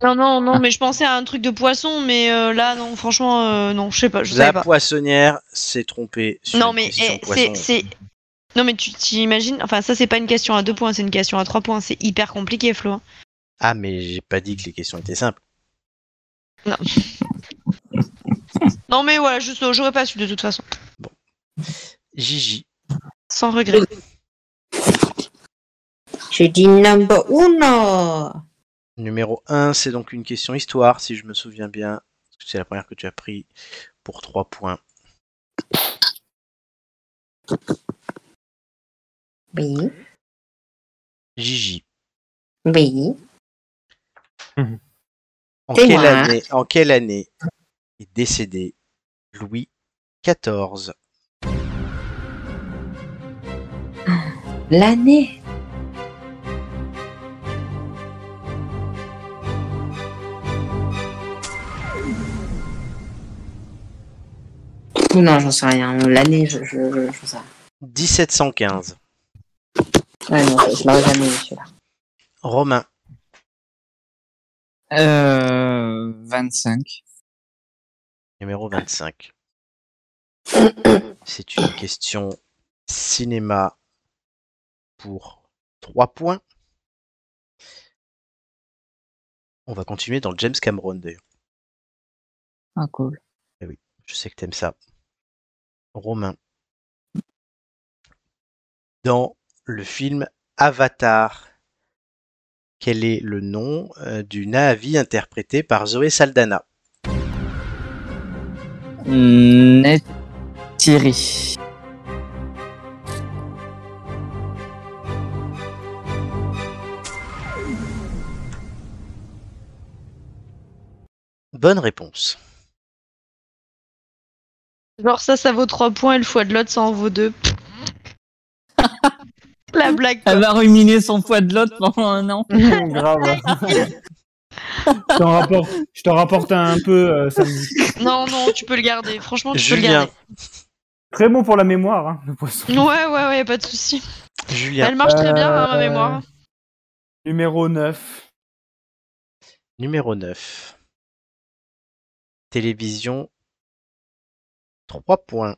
Speaker 2: Non, non, non, mais je pensais à un truc de poisson, mais euh, là, non, franchement, euh, non, je sais pas, je savais
Speaker 1: La
Speaker 2: pas.
Speaker 1: poissonnière s'est trompée sur
Speaker 2: Non,
Speaker 1: une
Speaker 2: mais
Speaker 1: position
Speaker 2: eh, c'est.
Speaker 1: poisson.
Speaker 2: c'est- Non, mais tu t'imagines, enfin, ça, c'est pas une question à deux points, c'est une question à trois points, c'est hyper compliqué, Flo. hein.
Speaker 1: Ah, mais j'ai pas dit que les questions étaient simples. [laughs]
Speaker 2: Non, mais voilà, juste, euh, j'aurais pas su de toute façon,
Speaker 1: Gigi,
Speaker 2: sans regret.
Speaker 3: Je dis number uno.
Speaker 1: numéro 1, c'est donc une question histoire, si je me souviens bien. Parce que C'est la première que tu as pris pour 3 points.
Speaker 3: Oui,
Speaker 1: Gigi,
Speaker 3: oui. Témoin.
Speaker 1: En quelle, année, en quelle année est décédé Louis XIV
Speaker 3: L'année. Non, j'en sais rien. L'année, je, je, je, je sais.
Speaker 1: 1715.
Speaker 3: rien. Ouais, non, je, je l'aurais jamais eu, celui-là.
Speaker 1: Romain,
Speaker 5: Euh. 25.
Speaker 1: numéro 25. C'est une question cinéma pour 3 points. On va continuer dans le James Cameron d'ailleurs.
Speaker 5: Ah, cool.
Speaker 1: Eh Je sais que t'aimes ça. Romain. Dans le film Avatar, quel est le nom euh, du Navi interprété par Zoé Saldana
Speaker 5: Hum, Net. Thierry.
Speaker 1: bonne réponse.
Speaker 2: Genre ça, ça vaut 3 points et le foie de l'autre, ça en vaut [laughs] 2. La blague.
Speaker 5: Elle va ruminer son foie de l'autre pendant un an.
Speaker 4: grave.
Speaker 11: Je t'en rapporte, je t'en rapporte un peu euh, samedi.
Speaker 2: [laughs] Non, non, tu peux le garder. Franchement, tu peux le
Speaker 11: Julien.
Speaker 2: garder.
Speaker 4: Très bon pour la mémoire, hein, le poisson.
Speaker 2: Ouais, ouais, ouais, pas de souci.
Speaker 1: Julien.
Speaker 2: Elle marche très bien, hein, ma
Speaker 4: Euh,
Speaker 2: mémoire.
Speaker 4: Numéro 9.
Speaker 1: Numéro 9. Télévision. 3 points.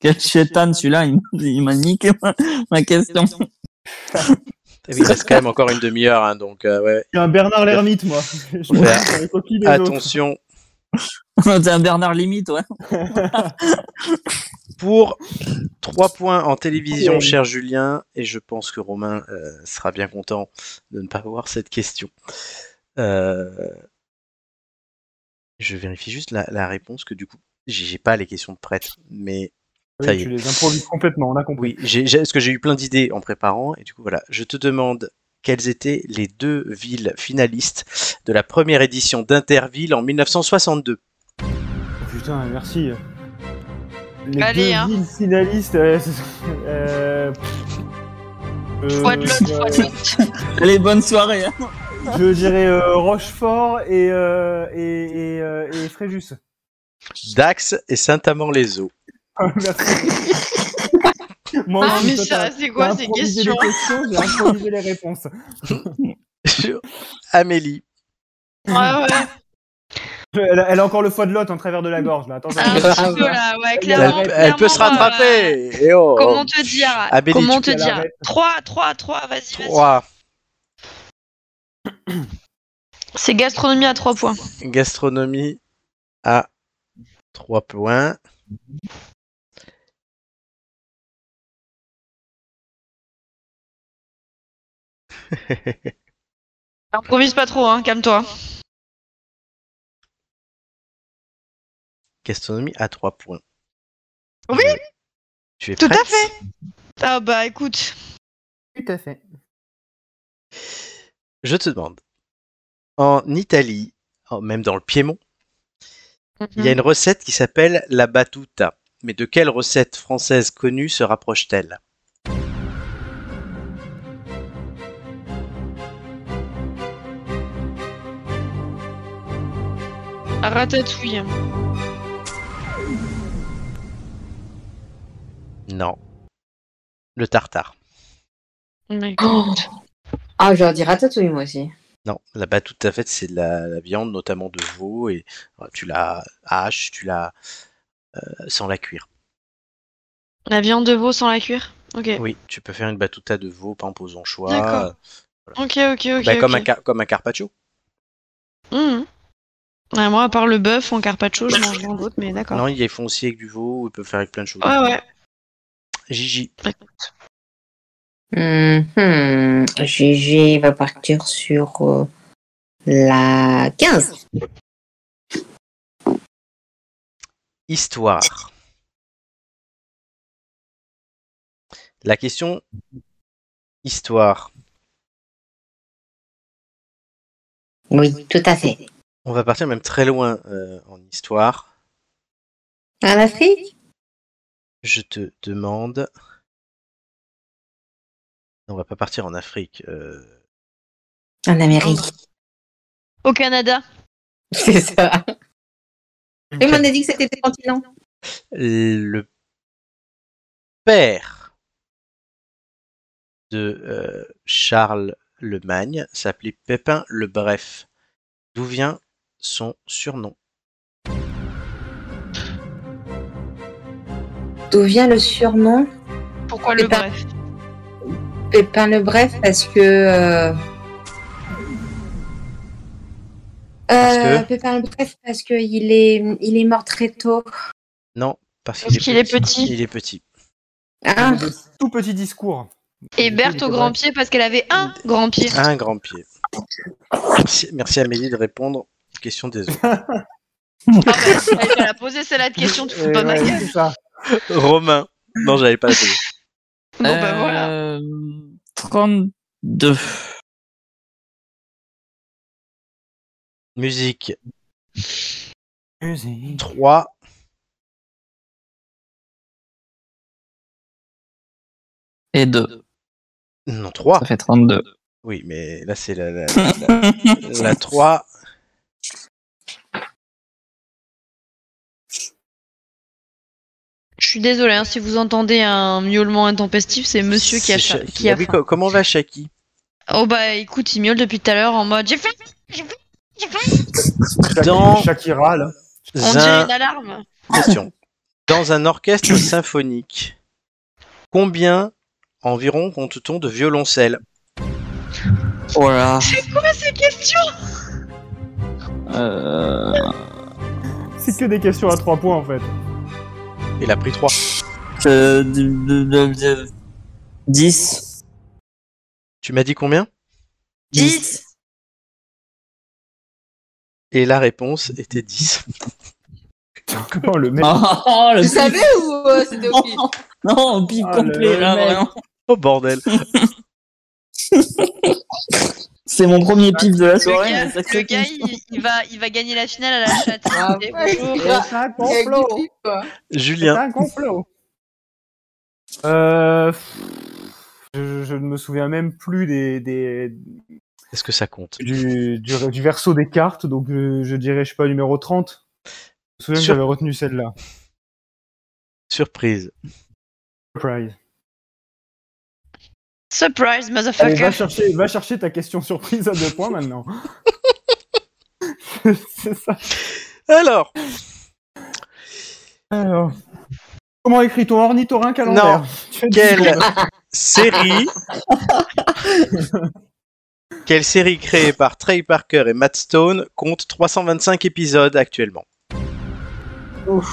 Speaker 5: Quel chétan, celui-là, il m'a- il m'a niqué ma, ma question.
Speaker 1: Eh oui, Il reste quand même encore une demi-heure, hein, donc euh, ouais.
Speaker 11: Je suis un Bernard l'ermite, moi. Je me
Speaker 1: Ouais.
Speaker 11: mets sur les copies des autres.
Speaker 5: [laughs]
Speaker 1: Attention.
Speaker 5: T'es un Bernard limite, ouais.
Speaker 1: Pour 3 points en télévision,
Speaker 5: Ouais.
Speaker 1: cher Julien, et je pense que Romain euh, sera bien content de ne pas avoir cette question. Euh, Je vérifie juste la, la réponse que du coup, j'ai j'ai pas les questions prêtes, mais
Speaker 4: Oui,
Speaker 1: ça y est.
Speaker 4: tu les improvises complètement, on a
Speaker 1: compris. Oui, j'ai- j'ai- parce que j'ai eu plein d'idées en préparant, et du coup, voilà. Je te demande quelles étaient les deux villes finalistes de la première édition d'Interville en 1962.
Speaker 4: Putain, merci. Les
Speaker 2: Allez,
Speaker 4: deux
Speaker 2: hein.
Speaker 4: villes finalistes. euh, c'est- euh, euh,
Speaker 5: Foie de l'autre,
Speaker 4: euh,
Speaker 5: foie de l'autre. [laughs] Allez, bonne soirée. hein.
Speaker 4: Je dirais euh, Rochefort et, euh, et, et, euh, et Fréjus.
Speaker 1: Dax et Saint-Amand-les-Eaux.
Speaker 4: [laughs] Moi
Speaker 2: Ah,
Speaker 4: aussi,
Speaker 2: mais
Speaker 4: toi,
Speaker 2: ça,
Speaker 4: t'as-
Speaker 2: c'est quoi
Speaker 4: t'as
Speaker 2: ces
Speaker 4: improvisé les
Speaker 2: questions
Speaker 4: J'ai improvisé les réponses.
Speaker 1: Amélie.
Speaker 2: Ouais, Ah, ouais.
Speaker 4: Elle a, elle a encore le foie de l'autre en travers de la gorge. Là. Attends,
Speaker 2: Un petit peu là, ouais, clairement.
Speaker 1: elle, elle peut se
Speaker 2: clairement,
Speaker 1: rattraper. Et oh,
Speaker 2: Comment te dire
Speaker 1: Amélie,
Speaker 2: Comment
Speaker 1: tu
Speaker 2: te
Speaker 1: peux la
Speaker 2: dire
Speaker 1: remettre.
Speaker 2: 3, 3, 3, vas-y, vas-y.
Speaker 1: Trois.
Speaker 2: C'est gastronomie à 3 points.
Speaker 1: Gastronomie Ah, à 3 points. [laughs]
Speaker 2: Improvise pas trop, hein, calme-toi.
Speaker 1: Gastronomie à 3 points.
Speaker 2: Oui,
Speaker 1: Tu es
Speaker 2: tout
Speaker 1: prête
Speaker 2: à fait. Ah bah écoute.
Speaker 4: Tout à fait.
Speaker 1: Je te demande. En Italie, en- même dans le Piémont, il y a une recette qui s'appelle la battuta. Mais de quelle recette française connue se rapproche-t-elle
Speaker 2: Ratatouille.
Speaker 1: Non. Le tartare.
Speaker 3: Oh. Ah, j'aurais dit ratatouille, moi aussi.
Speaker 1: Non, la battuta, en fait, c'est de la, la viande, notamment de veau, et euh, tu la haches, tu la. euh, sans la cuire.
Speaker 2: La viande de veau sans la cuire Ok.
Speaker 1: Oui, tu peux faire une battuta de veau, par exemple, aux anchois.
Speaker 2: D'accord.
Speaker 1: euh,
Speaker 2: Ok, ok, ok.
Speaker 1: bah, Comme,
Speaker 2: ok.
Speaker 1: un, car- comme un carpaccio.
Speaker 2: Mhm. Ouais, moi, à part le bœuf en carpaccio, je mange rien d'autre, mais d'accord.
Speaker 1: Non, ils les font aussi avec du veau, ils peuvent faire avec plein de choses.
Speaker 2: Ouais, ouais.
Speaker 1: Gigi.
Speaker 3: Mhm. GG va partir sur euh, la 15.
Speaker 1: Histoire. La question histoire.
Speaker 3: Oui, tout à fait.
Speaker 1: On va partir même très loin euh, en histoire.
Speaker 3: En Afrique
Speaker 1: Je te demande. On va pas partir en Afrique. euh,
Speaker 3: En Amérique.
Speaker 2: Au Canada.
Speaker 3: C'est ça. Et on a dit que c'était des continents.
Speaker 1: le père de euh, Charles Le Magne s'appelait Pépin le Bref. D'où vient son surnom
Speaker 3: D'où vient le surnom
Speaker 2: Pourquoi le
Speaker 3: Pépin-
Speaker 2: bref
Speaker 3: Pépin le Bref, parce que. euh, euh,
Speaker 1: que
Speaker 3: Pépin le Bref, parce qu'il est, il est mort très tôt.
Speaker 1: Non, parce
Speaker 3: Parce
Speaker 1: qu'il est, petit. Il est petit.
Speaker 3: Ah.
Speaker 4: Tout petit discours.
Speaker 2: Et Berthe au grand pied parce qu'elle avait un grand pied. Ah,
Speaker 1: Un Ah, grand pied. Merci, merci Amélie de répondre aux questions des autres.
Speaker 4: [laughs]
Speaker 2: bah, Elle a posé celle-là de question, tu te
Speaker 1: Euh,
Speaker 2: fous pas de
Speaker 1: Ah
Speaker 2: ma gueule.
Speaker 1: Romain. Non, j'avais [laughs] pas. appelé.
Speaker 2: Bon, bah voilà.
Speaker 5: Euh, 32.
Speaker 1: Musique. 3.
Speaker 5: Et 2.
Speaker 1: Non, 3.
Speaker 5: Ça fait 32.
Speaker 1: Oui, mais là, c'est
Speaker 5: [laughs]
Speaker 1: la, la, la- la 3.
Speaker 2: Je suis désolée, hein, si vous entendez un miaulement intempestif, c'est monsieur qui a,
Speaker 1: C'est
Speaker 2: fa-
Speaker 1: Shaki.
Speaker 2: qui a
Speaker 1: Ah oui,
Speaker 2: faim.
Speaker 1: co- comment va Shaki
Speaker 2: Oh bah écoute, il miaule depuis tout à l'heure en mode j'ai faim
Speaker 1: Dans
Speaker 4: Shakira, là.
Speaker 2: On dirait une alarme
Speaker 1: Question. Dans un orchestre symphonique, combien environ compte-t-on de violoncelles
Speaker 5: Oh là.
Speaker 2: C'est quoi ces questions
Speaker 5: Euh,
Speaker 4: C'est que des questions à 3 points en fait.
Speaker 1: Il a pris 3.
Speaker 5: Euh, 10.
Speaker 1: Tu m'as dit combien
Speaker 5: 10.
Speaker 1: Et la réponse était 10.
Speaker 4: Comment le mec
Speaker 5: Oh, le
Speaker 12: Vous
Speaker 5: pif.
Speaker 12: savez ou euh, c'était au pif
Speaker 5: Non, au pif
Speaker 12: Oh,
Speaker 5: complet,
Speaker 12: le
Speaker 5: là,
Speaker 12: mec.
Speaker 5: vraiment.
Speaker 1: Oh bordel.
Speaker 5: [laughs] C'est mon premier pif de la soirée. mais ça-
Speaker 2: Le gars, il, il va, il va gagner la finale à la chatte.
Speaker 5: Ah,
Speaker 2: Et bonjour.
Speaker 1: Julien.
Speaker 4: C'est un complot. Euh, pff, je, je ne me souviens même plus des, des-
Speaker 1: Est-ce que ça compte
Speaker 4: du, du- du verso des cartes, donc euh, je dirais, je sais pas, numéro 30. Je me souviens
Speaker 1: Sur-
Speaker 4: que j'avais retenu celle-là.
Speaker 1: Surprise.
Speaker 4: Surprise.
Speaker 2: Surprise,
Speaker 4: Allez, va,
Speaker 2: motherfucker.
Speaker 4: chercher, va chercher ta question surprise à deux points
Speaker 1: [laughs]
Speaker 4: maintenant. C'est ça.
Speaker 1: Alors.
Speaker 4: Alors. Comment écrit-on ornithorin calendaire
Speaker 1: Non.
Speaker 4: Tu as dit-
Speaker 1: Quelle série [laughs] Quelle série créée par Trey Parker et Matt Stone compte 325 épisodes actuellement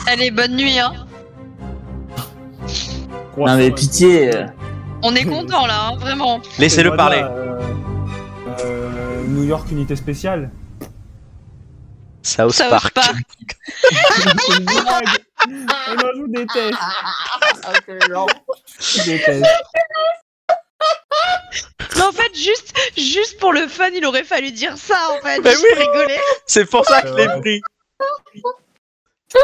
Speaker 2: Allez, bonne nuit. Hein.
Speaker 5: Non, mais pitié. euh.
Speaker 2: On est content là, hein, vraiment. [laughs]
Speaker 1: Laissez-le
Speaker 4: Et
Speaker 1: parler.
Speaker 4: euh, euh, New York unité spéciale.
Speaker 1: South,
Speaker 4: South
Speaker 1: Park.
Speaker 4: Park. C'est une blague. Oh [laughs] non, je vous déteste.
Speaker 3: Ah,
Speaker 4: Je vous déteste.
Speaker 2: Mais en fait, juste, juste pour le fun, il aurait fallu dire ça en fait.
Speaker 1: Bah
Speaker 2: juste
Speaker 1: oui.
Speaker 2: pour rigoler.
Speaker 1: C'est pour ça que je l'ai pris.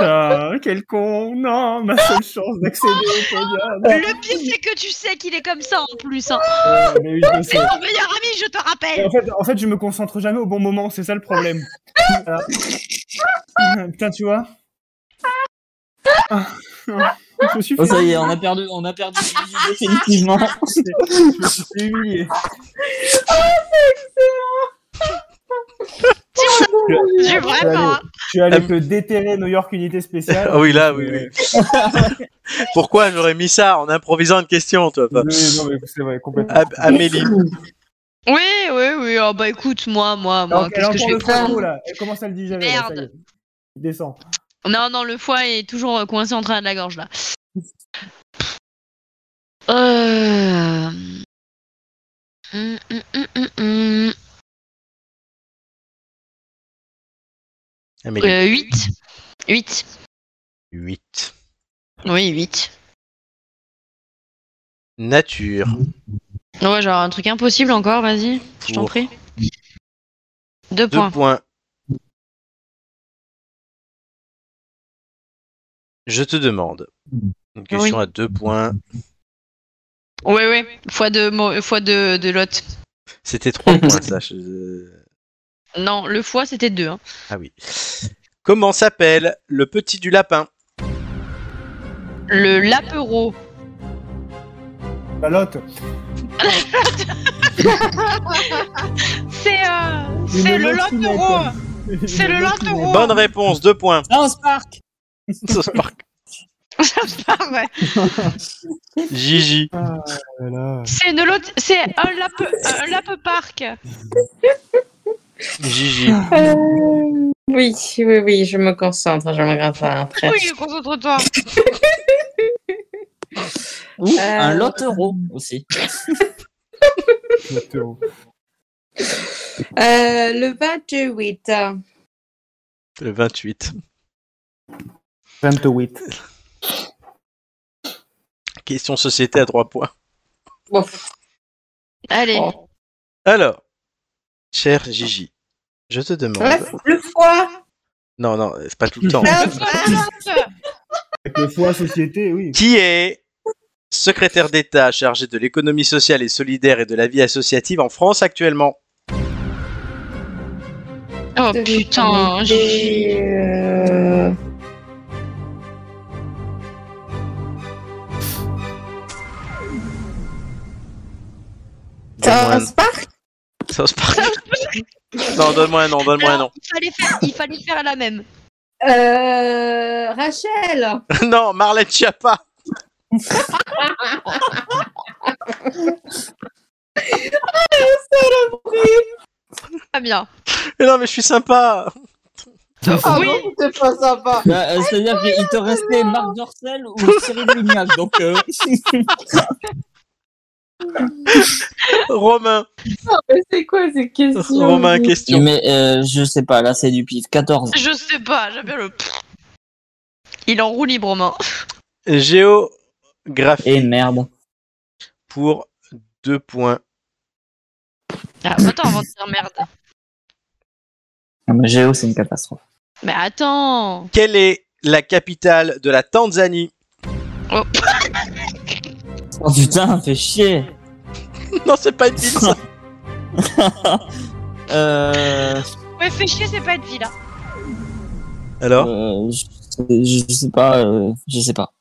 Speaker 4: Euh, Putain, quel con. Non, ma seule chance d'accéder au podium.
Speaker 2: Le pire, c'est que tu sais qu'il est comme ça en plus. Hein.
Speaker 4: Ouais, Euh, mais oui, je le
Speaker 2: C'est
Speaker 4: sais.
Speaker 2: ton meilleur ami, je te rappelle.
Speaker 4: En fait, en fait, je me concentre jamais au bon moment, c'est ça le problème. Voilà. Euh, Putain, tu vois. Ah, non, je me suis
Speaker 5: Oh,
Speaker 4: fait
Speaker 5: ça y est,
Speaker 4: humilier.
Speaker 5: on a perdu, on a perdu
Speaker 12: [laughs]
Speaker 5: Gigi définitivement.
Speaker 4: [laughs] Je me suis fait humilier.
Speaker 2: [laughs] Je suis
Speaker 4: Je suis
Speaker 2: vraiment.
Speaker 4: allé- Je suis allé te déterrer New York unité spéciale.
Speaker 1: Euh, Ah oui, là, oui,
Speaker 2: [laughs]
Speaker 1: oui. Pourquoi j'aurais mis ça en improvisant une question, toi pas-
Speaker 4: Oui, non, mais c'est vrai, complètement.
Speaker 1: Ab- Amélie.
Speaker 2: Oui, oui, oui. Oh, bah écoute, moi, moi, moi,
Speaker 4: Alors, elle
Speaker 2: qu'est-ce que je
Speaker 4: entend
Speaker 2: vais
Speaker 4: le
Speaker 2: faire
Speaker 4: flambeau, là. Elle commence à le digérer. là, ça y est. Il descend.
Speaker 2: Non, non, le foie est toujours euh, coincé en train de la gorge là. Euh... Hum, hum, hum, hum, hum.
Speaker 1: Amélie.
Speaker 2: Euh, 8. 8.
Speaker 1: 8.
Speaker 2: Oui, 8.
Speaker 1: Nature.
Speaker 2: Ouais, genre un truc impossible encore, vas-y, je t'en
Speaker 1: Pour
Speaker 2: prie. Deux
Speaker 1: Deux
Speaker 2: points.
Speaker 1: points. Je te demande une question à deux points.
Speaker 2: Ouais, ouais, fois de, mo- fois de, de lot. [laughs]
Speaker 1: C'était trois points, ça. je-
Speaker 2: Non, le foie c'était deux. Hein.
Speaker 1: Ah oui. Comment s'appelle le petit du lapin
Speaker 2: Le lapero.
Speaker 4: La lotte.
Speaker 2: C'est euh, c'est le lapero. [laughs] C'est le lapero.
Speaker 1: Bonne réponse, deux points.
Speaker 5: Non,
Speaker 1: [laughs]
Speaker 5: Spark
Speaker 1: South Park.
Speaker 2: Ah, ouais.
Speaker 1: Gigi.
Speaker 4: Ah
Speaker 2: C'est une lot- c'est un lape un lape parc.
Speaker 1: Gigi.
Speaker 5: Ah.
Speaker 3: Euh, oui, oui, oui, je me concentre, je me regarde pas après.
Speaker 2: Oui, concentre-toi.
Speaker 5: Ou un lotero aussi.
Speaker 3: Euh, le 28. euh,
Speaker 1: Le 28.
Speaker 4: 28.
Speaker 1: Question société à trois points.
Speaker 2: Allez.
Speaker 1: Alors, cher Gigi, je te demande
Speaker 3: Le foie.
Speaker 1: Non, non, c'est pas tout le temps.
Speaker 4: Avec le foie société, oui.
Speaker 1: Qui est secrétaire d'État chargé de l'économie sociale et solidaire et de la vie associative en France actuellement
Speaker 2: Oh putain, j'ai.
Speaker 1: Donne-moi
Speaker 3: South Park
Speaker 1: un- South Park. Non, donne-moi un nom, donne-moi un nom. [laughs]
Speaker 2: Il fallait faire, il fallait faire la même.
Speaker 12: Euh, Rachel
Speaker 1: Non, Marlène Schiappa.
Speaker 2: Pas bien.
Speaker 1: Mais non, mais je suis sympa.
Speaker 12: Ah non, c'est pas sympa.
Speaker 5: Bah, euh, C'est-à-dire qu'il
Speaker 2: Ah,
Speaker 5: te restait Marc Dorcel ou Cyril Lignac, donc... euh,
Speaker 1: [laughs] Romain.
Speaker 12: mais c'est quoi ces questions
Speaker 5: Mais euh, je sais pas, là c'est du pif. 14.
Speaker 2: Je sais pas, j'aime bien le. Il en roue libre, Romain.
Speaker 1: Géographie.
Speaker 5: Et Eh, merde.
Speaker 1: Pour deux points.
Speaker 2: Ah, attends, avant de dire merde.
Speaker 5: Ah, mais Géo, c'est une catastrophe.
Speaker 2: Mais attends.
Speaker 1: Quelle est la capitale de la Tanzanie
Speaker 2: Oh.
Speaker 5: Oh putain, fais
Speaker 1: [laughs]
Speaker 5: chier.
Speaker 1: [laughs] non, c'est pas une ville, ça.
Speaker 5: euh...
Speaker 2: Ouais, fais chier, c'est pas être vie là.
Speaker 1: Alors
Speaker 5: euh, je, je sais pas, euh, je sais pas.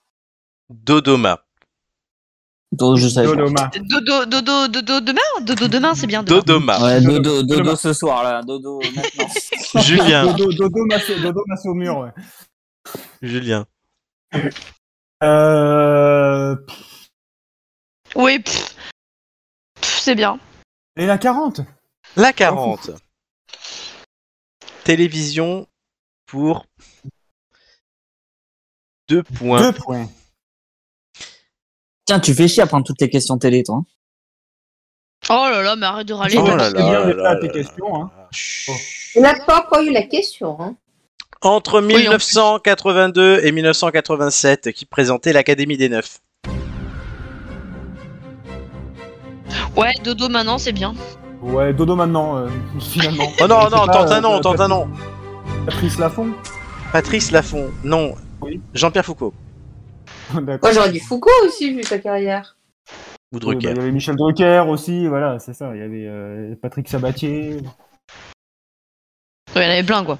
Speaker 1: Dodoma.
Speaker 5: Do, je savais pas.
Speaker 2: Dodo, dodo, dodo demain Dodo demain, c'est bien demain. [laughs]
Speaker 1: Dodoma.
Speaker 5: Ouais, dodo, dodo ce soir là, dodo maintenant.
Speaker 1: Julien.
Speaker 4: Dodo, dodo, massé, dodo massé au mur, ouais.
Speaker 1: Julien.
Speaker 4: Euh...
Speaker 2: Oui, pff. Pff, c'est bien.
Speaker 4: Et la 40
Speaker 1: La 40. Télévision pour deux points.
Speaker 4: Deux points.
Speaker 5: [laughs] Tiens, tu fais chier à prendre toutes tes questions télé, toi. hein.
Speaker 2: Oh là là, mais arrête de râler.
Speaker 5: Oh
Speaker 2: toi.
Speaker 5: là là. Ah,
Speaker 4: Bien des
Speaker 5: là
Speaker 1: Ah,
Speaker 4: plats, tes questions, hein.
Speaker 3: On n'a pas encore eu la question. Hein.
Speaker 1: Entre 1982 et 1987, qui présentait l'Académie des Neufs.
Speaker 2: Ouais, dodo maintenant, c'est bien.
Speaker 4: Ouais, dodo maintenant, euh, finalement.
Speaker 1: Oh non,
Speaker 4: Je sais
Speaker 1: non,
Speaker 4: pas,
Speaker 1: tente un
Speaker 4: euh,
Speaker 1: nom, tente
Speaker 4: Patrice-
Speaker 1: un nom.
Speaker 4: Patrice Lafont
Speaker 1: Patrice Laffont, non. Jean-Pierre Foucault.
Speaker 4: [laughs] D'accord.
Speaker 3: Moi, Oh, j'aurais dit Foucault aussi, vu sa carrière.
Speaker 1: Ou
Speaker 4: Oui, bah, Il
Speaker 1: Drucker.
Speaker 4: y avait Michel Drucker aussi, voilà, c'est ça. Il y avait euh, Patrick Sabatier.
Speaker 2: Ouais, Il y en avait plein, quoi.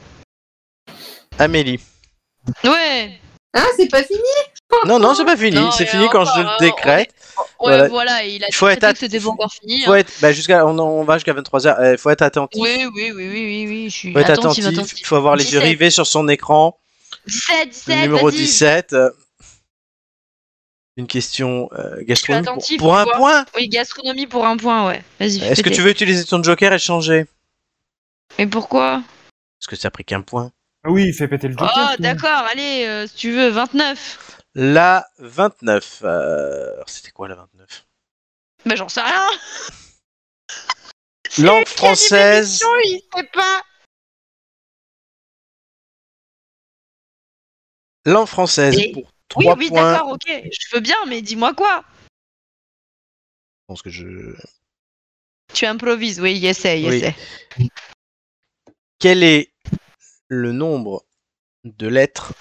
Speaker 1: Amélie.
Speaker 2: Ouais.
Speaker 3: Ah, c'est pas fini
Speaker 1: Non, non, c'est pas fini.
Speaker 2: Non,
Speaker 1: c'est
Speaker 2: et
Speaker 1: fini quand
Speaker 2: encore,
Speaker 1: je
Speaker 2: hein,
Speaker 1: le décrète.
Speaker 2: Ouais,
Speaker 1: Voilà.
Speaker 2: voilà, et il a
Speaker 1: Il faut
Speaker 2: dit
Speaker 1: être
Speaker 2: que
Speaker 1: att-
Speaker 2: c'était pas encore fini.
Speaker 1: Faut
Speaker 2: hein.
Speaker 1: être, bah, jusqu'à, on, on va jusqu'à 23h. Il faut être attentif.
Speaker 2: Oui, oui, oui, oui, oui, oui, je suis
Speaker 1: faut être
Speaker 2: attentive,
Speaker 1: attentif.
Speaker 2: attentive.
Speaker 1: Il faut avoir les yeux
Speaker 2: 17.
Speaker 1: rivés sur son écran.
Speaker 2: 17,
Speaker 1: Le
Speaker 2: 17,
Speaker 1: numéro
Speaker 2: vas-y.
Speaker 1: 17. euh, Une question euh,
Speaker 2: Je suis
Speaker 1: gastronomique pour-
Speaker 2: attentive,
Speaker 1: pour,
Speaker 2: tu
Speaker 1: un
Speaker 2: vois.
Speaker 1: point.
Speaker 2: Oui, gastronomie pour un point, ouais. Vas-y.
Speaker 1: Est-ce que
Speaker 2: fais-les.
Speaker 1: tu veux utiliser ton joker et changer
Speaker 2: Mais pourquoi
Speaker 1: Parce que ça a pris qu'un point.
Speaker 4: Ah Oui, il fait péter le
Speaker 2: Oh, d'accord, allez, euh, si tu veux, 29.
Speaker 1: La 29. euh, alors, C'était quoi la 29
Speaker 2: Bah, j'en sais rien.
Speaker 1: Langue
Speaker 2: Il y a des
Speaker 1: française.
Speaker 2: questions, il sait pas.
Speaker 1: Langue française
Speaker 2: Et-
Speaker 1: pour
Speaker 2: Oui,
Speaker 1: 3
Speaker 2: oui,
Speaker 1: points.
Speaker 2: d'accord, ok. Je veux bien, mais dis-moi quoi.
Speaker 1: Je pense que je.
Speaker 2: Tu improvises, oui, essaye,
Speaker 1: Oui.
Speaker 2: essaye.
Speaker 1: Quel est le nombre de lettres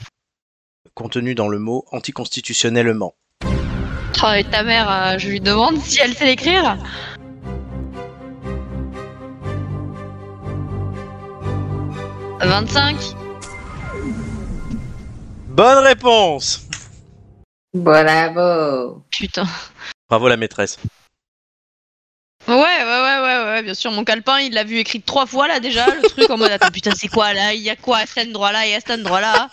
Speaker 1: contenues dans le mot anticonstitutionnellement
Speaker 2: Oh, et ta mère, euh, je lui demande si elle sait l'écrire. « 25
Speaker 1: Bonne réponse
Speaker 3: Bravo.
Speaker 2: Putain.
Speaker 1: Bravo la maîtresse.
Speaker 2: Ouais, ouais, ouais, ouais, ouais, bien sûr. Mon calepin, il l'a vu écrit trois fois là déjà, le truc en mode attends, putain, c'est quoi là Il y a quoi à cet endroit là et à cet endroit là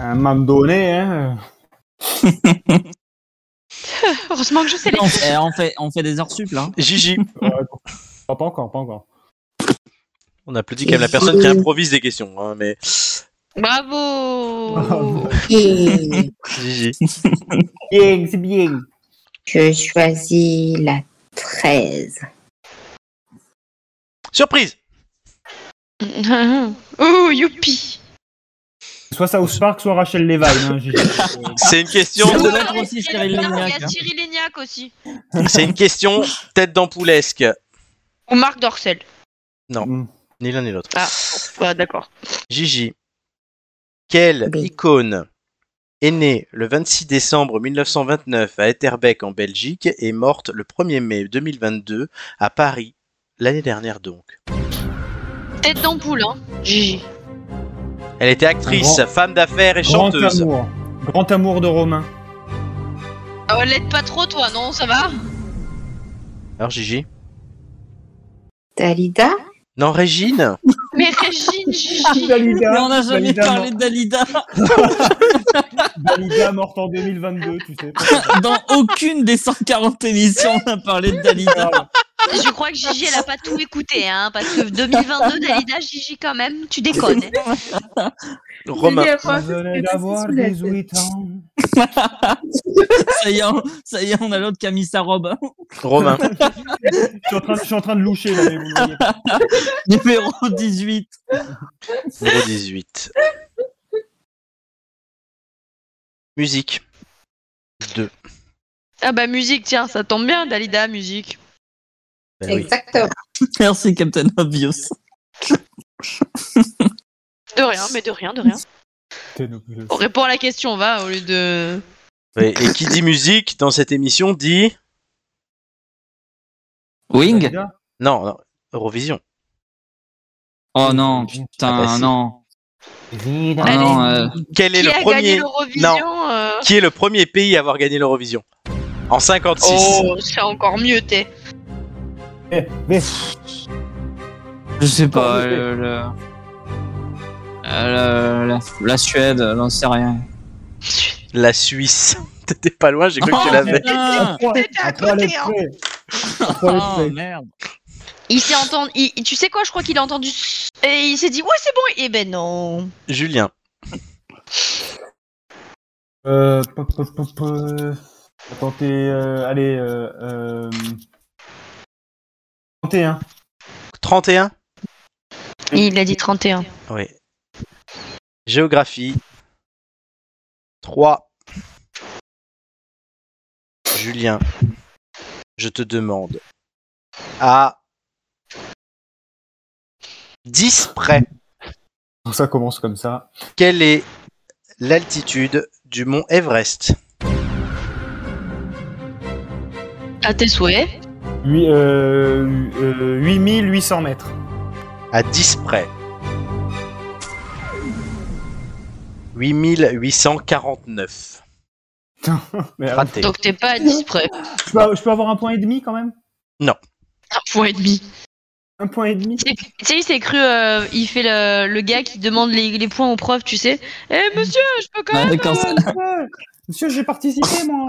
Speaker 4: À un moment donné,
Speaker 1: [laughs]
Speaker 4: hein.
Speaker 2: [laughs] Heureusement que je sais les.
Speaker 5: On fait, on, fait, on fait des heures sup, là.
Speaker 1: Gigi.
Speaker 4: Ouais, pas pas encore, pas encore.
Speaker 1: On applaudit quand même la personne qui improvise des questions, hein, mais
Speaker 2: Bravo
Speaker 3: Et
Speaker 1: [laughs] Gigi.
Speaker 4: Bien, c'est bien.
Speaker 3: je choisis la 13.
Speaker 2: [laughs]
Speaker 1: Surprise
Speaker 2: Oh, youpi
Speaker 4: Soit South Park, soit Rachel Levine. Hein, Gigi.
Speaker 1: [laughs] C'est une question,
Speaker 5: Ça
Speaker 1: de-
Speaker 5: doit être aussi Cyril
Speaker 2: Il y
Speaker 5: Lignac. hein.
Speaker 2: a Cyril Lignac aussi.
Speaker 1: c'est une question tête d'ampoulesque.
Speaker 2: Ou Marc Dorcel.
Speaker 1: Non,
Speaker 4: Hmm.
Speaker 1: ni l'un ni l'autre.
Speaker 2: Ah, ouais, d'accord.
Speaker 1: Gigi, quelle icône est née le 26 décembre 1929 à Etterbeek en Belgique et morte le 1er mai 2022 à Paris, l'année dernière donc
Speaker 2: Tête d'ampoule, hein, Gigi.
Speaker 1: Elle était actrice,
Speaker 4: Un grand-
Speaker 1: femme d'affaires et
Speaker 4: Grand
Speaker 1: chanteuse.
Speaker 4: amour. Grand amour de Romain.
Speaker 2: Ah ouais, l'aide pas trop, toi, non, ça va
Speaker 1: Alors Gigi
Speaker 3: Dalida
Speaker 1: Non, Régine
Speaker 2: Mais Régine, Gigi
Speaker 4: Mais
Speaker 5: on n'a jamais parlé de Dalida.
Speaker 4: [laughs] Dalida morte en 2022, tu sais.
Speaker 5: Dans aucune des 140 émissions, on a parlé de Dalida.
Speaker 2: Je crois que Gigi, elle a pas tout écouté, hein, parce que 2022, Dalida, Gigi quand même, tu déconnes. hein.
Speaker 1: Romain.
Speaker 4: venait d'avoir 18 ans.
Speaker 5: ça, y est, on, ça y est, on a l'autre qui a mis sa robe. hein.
Speaker 1: Romain.
Speaker 4: je, suis en train, je suis en train de loucher là, mais vous le
Speaker 3: [laughs]
Speaker 4: voyez pas.
Speaker 5: [laughs] Numéro 18.
Speaker 1: Numéro 18. Musique. 2.
Speaker 2: Ah bah musique, tiens, ça tombe bien, Dalida, musique.
Speaker 5: Bah
Speaker 1: Ben
Speaker 3: Exactement.
Speaker 5: Merci, Captain Obvious.
Speaker 2: De rien, mais de rien, de rien. On répond à la question, on va, au lieu de...
Speaker 1: Et, et qui dit musique dans cette émission dit.
Speaker 5: Wing
Speaker 1: Non, non, Eurovision.
Speaker 5: Oh non, putain,
Speaker 1: Ah bah si.
Speaker 5: non.
Speaker 1: Allez.
Speaker 5: Ah non, euh,
Speaker 1: Quel est
Speaker 2: Qui
Speaker 1: le
Speaker 2: a
Speaker 1: premier
Speaker 2: gagné l'Eurovision
Speaker 1: Non.
Speaker 2: euh
Speaker 1: Qui est le premier pays à avoir gagné l'Eurovision En 56.
Speaker 2: Oh, c'est encore mieux, t'es.
Speaker 5: je sais pas, euh, le- euh, la, la Suède, euh, j'en sais rien.
Speaker 1: La Suisse. [laughs] T'étais pas loin, j'ai cru
Speaker 2: Oh,
Speaker 1: que tu l'avais.
Speaker 5: Oh, putain
Speaker 4: à côté,
Speaker 5: [laughs] Oh merde.
Speaker 2: Il s'est entendu... il- Tu sais quoi, je crois qu'il a entendu... s- Et il s'est dit, ouais, c'est bon, et ben non.
Speaker 1: Julien.
Speaker 4: Euh, pop, pop, pop, euh, Attends, t'es. euh, allez, euh. euh... 31.
Speaker 1: 31
Speaker 2: Il a dit 31.
Speaker 1: Oui. Géographie. 3. Julien, je te demande à 10 près,
Speaker 4: Donc ça commence comme ça.
Speaker 1: quelle est l'altitude du mont Everest
Speaker 2: À tes souhaits.
Speaker 4: Huit- euh, euh, 8800 mètres.
Speaker 1: À 10 près. 8849.
Speaker 4: Mais, euh,
Speaker 1: Raté.
Speaker 2: Donc t'es pas à 10 près.
Speaker 4: je, peux, avoir- je peux avoir un point et demi quand même [laughs]
Speaker 1: Non.
Speaker 2: Un point et demi.
Speaker 4: Un point et demi
Speaker 2: Tu sais, il s'est cru, euh, il fait le, le gars qui demande les, les points au prof, tu sais. Eh monsieur, je peux
Speaker 4: Bah,
Speaker 2: quand
Speaker 5: Ah,
Speaker 2: même.
Speaker 5: d'accord,
Speaker 2: euh,
Speaker 5: ça-
Speaker 4: Monsieur, j'ai participé moi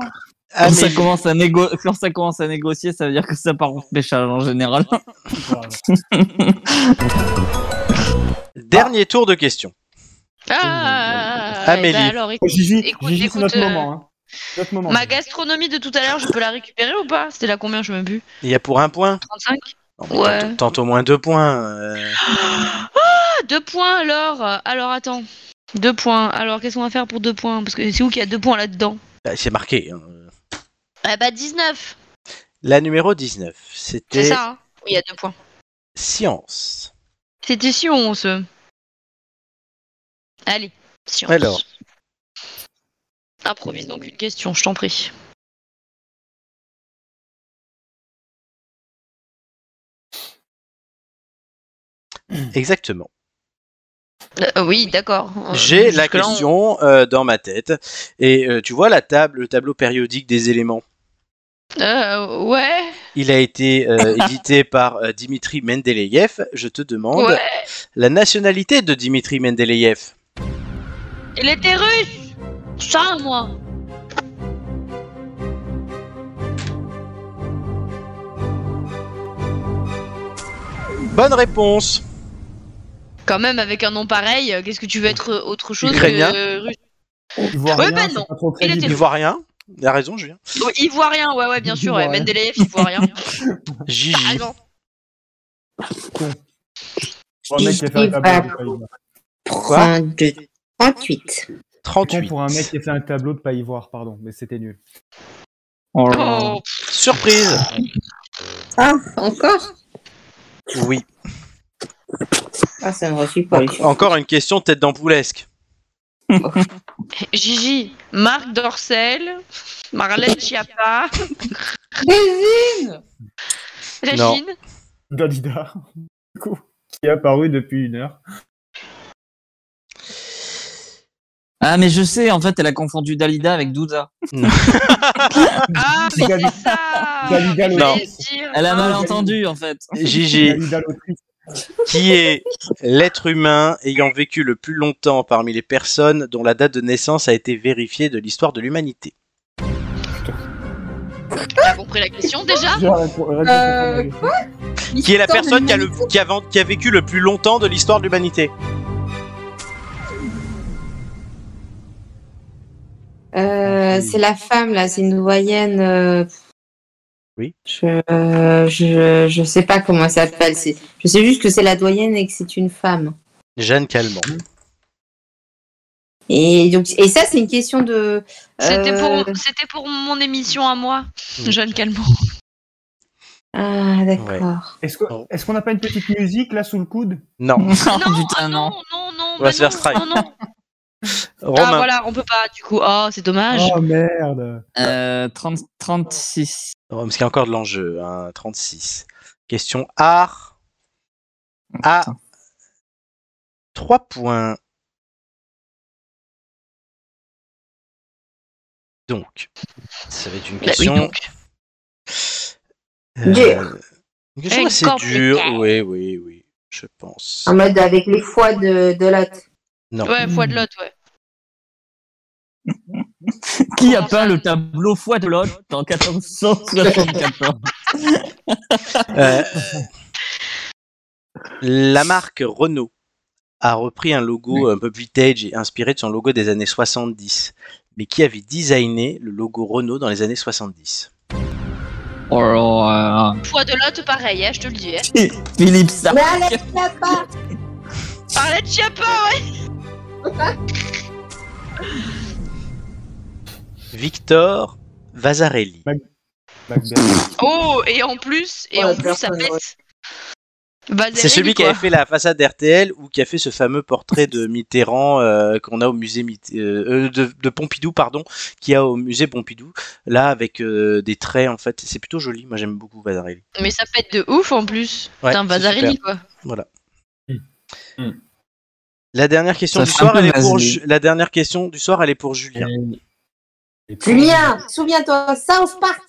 Speaker 1: Ah,
Speaker 5: quand,
Speaker 1: mais-
Speaker 5: ça commence à négo- quand ça commence à négocier, ça veut dire que ça part en pêchage en général.
Speaker 1: Dernier tour de question.
Speaker 2: Ah,
Speaker 1: Amélie.
Speaker 2: eh ben alors, écoute,
Speaker 4: Euh, Gigi,
Speaker 2: écoute,
Speaker 4: Gigi, c'est
Speaker 2: écoute,
Speaker 4: notre
Speaker 2: euh,
Speaker 4: moment. Hein. Notre moment.
Speaker 2: Ma gastronomie de tout à l'heure, je peux la récupérer ou pas C'était la combien Je me plus.
Speaker 1: Il y a pour un point
Speaker 2: 35
Speaker 1: Non, mais
Speaker 2: Ouais.
Speaker 1: tente- Tente au moins deux points. euh.
Speaker 2: Ah, deux points alors. Alors attends. Deux points. Alors qu'est-ce qu'on va faire pour deux points Parce que c'est où qu'il y a deux points là-dedans
Speaker 1: Bah, C'est marqué. hein.
Speaker 2: Ah bah 19.
Speaker 1: La numéro 19,
Speaker 2: C'est
Speaker 1: c'était
Speaker 2: ça. hein Oui, il y a deux points.
Speaker 1: science.
Speaker 2: C'était science. Allez, science.
Speaker 1: Alors,
Speaker 2: Improvise donc une question, je t'en prie.
Speaker 1: exactement.
Speaker 2: Euh, oui, d'accord. Euh,
Speaker 1: J'ai la
Speaker 2: jusque-là, on-
Speaker 1: question euh, dans ma tête. Et euh, tu vois la table, le tableau périodique des éléments.
Speaker 2: Euh, ouais.
Speaker 1: Il a été
Speaker 2: [laughs]
Speaker 1: euh, édité par euh, Dimitri Mendeleïev. Je te demande
Speaker 2: Ouais.
Speaker 1: la nationalité de Dimitri Mendeleïev.
Speaker 2: Il était russe. Ça, moi.
Speaker 1: Bonne réponse.
Speaker 2: Quand même, avec un nom pareil, euh, qu'est-ce que tu veux être euh, autre chose
Speaker 1: Ukrainien.
Speaker 2: que euh, russe
Speaker 4: Ivoirien,
Speaker 2: Ouais, ben
Speaker 4: c'est
Speaker 2: non.
Speaker 4: pas trop
Speaker 2: Il était
Speaker 4: crédible.
Speaker 1: Il voit rien. Il a raison, Julien.
Speaker 2: Oh, Ivoirien, ouais, ouais, bien sûr. ouais,
Speaker 4: Ivoirien.
Speaker 2: Mendeleev, ivoirien. T'as
Speaker 1: [laughs] Gigi.
Speaker 2: raison.
Speaker 4: Pour un mec qui a fait un
Speaker 3: Il
Speaker 4: tableau,
Speaker 3: va
Speaker 4: de pas y voir.
Speaker 1: Quoi
Speaker 3: 32. 38.
Speaker 4: C'est con
Speaker 1: 38.
Speaker 4: pour un mec qui a fait un tableau de pas y voir, pardon, mais c'était nul.
Speaker 5: Oh là là.
Speaker 2: Oh,
Speaker 1: Surprise.
Speaker 3: Ah, encore
Speaker 1: Oui.
Speaker 3: Ah, ça me refuse pas.
Speaker 1: En- encore une question tête d'ampoulesque.
Speaker 2: Gigi, Marc Dorcel,
Speaker 1: [laughs]
Speaker 2: Marlène Chiappa,
Speaker 12: Résine
Speaker 4: Non.
Speaker 2: Régine.
Speaker 4: Dalida, du coup, qui est apparu depuis une heure.
Speaker 5: [laughs] Ah, mais je sais, en fait, elle a confondu Dalida avec Douda.
Speaker 2: [laughs] Ah, mais c'est ça Ah,
Speaker 4: Dalida,
Speaker 5: Non. Elle a mal entendu, en fait.
Speaker 1: Gigi, qui est l'être humain ayant vécu le plus longtemps parmi les personnes dont la date de naissance a été vérifiée de l'histoire de l'humanité
Speaker 2: T'as compris la question déjà
Speaker 12: Euh, quoi
Speaker 1: Qui est la
Speaker 12: L'histoire de
Speaker 1: personne qui a, le- qui a ven- qui a vécu le plus longtemps de l'histoire de l'humanité
Speaker 3: Euh, c'est la femme, là, c'est une doyenne. euh,
Speaker 1: Oui.
Speaker 3: Je, euh, je, je sais pas comment ça s'appelle. c'est- Je sais juste que c'est la doyenne et que c'est une femme.
Speaker 1: Jeanne Calment.
Speaker 2: Ah
Speaker 3: Et, donc, et ça, c'est une question de.
Speaker 2: C'était
Speaker 3: euh,
Speaker 2: pour, c'était pour mon émission à moi, Jeanne Calment.
Speaker 3: Ah, d'accord.
Speaker 4: Est-ce que- est-ce qu'on n'a pas une petite musique là sous le coude
Speaker 1: Non. [laughs] ah
Speaker 4: [laughs]
Speaker 5: putain, non.
Speaker 2: Non, non,
Speaker 1: On va se faire strike.
Speaker 2: non, non. Ah
Speaker 1: [laughs] Romain.
Speaker 2: voilà, on peut pas du coup. Oh, c'est dommage.
Speaker 4: merde.
Speaker 5: Euh, 30, 36.
Speaker 1: Oh, parce qu'il y a encore de l'enjeu. hein, 36. Question art. À 3 Ah. points. Donc, ça va être une
Speaker 10: Bah oui,
Speaker 1: question.
Speaker 10: donc.
Speaker 1: Euh,
Speaker 3: Dure.
Speaker 1: Une question
Speaker 3: Et
Speaker 1: assez
Speaker 3: compliquée.
Speaker 1: dure. Oui, oui, oui. Je pense.
Speaker 3: En mode avec les foies de, de l'autre.
Speaker 1: Non.
Speaker 2: Ouais, foie de l'autre, ouais.
Speaker 5: [laughs] Qui a peint le tableau Foi de l'autre en 1474
Speaker 1: Euh, la marque Renault a repris un logo un peu vintage et inspiré de son logo des années 70. Mais qui avait designé le logo Renault dans les années 70
Speaker 5: Oh là
Speaker 2: Foie de l'autre, pareil, hein, je te le dis. hein.
Speaker 5: là. Philippe Sark.
Speaker 3: Chiappa
Speaker 2: Arlette Chiappa, Ah, ouais
Speaker 1: Victor Vasarelli.
Speaker 2: Oh, et en plus, et en plus ça pète. Vasarely,
Speaker 1: C'est celui qui
Speaker 2: quoi.
Speaker 1: avait fait la façade RTL ou qui a fait ce fameux portrait de Mitterrand euh, qu'on a au musée Mit- euh, euh, de, de Pompidou, pardon, qu'il y a au musée Pompidou, là avec euh, des traits en fait. C'est plutôt joli, moi j'aime beaucoup Vasarelly.
Speaker 2: Mais ça pète de ouf en plus.
Speaker 1: Ouais,
Speaker 2: Putain,
Speaker 1: c'est
Speaker 2: Vasarely,
Speaker 1: super.
Speaker 2: quoi.
Speaker 1: Voilà.
Speaker 4: Hmm.
Speaker 1: La dernière question
Speaker 10: Ça
Speaker 1: du
Speaker 10: fait un
Speaker 1: soir,
Speaker 10: peu
Speaker 1: elle est pour
Speaker 10: Vasely.
Speaker 1: Ju- la dernière question du soir, elle est pour Julien.
Speaker 3: Julien, souviens-toi, South Park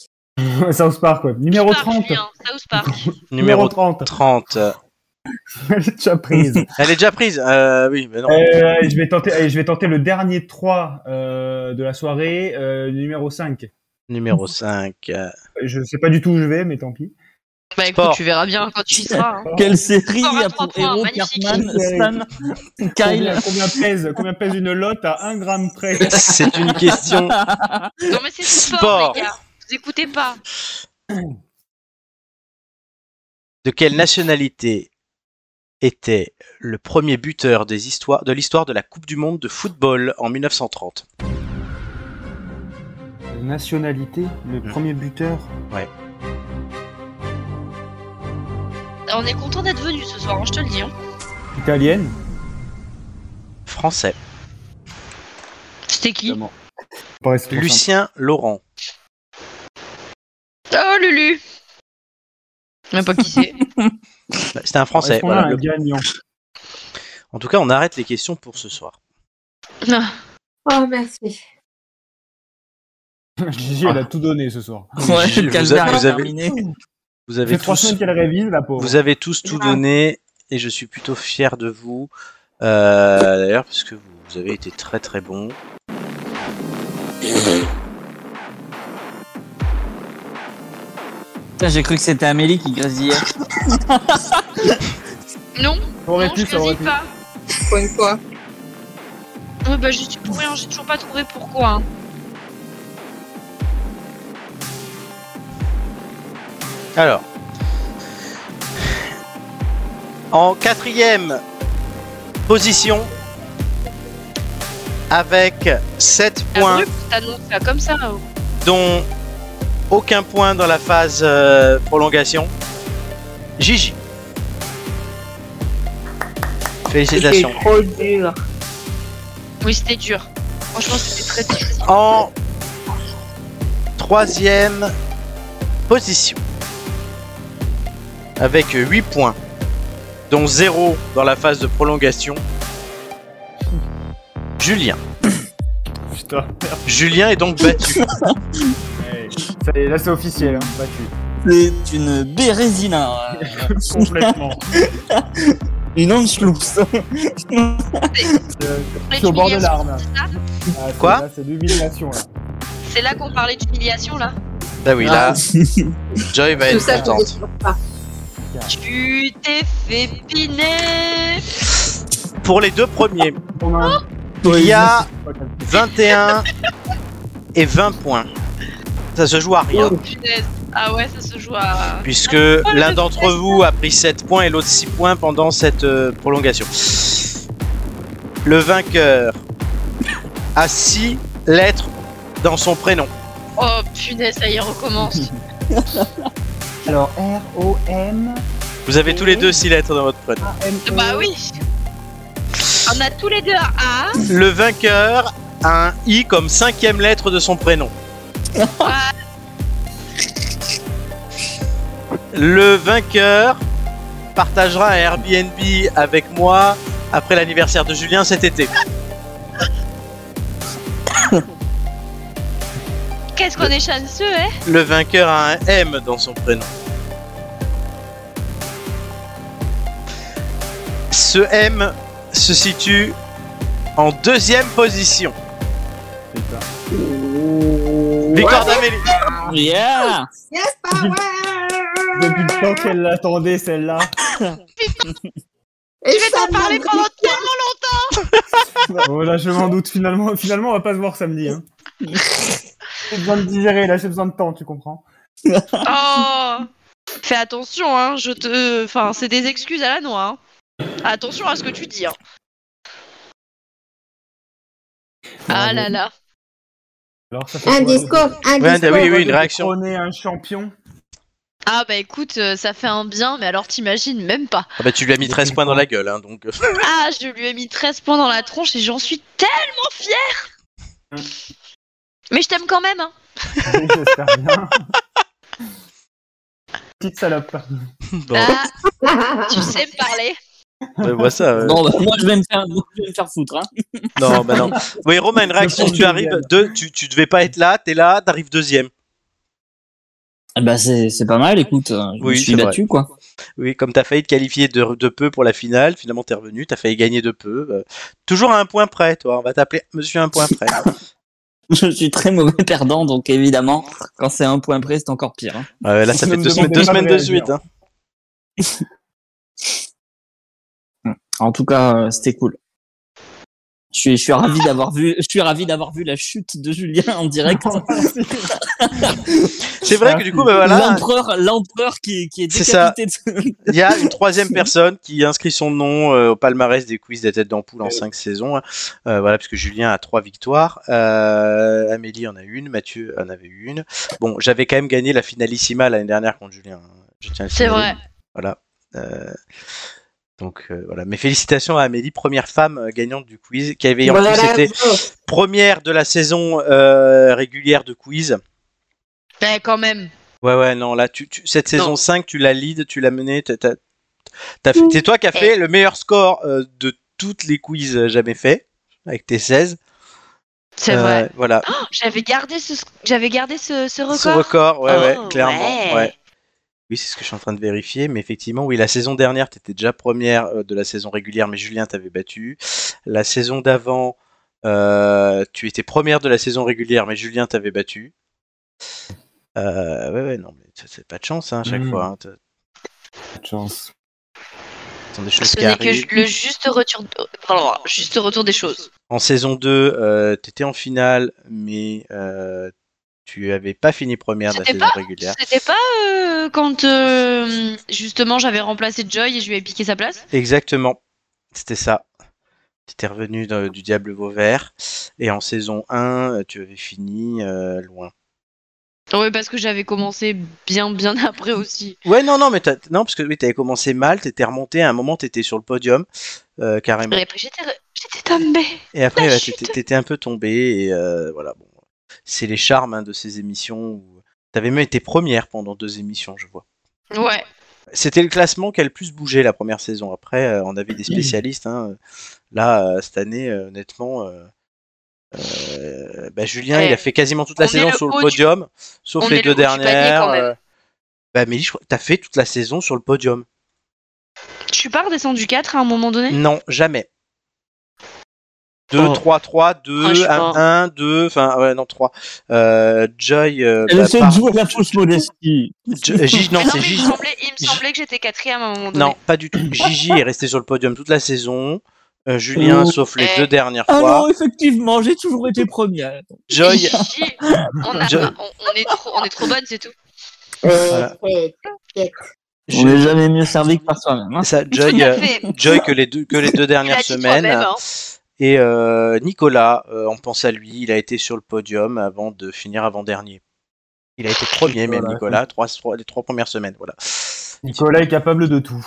Speaker 4: South Park, ouais. Numéro 30.
Speaker 2: South Park.
Speaker 1: Numéro
Speaker 4: Numéro
Speaker 1: 30.
Speaker 4: [laughs] Elle est déjà prise.
Speaker 1: Elle est déjà prise. euh, oui, mais non.
Speaker 4: Euh, je, vais tenter, allez, je vais tenter le dernier 3 euh, de la soirée, euh, numéro 5.
Speaker 1: Numéro euh, 5.
Speaker 4: Je sais pas du tout où je vais, mais tant pis.
Speaker 2: Bah écoute,
Speaker 4: Sport.
Speaker 2: tu verras bien quand tu y seras. hein.
Speaker 4: Quelle
Speaker 5: série
Speaker 2: Sport à
Speaker 5: a
Speaker 2: trois
Speaker 5: pour
Speaker 2: points,
Speaker 5: héros
Speaker 2: magnifique.
Speaker 5: Cartman, Stan,
Speaker 4: Combien,
Speaker 5: Kyle
Speaker 4: combien pèse, combien pèse une lotte à 1 gramme près
Speaker 1: [laughs] C'est une question.
Speaker 2: Non mais c'est sport,
Speaker 1: Sport.
Speaker 2: les gars. Vous écoutez pas.
Speaker 1: De quelle nationalité était le premier buteur des histoires, de l'histoire de la Coupe du Monde de football en 1930
Speaker 4: Nationalité, le premier buteur.
Speaker 1: Ouais.
Speaker 2: On est content d'être venu ce soir, hein, je te le dis. hein.
Speaker 4: Italienne
Speaker 1: Français.
Speaker 2: C'était qui
Speaker 1: Lucien Laurent.
Speaker 2: Oh Lulu Même pas qui c'est.
Speaker 1: Bah, C'était un Français.
Speaker 4: Est-ce qu'on Ah, a
Speaker 1: voilà.
Speaker 4: un gagnant
Speaker 1: En tout cas, on arrête les questions pour ce soir.
Speaker 3: Oh, merci.
Speaker 11: [laughs]
Speaker 4: Gigi, elle a tout donné ce soir.
Speaker 1: [laughs] Ouais, Gigi, vous Calvaire a- est vous avez- terminé. Vous
Speaker 4: Ça
Speaker 1: avez
Speaker 4: fait trois
Speaker 1: tous,
Speaker 4: semaines qu'elle révise, la pauvre.
Speaker 1: vous avez tous tout
Speaker 4: Ah.
Speaker 1: donné et je suis plutôt fier de vous. Euh, D'ailleurs, parce que vous, vous avez été très très bons.
Speaker 5: Putain, j'ai cru que c'était Amélie qui grésillait.
Speaker 2: [laughs] Non,
Speaker 5: Aurait
Speaker 2: non
Speaker 5: pu,
Speaker 2: je
Speaker 5: ça aurait
Speaker 2: choisis pas.
Speaker 3: Pour une fois.
Speaker 2: Ouais bah j'y suis pour rien, j'ai toujours pas trouvé pourquoi. hein.
Speaker 1: Alors. En quatrième position, avec 7 points,
Speaker 2: Abrupt, t'annonces ça comme ça. oh.
Speaker 1: dont aucun point dans la phase euh, prolongation, Gigi. Félicitations.
Speaker 3: C'était
Speaker 11: Oh,
Speaker 3: trop dur.
Speaker 2: Oui, c'était dur. Franchement, c'était très dur.
Speaker 1: En troisième position, avec 8 points, dont 0 dans la phase de prolongation, Julien.
Speaker 11: Putain.
Speaker 1: Julien est donc
Speaker 5: [laughs] [coughs]
Speaker 1: battu.
Speaker 11: Ouais, ça y est, là c'est officiel, hein, battu.
Speaker 5: C'est une bérésina. euh,
Speaker 11: [laughs] Complètement.
Speaker 5: [laughs] une
Speaker 11: [laughs]
Speaker 5: anschluss.
Speaker 11: Je suis au bord de l'arme. là. Ah, c'est-
Speaker 1: Quoi
Speaker 11: là, C'est de l'humiliation là.
Speaker 2: C'est là qu'on parlait d'humiliation, là
Speaker 1: Bah oui, là, [laughs] Joy va
Speaker 2: Tout
Speaker 1: être
Speaker 2: ça, je
Speaker 1: contente.
Speaker 2: Tu t'es fait piner
Speaker 1: Pour les deux premiers,
Speaker 2: Ah
Speaker 1: il y a 21 et 20 points. Ça se joue à rien,
Speaker 2: Oh, punaise. Ah ouais, ça se joue à...
Speaker 1: puisque l'un d'entre vous a pris 7 points et l'autre 6 points pendant cette euh, prolongation. Le vainqueur a 6 lettres dans son prénom.
Speaker 2: Oh punaise, ça y est, recommence.
Speaker 11: Alors [laughs] R O M E.
Speaker 1: Vous avez tous les deux 6 lettres dans votre prénom.
Speaker 11: M
Speaker 2: bah oui On a tous les deux un A.
Speaker 1: Le vainqueur a un I comme cinquième lettre de son prénom.
Speaker 2: Ah,
Speaker 1: Le vainqueur partagera un Airbnb avec moi après l'anniversaire de Julien cet été.
Speaker 2: Qu'est-ce qu'on est chanceux, hein
Speaker 1: Le vainqueur a un M dans son prénom. Ce M se situe en deuxième position. Victoire d'Amélie. Ah
Speaker 5: Yeah
Speaker 12: Yes,
Speaker 2: [laughs]
Speaker 12: power
Speaker 11: Depuis le temps qu'elle
Speaker 1: [laughs]
Speaker 11: l'attendait celle-là.
Speaker 12: Et
Speaker 2: Je vais t'en parler pendant tellement longtemps
Speaker 11: Bon, là, je m'en doute. Finalement, finalement, on va pas se voir samedi. Hein. J'ai besoin de digérer. Là, j'ai besoin de temps, tu comprends
Speaker 2: Oh Fais attention, hein, je te... Enfin, c'est des excuses à la noix, hein. Attention à ce que tu dis, hein. Ah là là
Speaker 11: Alors, ça fait
Speaker 3: Un
Speaker 11: quoi
Speaker 3: discours, un
Speaker 1: Ouais,
Speaker 3: discours.
Speaker 1: oui, oui, une
Speaker 11: Vous
Speaker 1: réaction.
Speaker 11: Prenez un champion.
Speaker 2: Ah bah écoute, euh, ça fait un bien, mais alors t'imagines même
Speaker 1: [laughs]
Speaker 2: pas.
Speaker 1: Ah bah tu lui as mis 13 points dans la gueule, hein, donc. euh,
Speaker 2: Ah, je lui ai mis 13 points dans la tronche et j'en suis tellement fière Mais je t'aime quand même, hein
Speaker 11: J'espère
Speaker 1: [laughs]
Speaker 11: bien. Petite salope.
Speaker 1: bon,
Speaker 2: Ah, Tu sais me parler
Speaker 1: [laughs] ouais, moi, ça. euh,
Speaker 5: Non, bah, moi je vais me faire, moi, je vais me faire foutre. Hein.
Speaker 1: Non, bah non. Oui, Romain, une réaction. Tu arrives, deux, tu, tu devais pas être là, t'es là, t'arrives deuxième.
Speaker 5: Ah Bah, c'est c'est pas mal, écoute. euh, Je me
Speaker 1: Oui,
Speaker 5: suis
Speaker 1: c'est
Speaker 5: battu,
Speaker 1: vrai.
Speaker 5: quoi. [laughs]
Speaker 1: Oui, comme t'as failli te qualifier de, de peu pour la finale, finalement t'es revenu, t'as failli gagner de peu. euh, toujours à un point près, toi. On va t'appeler Monsieur un point
Speaker 5: [laughs]
Speaker 1: près.
Speaker 5: Je suis très mauvais perdant, donc évidemment, quand c'est un point près, c'est encore pire. hein.
Speaker 1: Euh, là, ça
Speaker 11: Ne
Speaker 1: fait
Speaker 11: me
Speaker 1: deux, semaines-
Speaker 11: demandez
Speaker 1: deux
Speaker 11: pas de
Speaker 1: semaines de
Speaker 11: réagir.
Speaker 1: suite. hein.
Speaker 5: En tout cas, euh, c'était cool. Je suis, je suis ravi d'avoir vu, je suis ravi d'avoir vu la chute de Julien en
Speaker 11: [laughs]
Speaker 5: direct.
Speaker 1: C'est vrai que du coup, bah voilà,
Speaker 5: L'empereur, l'empereur qui, qui est
Speaker 1: C'est ça.
Speaker 5: décapité.
Speaker 1: [laughs]
Speaker 5: de-
Speaker 1: il y a une troisième personne qui inscrit son nom euh, au palmarès des quiz des têtes d'ampoule en cinq saisons. hein. Euh, voilà, parce que Julien a trois victoires. Euh, Amélie en a une, Mathieu en avait une. Bon, j'avais quand même gagné la finalissima l'année dernière contre Julien. hein. Je tiens à le
Speaker 2: C'est
Speaker 1: signaler.
Speaker 2: vrai.
Speaker 1: Voilà. Euh, donc euh, voilà, mes félicitations à Amélie, première femme euh, gagnante du quiz, qui avait en plus été première de la saison euh, régulière de quiz.
Speaker 2: Ben quand même
Speaker 1: Ouais, ouais, non, là, tu, tu- cette saison 5, tu la lead, tu l'as menée. t'as- t'as- t'as
Speaker 2: Mm.
Speaker 1: fait- C'est toi qui as fait le meilleur score euh, de toutes les quiz euh, jamais fait, avec tes 16.
Speaker 2: C'est
Speaker 1: Euh,
Speaker 2: vrai.
Speaker 1: Voilà,
Speaker 2: Oh, j'avais gardé ce, j'avais gardé ce, ce record.
Speaker 1: ce record, ouais,
Speaker 2: Oh,
Speaker 1: ouais, clairement.
Speaker 2: ouais.
Speaker 1: Ouais. Oui, c'est ce que je suis en train de vérifier, mais effectivement, oui, la saison dernière, t'étais déjà première euh, de la saison régulière, mais Julien t'avait battu. La saison d'avant, euh, tu étais première de la saison régulière, mais Julien t'avait battu. Euh, ouais, ouais, non, mais ça, c'est pas de chance, hein, à chaque
Speaker 10: Mm.
Speaker 11: Mhm.
Speaker 1: fois. hein, t'as-
Speaker 11: Chance.
Speaker 1: Ce sont des choses
Speaker 2: Ce
Speaker 1: qui
Speaker 2: n'est que
Speaker 1: arrivent.
Speaker 2: ju- le juste retour, pardon, juste retour des choses.
Speaker 1: En saison 2, euh, t'étais en finale, mais euh, tu avais pas fini première de la
Speaker 2: C'était
Speaker 1: saison
Speaker 2: pas-
Speaker 1: régulière.
Speaker 2: C'était pas euh, quand euh, justement j'avais remplacé Joy et je lui ai piqué sa place.
Speaker 1: Exactement, c'était ça. T'étais revenu de- du Diable Vauvert, et en saison 1, euh, tu avais fini euh, loin.
Speaker 2: Ouais, parce que j'avais commencé bien, bien [laughs] après aussi.
Speaker 1: Ouais, non, non, mais t'as- non, parce que oui, t'avais commencé mal, t'étais remonté, à un moment t'étais sur le podium, euh, carrément.
Speaker 2: Et après, j'étais j'étais tombée.
Speaker 1: Et après,
Speaker 2: La
Speaker 1: ouais,
Speaker 2: chute.
Speaker 1: t'étais t'étais un peu tombé, et euh, voilà, bon. C'est les charmes hein, de ces émissions. Où... T'avais même été première pendant deux émissions, je vois.
Speaker 2: Ouais.
Speaker 1: C'était le classement qui a le plus bougé la première saison. Après, euh, on avait des spécialistes. hein. Là, euh, cette année, euh, honnêtement, euh, euh, bah, Julien,
Speaker 2: Ouais.
Speaker 1: il a fait quasiment toute la
Speaker 2: On est
Speaker 1: saison
Speaker 2: le
Speaker 1: sur le
Speaker 2: haut du-
Speaker 1: podium, sauf
Speaker 2: on
Speaker 1: les
Speaker 2: est
Speaker 1: deux
Speaker 2: le haut du panier,
Speaker 1: dernières.
Speaker 2: quand même.
Speaker 1: euh, Bah, Amélie, je crois que t'as fait toute la saison sur le podium.
Speaker 2: Je suis pas redescendu 4 à un moment donné
Speaker 1: Non, jamais. 2,
Speaker 2: Oh.
Speaker 1: 3, 3, 2,
Speaker 2: Ah, je suis
Speaker 1: 1,
Speaker 2: fort.
Speaker 1: 1, 2, enfin, ouais, non, 3. Joy. euh,
Speaker 5: Elle
Speaker 1: bah,
Speaker 5: essaie de [laughs]
Speaker 1: par-
Speaker 5: jouer la fausse modestie.
Speaker 11: euh,
Speaker 1: J-
Speaker 5: Ah
Speaker 1: J- non,
Speaker 2: Mais non,
Speaker 1: c'est
Speaker 2: mais il
Speaker 1: Gigi.
Speaker 2: me semblait, il me semblait que j'étais quatrième à un moment donné.
Speaker 1: Non, pas du tout. Gigi est resté sur le podium toute la saison. Euh, Julien,
Speaker 5: Oh.
Speaker 1: sauf les
Speaker 2: Eh.
Speaker 1: deux dernières
Speaker 5: Ah non,
Speaker 1: fois.
Speaker 5: effectivement, j'ai toujours été première.
Speaker 1: Joy. [laughs]
Speaker 2: Gigi, on, a
Speaker 1: Je-
Speaker 2: pas- on- on est trop, on est trop bonne, c'est tout.
Speaker 1: euh,
Speaker 5: Euh,
Speaker 1: Voilà.
Speaker 5: On n'est jamais mieux servi que par soi-même. hein.
Speaker 1: Ça, Joy,
Speaker 5: Tout à
Speaker 1: euh,
Speaker 5: fait.
Speaker 1: Joy que les deux,
Speaker 5: [laughs]
Speaker 1: que les deux dernières
Speaker 5: dit
Speaker 1: semaines.
Speaker 5: toi-même, hein.
Speaker 1: Et euh, Nicolas, euh, on pense à lui, il a été sur le podium avant de finir avant-dernier. Il a été premier, même
Speaker 11: Nicolas,
Speaker 1: Nicolas, trois, trois- les trois premières semaines. Voilà.
Speaker 11: Nicolas est capable de tout.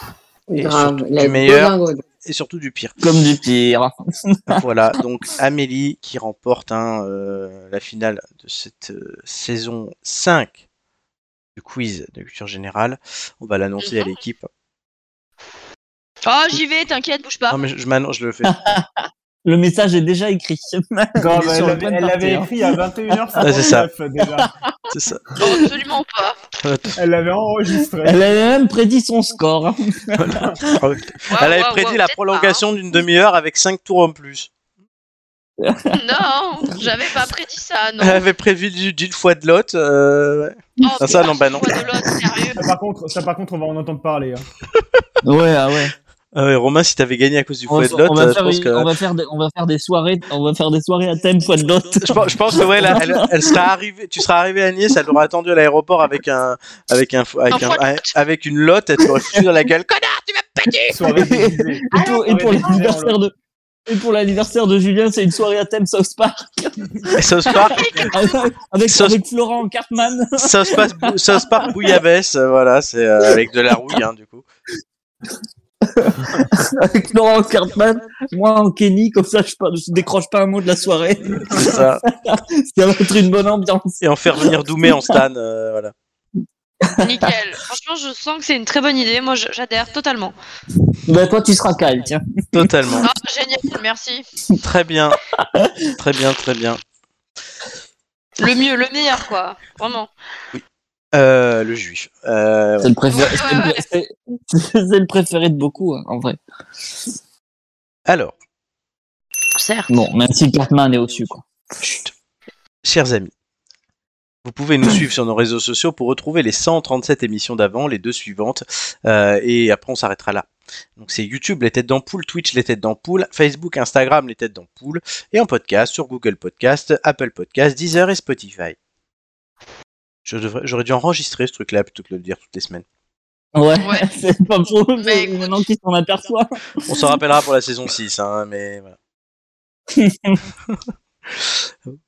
Speaker 1: Et
Speaker 11: Grave,
Speaker 1: surtout
Speaker 11: il a
Speaker 1: du
Speaker 11: une
Speaker 1: meilleur
Speaker 11: dégringolade.
Speaker 1: et surtout du pire.
Speaker 5: Comme du pire.
Speaker 1: [laughs] voilà, donc Amélie qui remporte hein, euh, la finale de cette euh, saison 5 du quiz de culture générale. On va l'annoncer à l'équipe.
Speaker 2: Oh, j'y vais, t'inquiète, bouge pas.
Speaker 1: Non, mais je, je m'annonce, je le fais.
Speaker 5: Le message est déjà écrit. [laughs]
Speaker 11: Grave,
Speaker 5: Il est
Speaker 11: bah, elle
Speaker 5: sur le
Speaker 11: l'avait-
Speaker 5: point de
Speaker 11: elle l'avait
Speaker 5: partir.
Speaker 11: écrit à
Speaker 1: [laughs]
Speaker 11: 21h59
Speaker 1: Ouais, c'est ça.
Speaker 11: déjà.
Speaker 1: [laughs] C'est ça.
Speaker 2: Oh, Absolument [laughs] pas.
Speaker 11: Elle l'avait enregistré.
Speaker 5: Elle avait même prédit son score. hein. [laughs]
Speaker 1: Elle avait
Speaker 5: waouh,
Speaker 1: prédit
Speaker 5: waouh,
Speaker 1: la
Speaker 5: peut-être
Speaker 1: prolongation d'une demi-heure avec 5 tours en
Speaker 11: [laughs]
Speaker 1: plus.
Speaker 2: Non, j'avais pas prédit ça, non.
Speaker 1: Elle avait prévu du- d'une fois de l'autre. euh, ouais. Ah, ça, non, bah non.
Speaker 11: Ça, par contre, ça, par contre, on va en entendre parler. hein.
Speaker 5: [laughs] Ouais, ah ouais.
Speaker 1: Euh, Romain, si t'avais gagné à cause du
Speaker 5: On
Speaker 1: foie
Speaker 5: va,
Speaker 1: de l'autre,
Speaker 5: on va
Speaker 1: euh, je
Speaker 5: faire,
Speaker 1: pense
Speaker 5: une-
Speaker 1: que.
Speaker 5: on va faire des, on va faire des soirées, on va faire des soirées à thème fois de l'autre.
Speaker 1: Je pense, je pense que ouais, là,
Speaker 5: [laughs]
Speaker 1: elle, elle sera arrivée, tu seras arrivé à Nice, elle aura attendu à l'aéroport avec un, avec un, fo- avec,
Speaker 5: Un
Speaker 1: un-
Speaker 5: foie de
Speaker 1: avec une lotte, elle t'aurait foutu dans la gueule. Connard, tu m'as pété
Speaker 5: [laughs]
Speaker 11: Soirée déguisée.
Speaker 5: Et pour, et pour
Speaker 11: Soirée déguisée en
Speaker 5: l'anniversaire de, et pour l'anniversaire de Julien, c'est une soirée à thème South Park.
Speaker 1: Sauce Park,
Speaker 5: [laughs] avec, avec,
Speaker 1: South-
Speaker 5: avec Florent Cartman.
Speaker 1: sauce, pas- sauce Park bouillabaisse, euh, voilà, c'est euh, avec de la rouille, hein, du coup.
Speaker 5: [laughs] avec Florent Cartman. Moi en Kenny, comme ça, je, pas- je décroche pas un mot de la soirée.
Speaker 1: C'est ça.
Speaker 5: [laughs] ça va être une bonne ambiance.
Speaker 1: Et en faire venir Doumé en stan, euh, voilà.
Speaker 2: Nickel. Franchement, je sens que c'est une très bonne idée. Moi, je- j'adhère totalement.
Speaker 5: Ben, toi, tu seras calme, tiens.
Speaker 1: Totalement.
Speaker 2: Ah, génial, merci.
Speaker 1: Très bien.
Speaker 5: [laughs]
Speaker 1: Très bien, très bien.
Speaker 2: Le mieux, le meilleur, quoi. Vraiment.
Speaker 1: Euh, le juif. Euh,
Speaker 5: C'est
Speaker 1: ouais.
Speaker 2: [laughs]
Speaker 5: le, préféré- c'est le- c'est- [laughs] c'est le préféré de beaucoup, hein, en vrai.
Speaker 1: Alors.
Speaker 2: Certes.
Speaker 5: Bon, même si Cartman Ah, est au-dessus, quoi.
Speaker 1: Chers amis, vous pouvez nous suivre sur nos réseaux sociaux pour retrouver les 137 émissions d'avant, les deux suivantes, euh, et après on s'arrêtera là. Donc c'est YouTube, les têtes d'ampoule, Twitch, les têtes d'ampoule, Facebook, Instagram, les têtes d'ampoule, et en podcast sur Google Podcast, Apple Podcast, Deezer et Spotify. Je devrais- J'aurais dû enregistrer ce truc-là plutôt que de le dire toutes les semaines.
Speaker 5: Ouais, [laughs] c'est pas faux,
Speaker 2: Bah,
Speaker 5: mais maintenant qu'il s'en aperçoit.
Speaker 1: On s'en rappellera pour la saison 6, hein, mais voilà.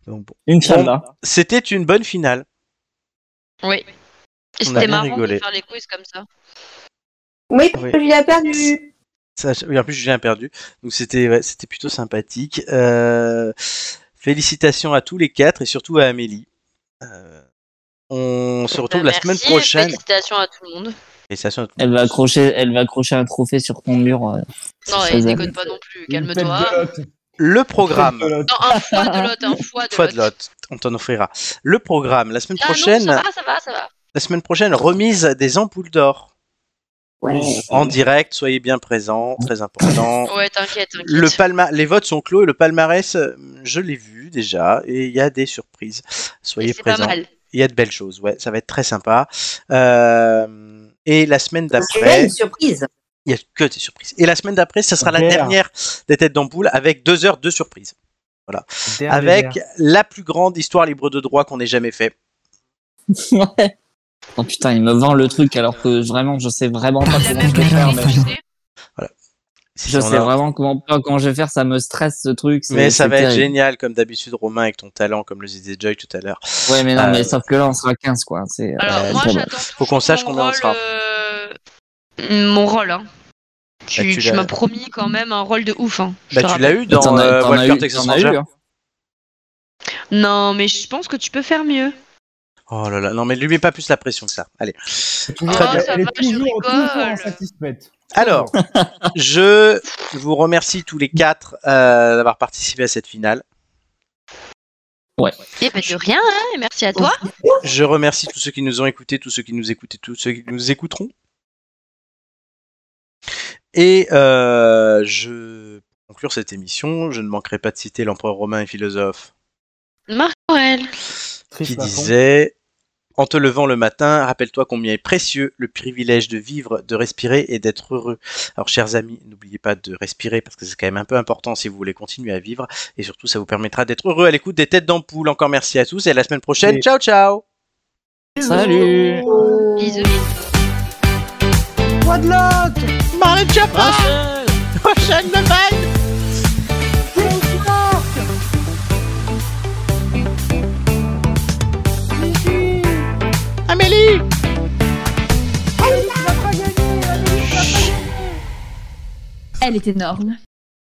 Speaker 1: Donc, bon.
Speaker 5: Inch'Allah.
Speaker 1: Bon, C'était une bonne finale.
Speaker 2: Oui. Et
Speaker 1: On a
Speaker 2: C'était
Speaker 1: bien
Speaker 2: marrant
Speaker 1: rigolé.
Speaker 2: de faire les quiz comme ça.
Speaker 3: Oui,
Speaker 1: Oui.
Speaker 3: parce que je l'ai perdu.
Speaker 1: Ça, oui, en plus, Julien a perdu. Donc, c'était ouais, c'était plutôt sympathique. Euh, félicitations à tous les quatre et surtout à Amélie. Euh, on se retrouve la
Speaker 2: Bah,
Speaker 1: semaine
Speaker 2: merci,
Speaker 1: prochaine.
Speaker 2: Félicitations à tout le monde.
Speaker 1: Félicitations à tous.
Speaker 5: Elle va accrocher, elle va accrocher un trophée sur ton mur. euh,
Speaker 2: Non,
Speaker 5: c'est
Speaker 2: et
Speaker 5: faisable.
Speaker 2: déconne pas non plus, calme-toi.
Speaker 1: Le programme.
Speaker 2: Non, un foie de l'autre, un foie de
Speaker 1: Fois de
Speaker 2: l'autre.
Speaker 1: l'autre, on t'en offrira. Le programme, la semaine
Speaker 2: Ah
Speaker 1: prochaine,
Speaker 2: non, ça va, ça va, ça va.
Speaker 1: la semaine prochaine, remise des ampoules d'or. En direct, soyez bien présents, très important.
Speaker 2: Ouais, t'inquiète, t'inquiète.
Speaker 1: Le palma les votes sont clos et le palmarès, euh, je l'ai vu déjà et il y a des surprises. Soyez
Speaker 2: pas
Speaker 1: présents.
Speaker 2: mal.
Speaker 1: Il y a de belles choses, ouais, ça va être très sympa. Euh, et la semaine
Speaker 3: Là,
Speaker 1: d'après,
Speaker 3: une surprise.
Speaker 1: il y a que des surprises. Et la semaine d'après, ça sera la
Speaker 3: Derrière.
Speaker 1: dernière des têtes d'ampoule avec deux heures de surprises. Voilà. Avec la plus grande histoire libre de droit qu'on ait jamais fait.
Speaker 2: hein.
Speaker 5: ouais. Oh putain, il me vend le truc alors que vraiment, je sais vraiment pas comment je vais faire. mais-
Speaker 1: Voilà. Si
Speaker 5: je
Speaker 1: on
Speaker 5: sais
Speaker 1: a-
Speaker 5: vraiment comment pas quand je vais faire, ça me stresse ce truc. c'est-
Speaker 1: Mais ça
Speaker 5: c'est
Speaker 1: va être
Speaker 5: terrible.
Speaker 1: génial, comme d'habitude, Romain, avec ton talent, comme le disait Joy tout à l'heure.
Speaker 5: Ouais, mais non,
Speaker 1: Euh,
Speaker 5: mais sauf que là, on sera 15, quoi. C'est,
Speaker 2: Alors,
Speaker 5: euh,
Speaker 2: moi,
Speaker 5: bon, bah.
Speaker 2: j'attends euh,
Speaker 1: Faut qu'on sache combien on sera.
Speaker 2: mon rôle. Hein.
Speaker 1: Bah,
Speaker 2: Tu,
Speaker 1: tu
Speaker 2: tu
Speaker 1: l'as-
Speaker 2: m'as promis quand même un rôle de ouf. Hein, je
Speaker 1: Bah,
Speaker 2: te
Speaker 1: tu
Speaker 2: rappelle.
Speaker 1: l'as eu dans
Speaker 5: T'en as-
Speaker 1: euh,
Speaker 5: t'en as
Speaker 1: Walker
Speaker 5: eu-
Speaker 1: Texas
Speaker 5: t'en as eu,
Speaker 1: Ranger.
Speaker 5: hein.
Speaker 2: Non, mais je pense que tu peux faire mieux.
Speaker 1: Oh là là, non mais lui mets pas plus la pression que ça. Allez. Très bien.
Speaker 2: Ah, ça
Speaker 11: Elle est
Speaker 2: va, je
Speaker 11: toujours, toujours
Speaker 2: rigole.
Speaker 11: insatisfaite.
Speaker 2: Ah.
Speaker 1: Alors, je vous remercie tous les quatre euh, d'avoir participé à cette finale.
Speaker 5: Ouais.
Speaker 2: Eh ben, de rien, hein, et merci à toi.
Speaker 1: Je remercie tous ceux qui nous ont écoutés, tous ceux qui nous écoutaient, tous ceux qui nous écouteront. Et euh, je pour conclure cette émission. Je ne manquerai pas de citer l'empereur romain et philosophe
Speaker 2: Marc Aurel.
Speaker 1: qui disait En te levant le matin, rappelle-toi combien est précieux le privilège de vivre, de respirer et d'être heureux. Alors, chers amis, n'oubliez pas de respirer parce que c'est quand même un peu important si vous voulez continuer à vivre. Et surtout, ça vous permettra d'être heureux à l'écoute des têtes d'ampoule. Encore merci à tous et à la semaine prochaine. Ciao, ciao
Speaker 5: Salut
Speaker 2: Bisous.
Speaker 12: Quoi de l'autre Marlène Chapa Prochaine Amélie Amélie, tu vas pas gagner Amélie, tu vas pas gagner
Speaker 13: Elle est énorme.